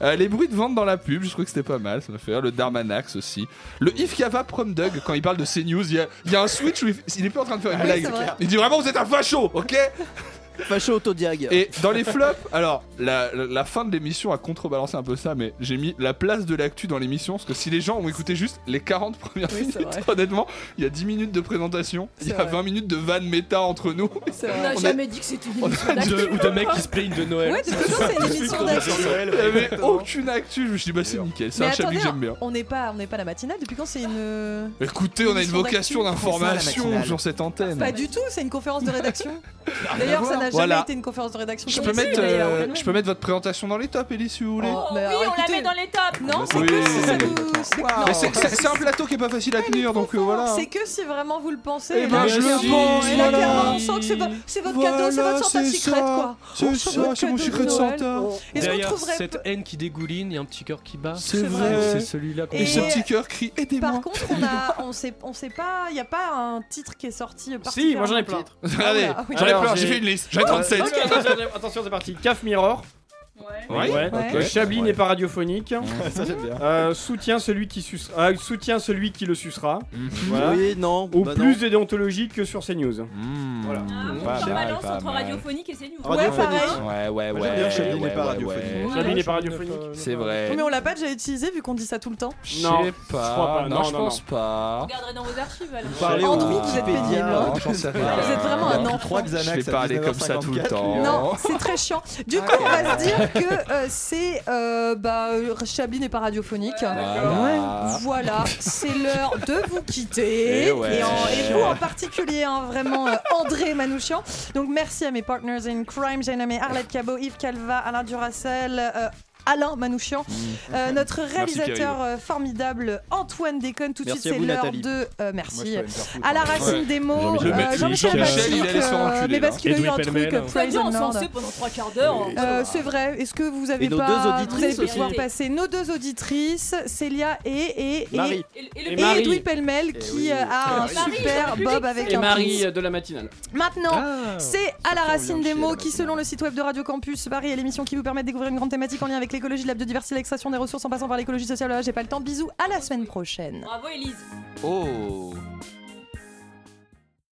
Speaker 4: Euh, les bruits de vente dans la pub, je trouvais que c'était pas mal, ça m'a fait rire. Le Darmanax aussi. Le If Kava Prom Dug, quand il parle de CNews, il y, a- il y a un switch où il, il est plus en train de faire une
Speaker 13: Ah oui,
Speaker 4: blague.
Speaker 13: c'est vrai.
Speaker 4: Il dit vraiment, vous êtes un facho, ok
Speaker 13: Facho autodiag.
Speaker 4: Et dans les flops, alors, la, la- la fin de l'émission a contrebalancé un peu ça, mais j'ai mis la place de l'actu dans l'émission, parce que si les gens ont écouté juste les 40 premières minutes, honnêtement, il y a 10 minutes de présentation, il y a 20 minutes de van méta entre nous.
Speaker 12: On n'a jamais dit que c'était une émission d'actu.
Speaker 20: De- ou de mecs qui se plaignent de Noël.
Speaker 1: Ouais, de toute façon, c'est une émission d'actu.
Speaker 4: Il y avait aucune actu, je me suis dit, bah c'est nickel, c'est
Speaker 1: Mais
Speaker 4: un
Speaker 1: attendez,
Speaker 4: chablis que j'aime bien.
Speaker 1: on n'est pas, on n'est pas la matinale. Depuis quand c'est une
Speaker 4: Écoutez, on a une
Speaker 1: Émission
Speaker 4: vocation
Speaker 1: d'actu. C'est ça, la
Speaker 4: d'information
Speaker 1: matinale.
Speaker 4: sur cette antenne.
Speaker 1: Pas du tout, c'est une conférence de rédaction. D'ailleurs, ça n'a jamais
Speaker 4: Voilà.
Speaker 1: été une conférence de rédaction.
Speaker 4: Je
Speaker 1: comme
Speaker 4: peux,
Speaker 1: ici,
Speaker 4: mettre,
Speaker 1: mais,
Speaker 4: euh,
Speaker 1: euh,
Speaker 4: je peux mettre votre présentation dans les tops, Ellie, si vous voulez.
Speaker 1: Oh, bah,
Speaker 12: Oui,
Speaker 1: alors,
Speaker 12: on la
Speaker 1: écoutez,
Speaker 12: met dans les tops.
Speaker 1: Non, c'est
Speaker 4: Oui.
Speaker 1: que si ça vous. c'est-
Speaker 4: Mais c'est- C'est c'est un plateau qui est pas facile à tenir, donc euh, voilà.
Speaker 1: C'est que si vraiment vous le pensez.
Speaker 4: Eh ben,
Speaker 1: là,
Speaker 4: je le
Speaker 1: clairement,
Speaker 4: pense,
Speaker 1: et là,
Speaker 4: voilà.
Speaker 1: clairement, on sent que c'est vo- c'est votre cadeau, c'est votre Santa Secret, quoi. Oh,
Speaker 4: C'est ça, c'est mon secret de Santa.
Speaker 1: Est-ce qu'on
Speaker 20: Derrière
Speaker 1: trouverait
Speaker 20: cette haine qui dégouline, il y a un petit cœur qui bat.
Speaker 4: C'est C'est vrai. vrai.
Speaker 20: C'est celui-là qu'on
Speaker 1: Et ce petit
Speaker 4: cœur crie aidez-moi.
Speaker 1: Par contre, on a, on sait, on sait pas, il y a pas un titre qui est sorti.
Speaker 15: Si, moi j'en ai plein.
Speaker 4: Allez,
Speaker 1: Ah, oui.
Speaker 4: j'en ai plein, j'ai fait une liste, j'en ai
Speaker 15: Euh,
Speaker 4: 37.
Speaker 15: ok, attention, Attention, c'est parti. CAF Mirror.
Speaker 4: Ouais. Ouais.
Speaker 15: Le
Speaker 4: Ouais.
Speaker 15: Chablis
Speaker 4: Ouais.
Speaker 15: n'est pas radiophonique.
Speaker 4: Ça, j'aime bien.
Speaker 15: Euh, soutient celui qui suce- ah, soutient celui qui le sucera.
Speaker 4: Mm.
Speaker 13: Oui, non,
Speaker 15: Ou
Speaker 13: bah
Speaker 15: plus
Speaker 13: non.
Speaker 15: de déontologie que sur CNews.
Speaker 4: Mm.
Speaker 15: Voilà.
Speaker 4: Pas
Speaker 12: Je
Speaker 4: mal,
Speaker 12: balance
Speaker 4: pas
Speaker 12: entre
Speaker 4: mal.
Speaker 12: radiophonique et CNews.
Speaker 4: Ouais, ouais,
Speaker 15: Moi,
Speaker 4: ouais.
Speaker 15: j'aime bien Chablis n'est
Speaker 4: ouais,
Speaker 15: pas
Speaker 4: ouais,
Speaker 15: radiophonique.
Speaker 4: ouais.
Speaker 15: Chablis n'est pas radiophonique.
Speaker 4: C'est vrai.
Speaker 1: Oui, Mais on l'a pas déjà utilisé vu qu'on dit ça tout le temps.
Speaker 4: Je
Speaker 15: Non,
Speaker 4: sais
Speaker 15: je crois
Speaker 4: pas.
Speaker 15: pas,
Speaker 4: Non,
Speaker 15: non,
Speaker 4: je
Speaker 15: non,
Speaker 4: pense pas.
Speaker 12: Regarderez dans vos archives. alors.
Speaker 4: Parlez
Speaker 1: Andrew,
Speaker 4: au-
Speaker 1: vous êtes
Speaker 4: Wikipédia,
Speaker 1: pénible. hein.
Speaker 4: non, j'en sais rien.
Speaker 1: Vous êtes vraiment un enfant. hein.
Speaker 4: Je vais pas aller comme ça tout le temps. Ah,
Speaker 1: Non, c'est très chiant. Du coup, on va se dire que euh, c'est. euh, bah, Chablis n'est pas radiophonique.
Speaker 5: Ah.
Speaker 4: Voilà.
Speaker 1: Voilà, c'est l'heure de vous quitter.
Speaker 4: Eh ouais.
Speaker 1: Et, en- et vous en particulier, hein, vraiment, euh, André Manouchian. Donc, merci à mes partners in crime. J'ai nommé Arlette Cabot, Yves Calva, Alain Duracel. euh, Alain Manouchian,
Speaker 4: Mm.
Speaker 1: Euh, notre
Speaker 5: Merci,
Speaker 1: réalisateur
Speaker 5: Pierre-Yves.
Speaker 1: euh, formidable Antoine Déconne. Tout de
Speaker 5: Merci
Speaker 1: suite,
Speaker 5: à
Speaker 1: c'est
Speaker 5: vous,
Speaker 1: l'heure
Speaker 5: Nathalie.
Speaker 1: de. euh,
Speaker 5: Moi, je
Speaker 1: merci.
Speaker 5: peux aller me faire foutre,
Speaker 1: à la
Speaker 5: hein.
Speaker 1: racine
Speaker 5: Ouais.
Speaker 1: des
Speaker 5: J'ai
Speaker 1: mots,
Speaker 5: envie de
Speaker 1: euh,
Speaker 5: le mettre.
Speaker 1: Jean-Michel
Speaker 5: Jean-Michel,
Speaker 1: Basic,
Speaker 5: il allait se faire
Speaker 1: euh,
Speaker 5: enculer,
Speaker 1: mais
Speaker 5: là.
Speaker 1: parce qu'il a eu
Speaker 5: Edoui
Speaker 1: un truc,
Speaker 5: Pellemel.
Speaker 1: euh, Praise
Speaker 12: Bien,
Speaker 1: and
Speaker 12: on s'en
Speaker 1: Lord.
Speaker 12: sait pendant trois quarts d'heure.
Speaker 1: Euh, c'est vrai. Est-ce que vous avez
Speaker 12: nos
Speaker 1: pas-
Speaker 12: deux
Speaker 1: vous allez
Speaker 12: auditrices
Speaker 1: pouvoir
Speaker 12: aussi.
Speaker 1: passer nos deux auditrices, Célia et et et,
Speaker 20: Marie.
Speaker 1: et,
Speaker 20: Et le- Et Marie.
Speaker 1: Edoui Pellemel qui euh, a un
Speaker 20: Marie,
Speaker 1: super Bob avec
Speaker 20: Et
Speaker 1: un
Speaker 20: Marie
Speaker 1: prince.
Speaker 20: euh, de la matinale.
Speaker 1: Maintenant,
Speaker 20: Ah.
Speaker 1: c'est à la racine des mots qui, selon le site web de Radio Campus Paris, est l'émission qui vous permet de découvrir une grande thématique en lien avec l'écologie, la biodiversité, l'extraction des ressources en passant par l'écologie sociale. J'ai pas le temps. Bisous, à la semaine prochaine.
Speaker 12: Bravo, Elise.
Speaker 4: Oh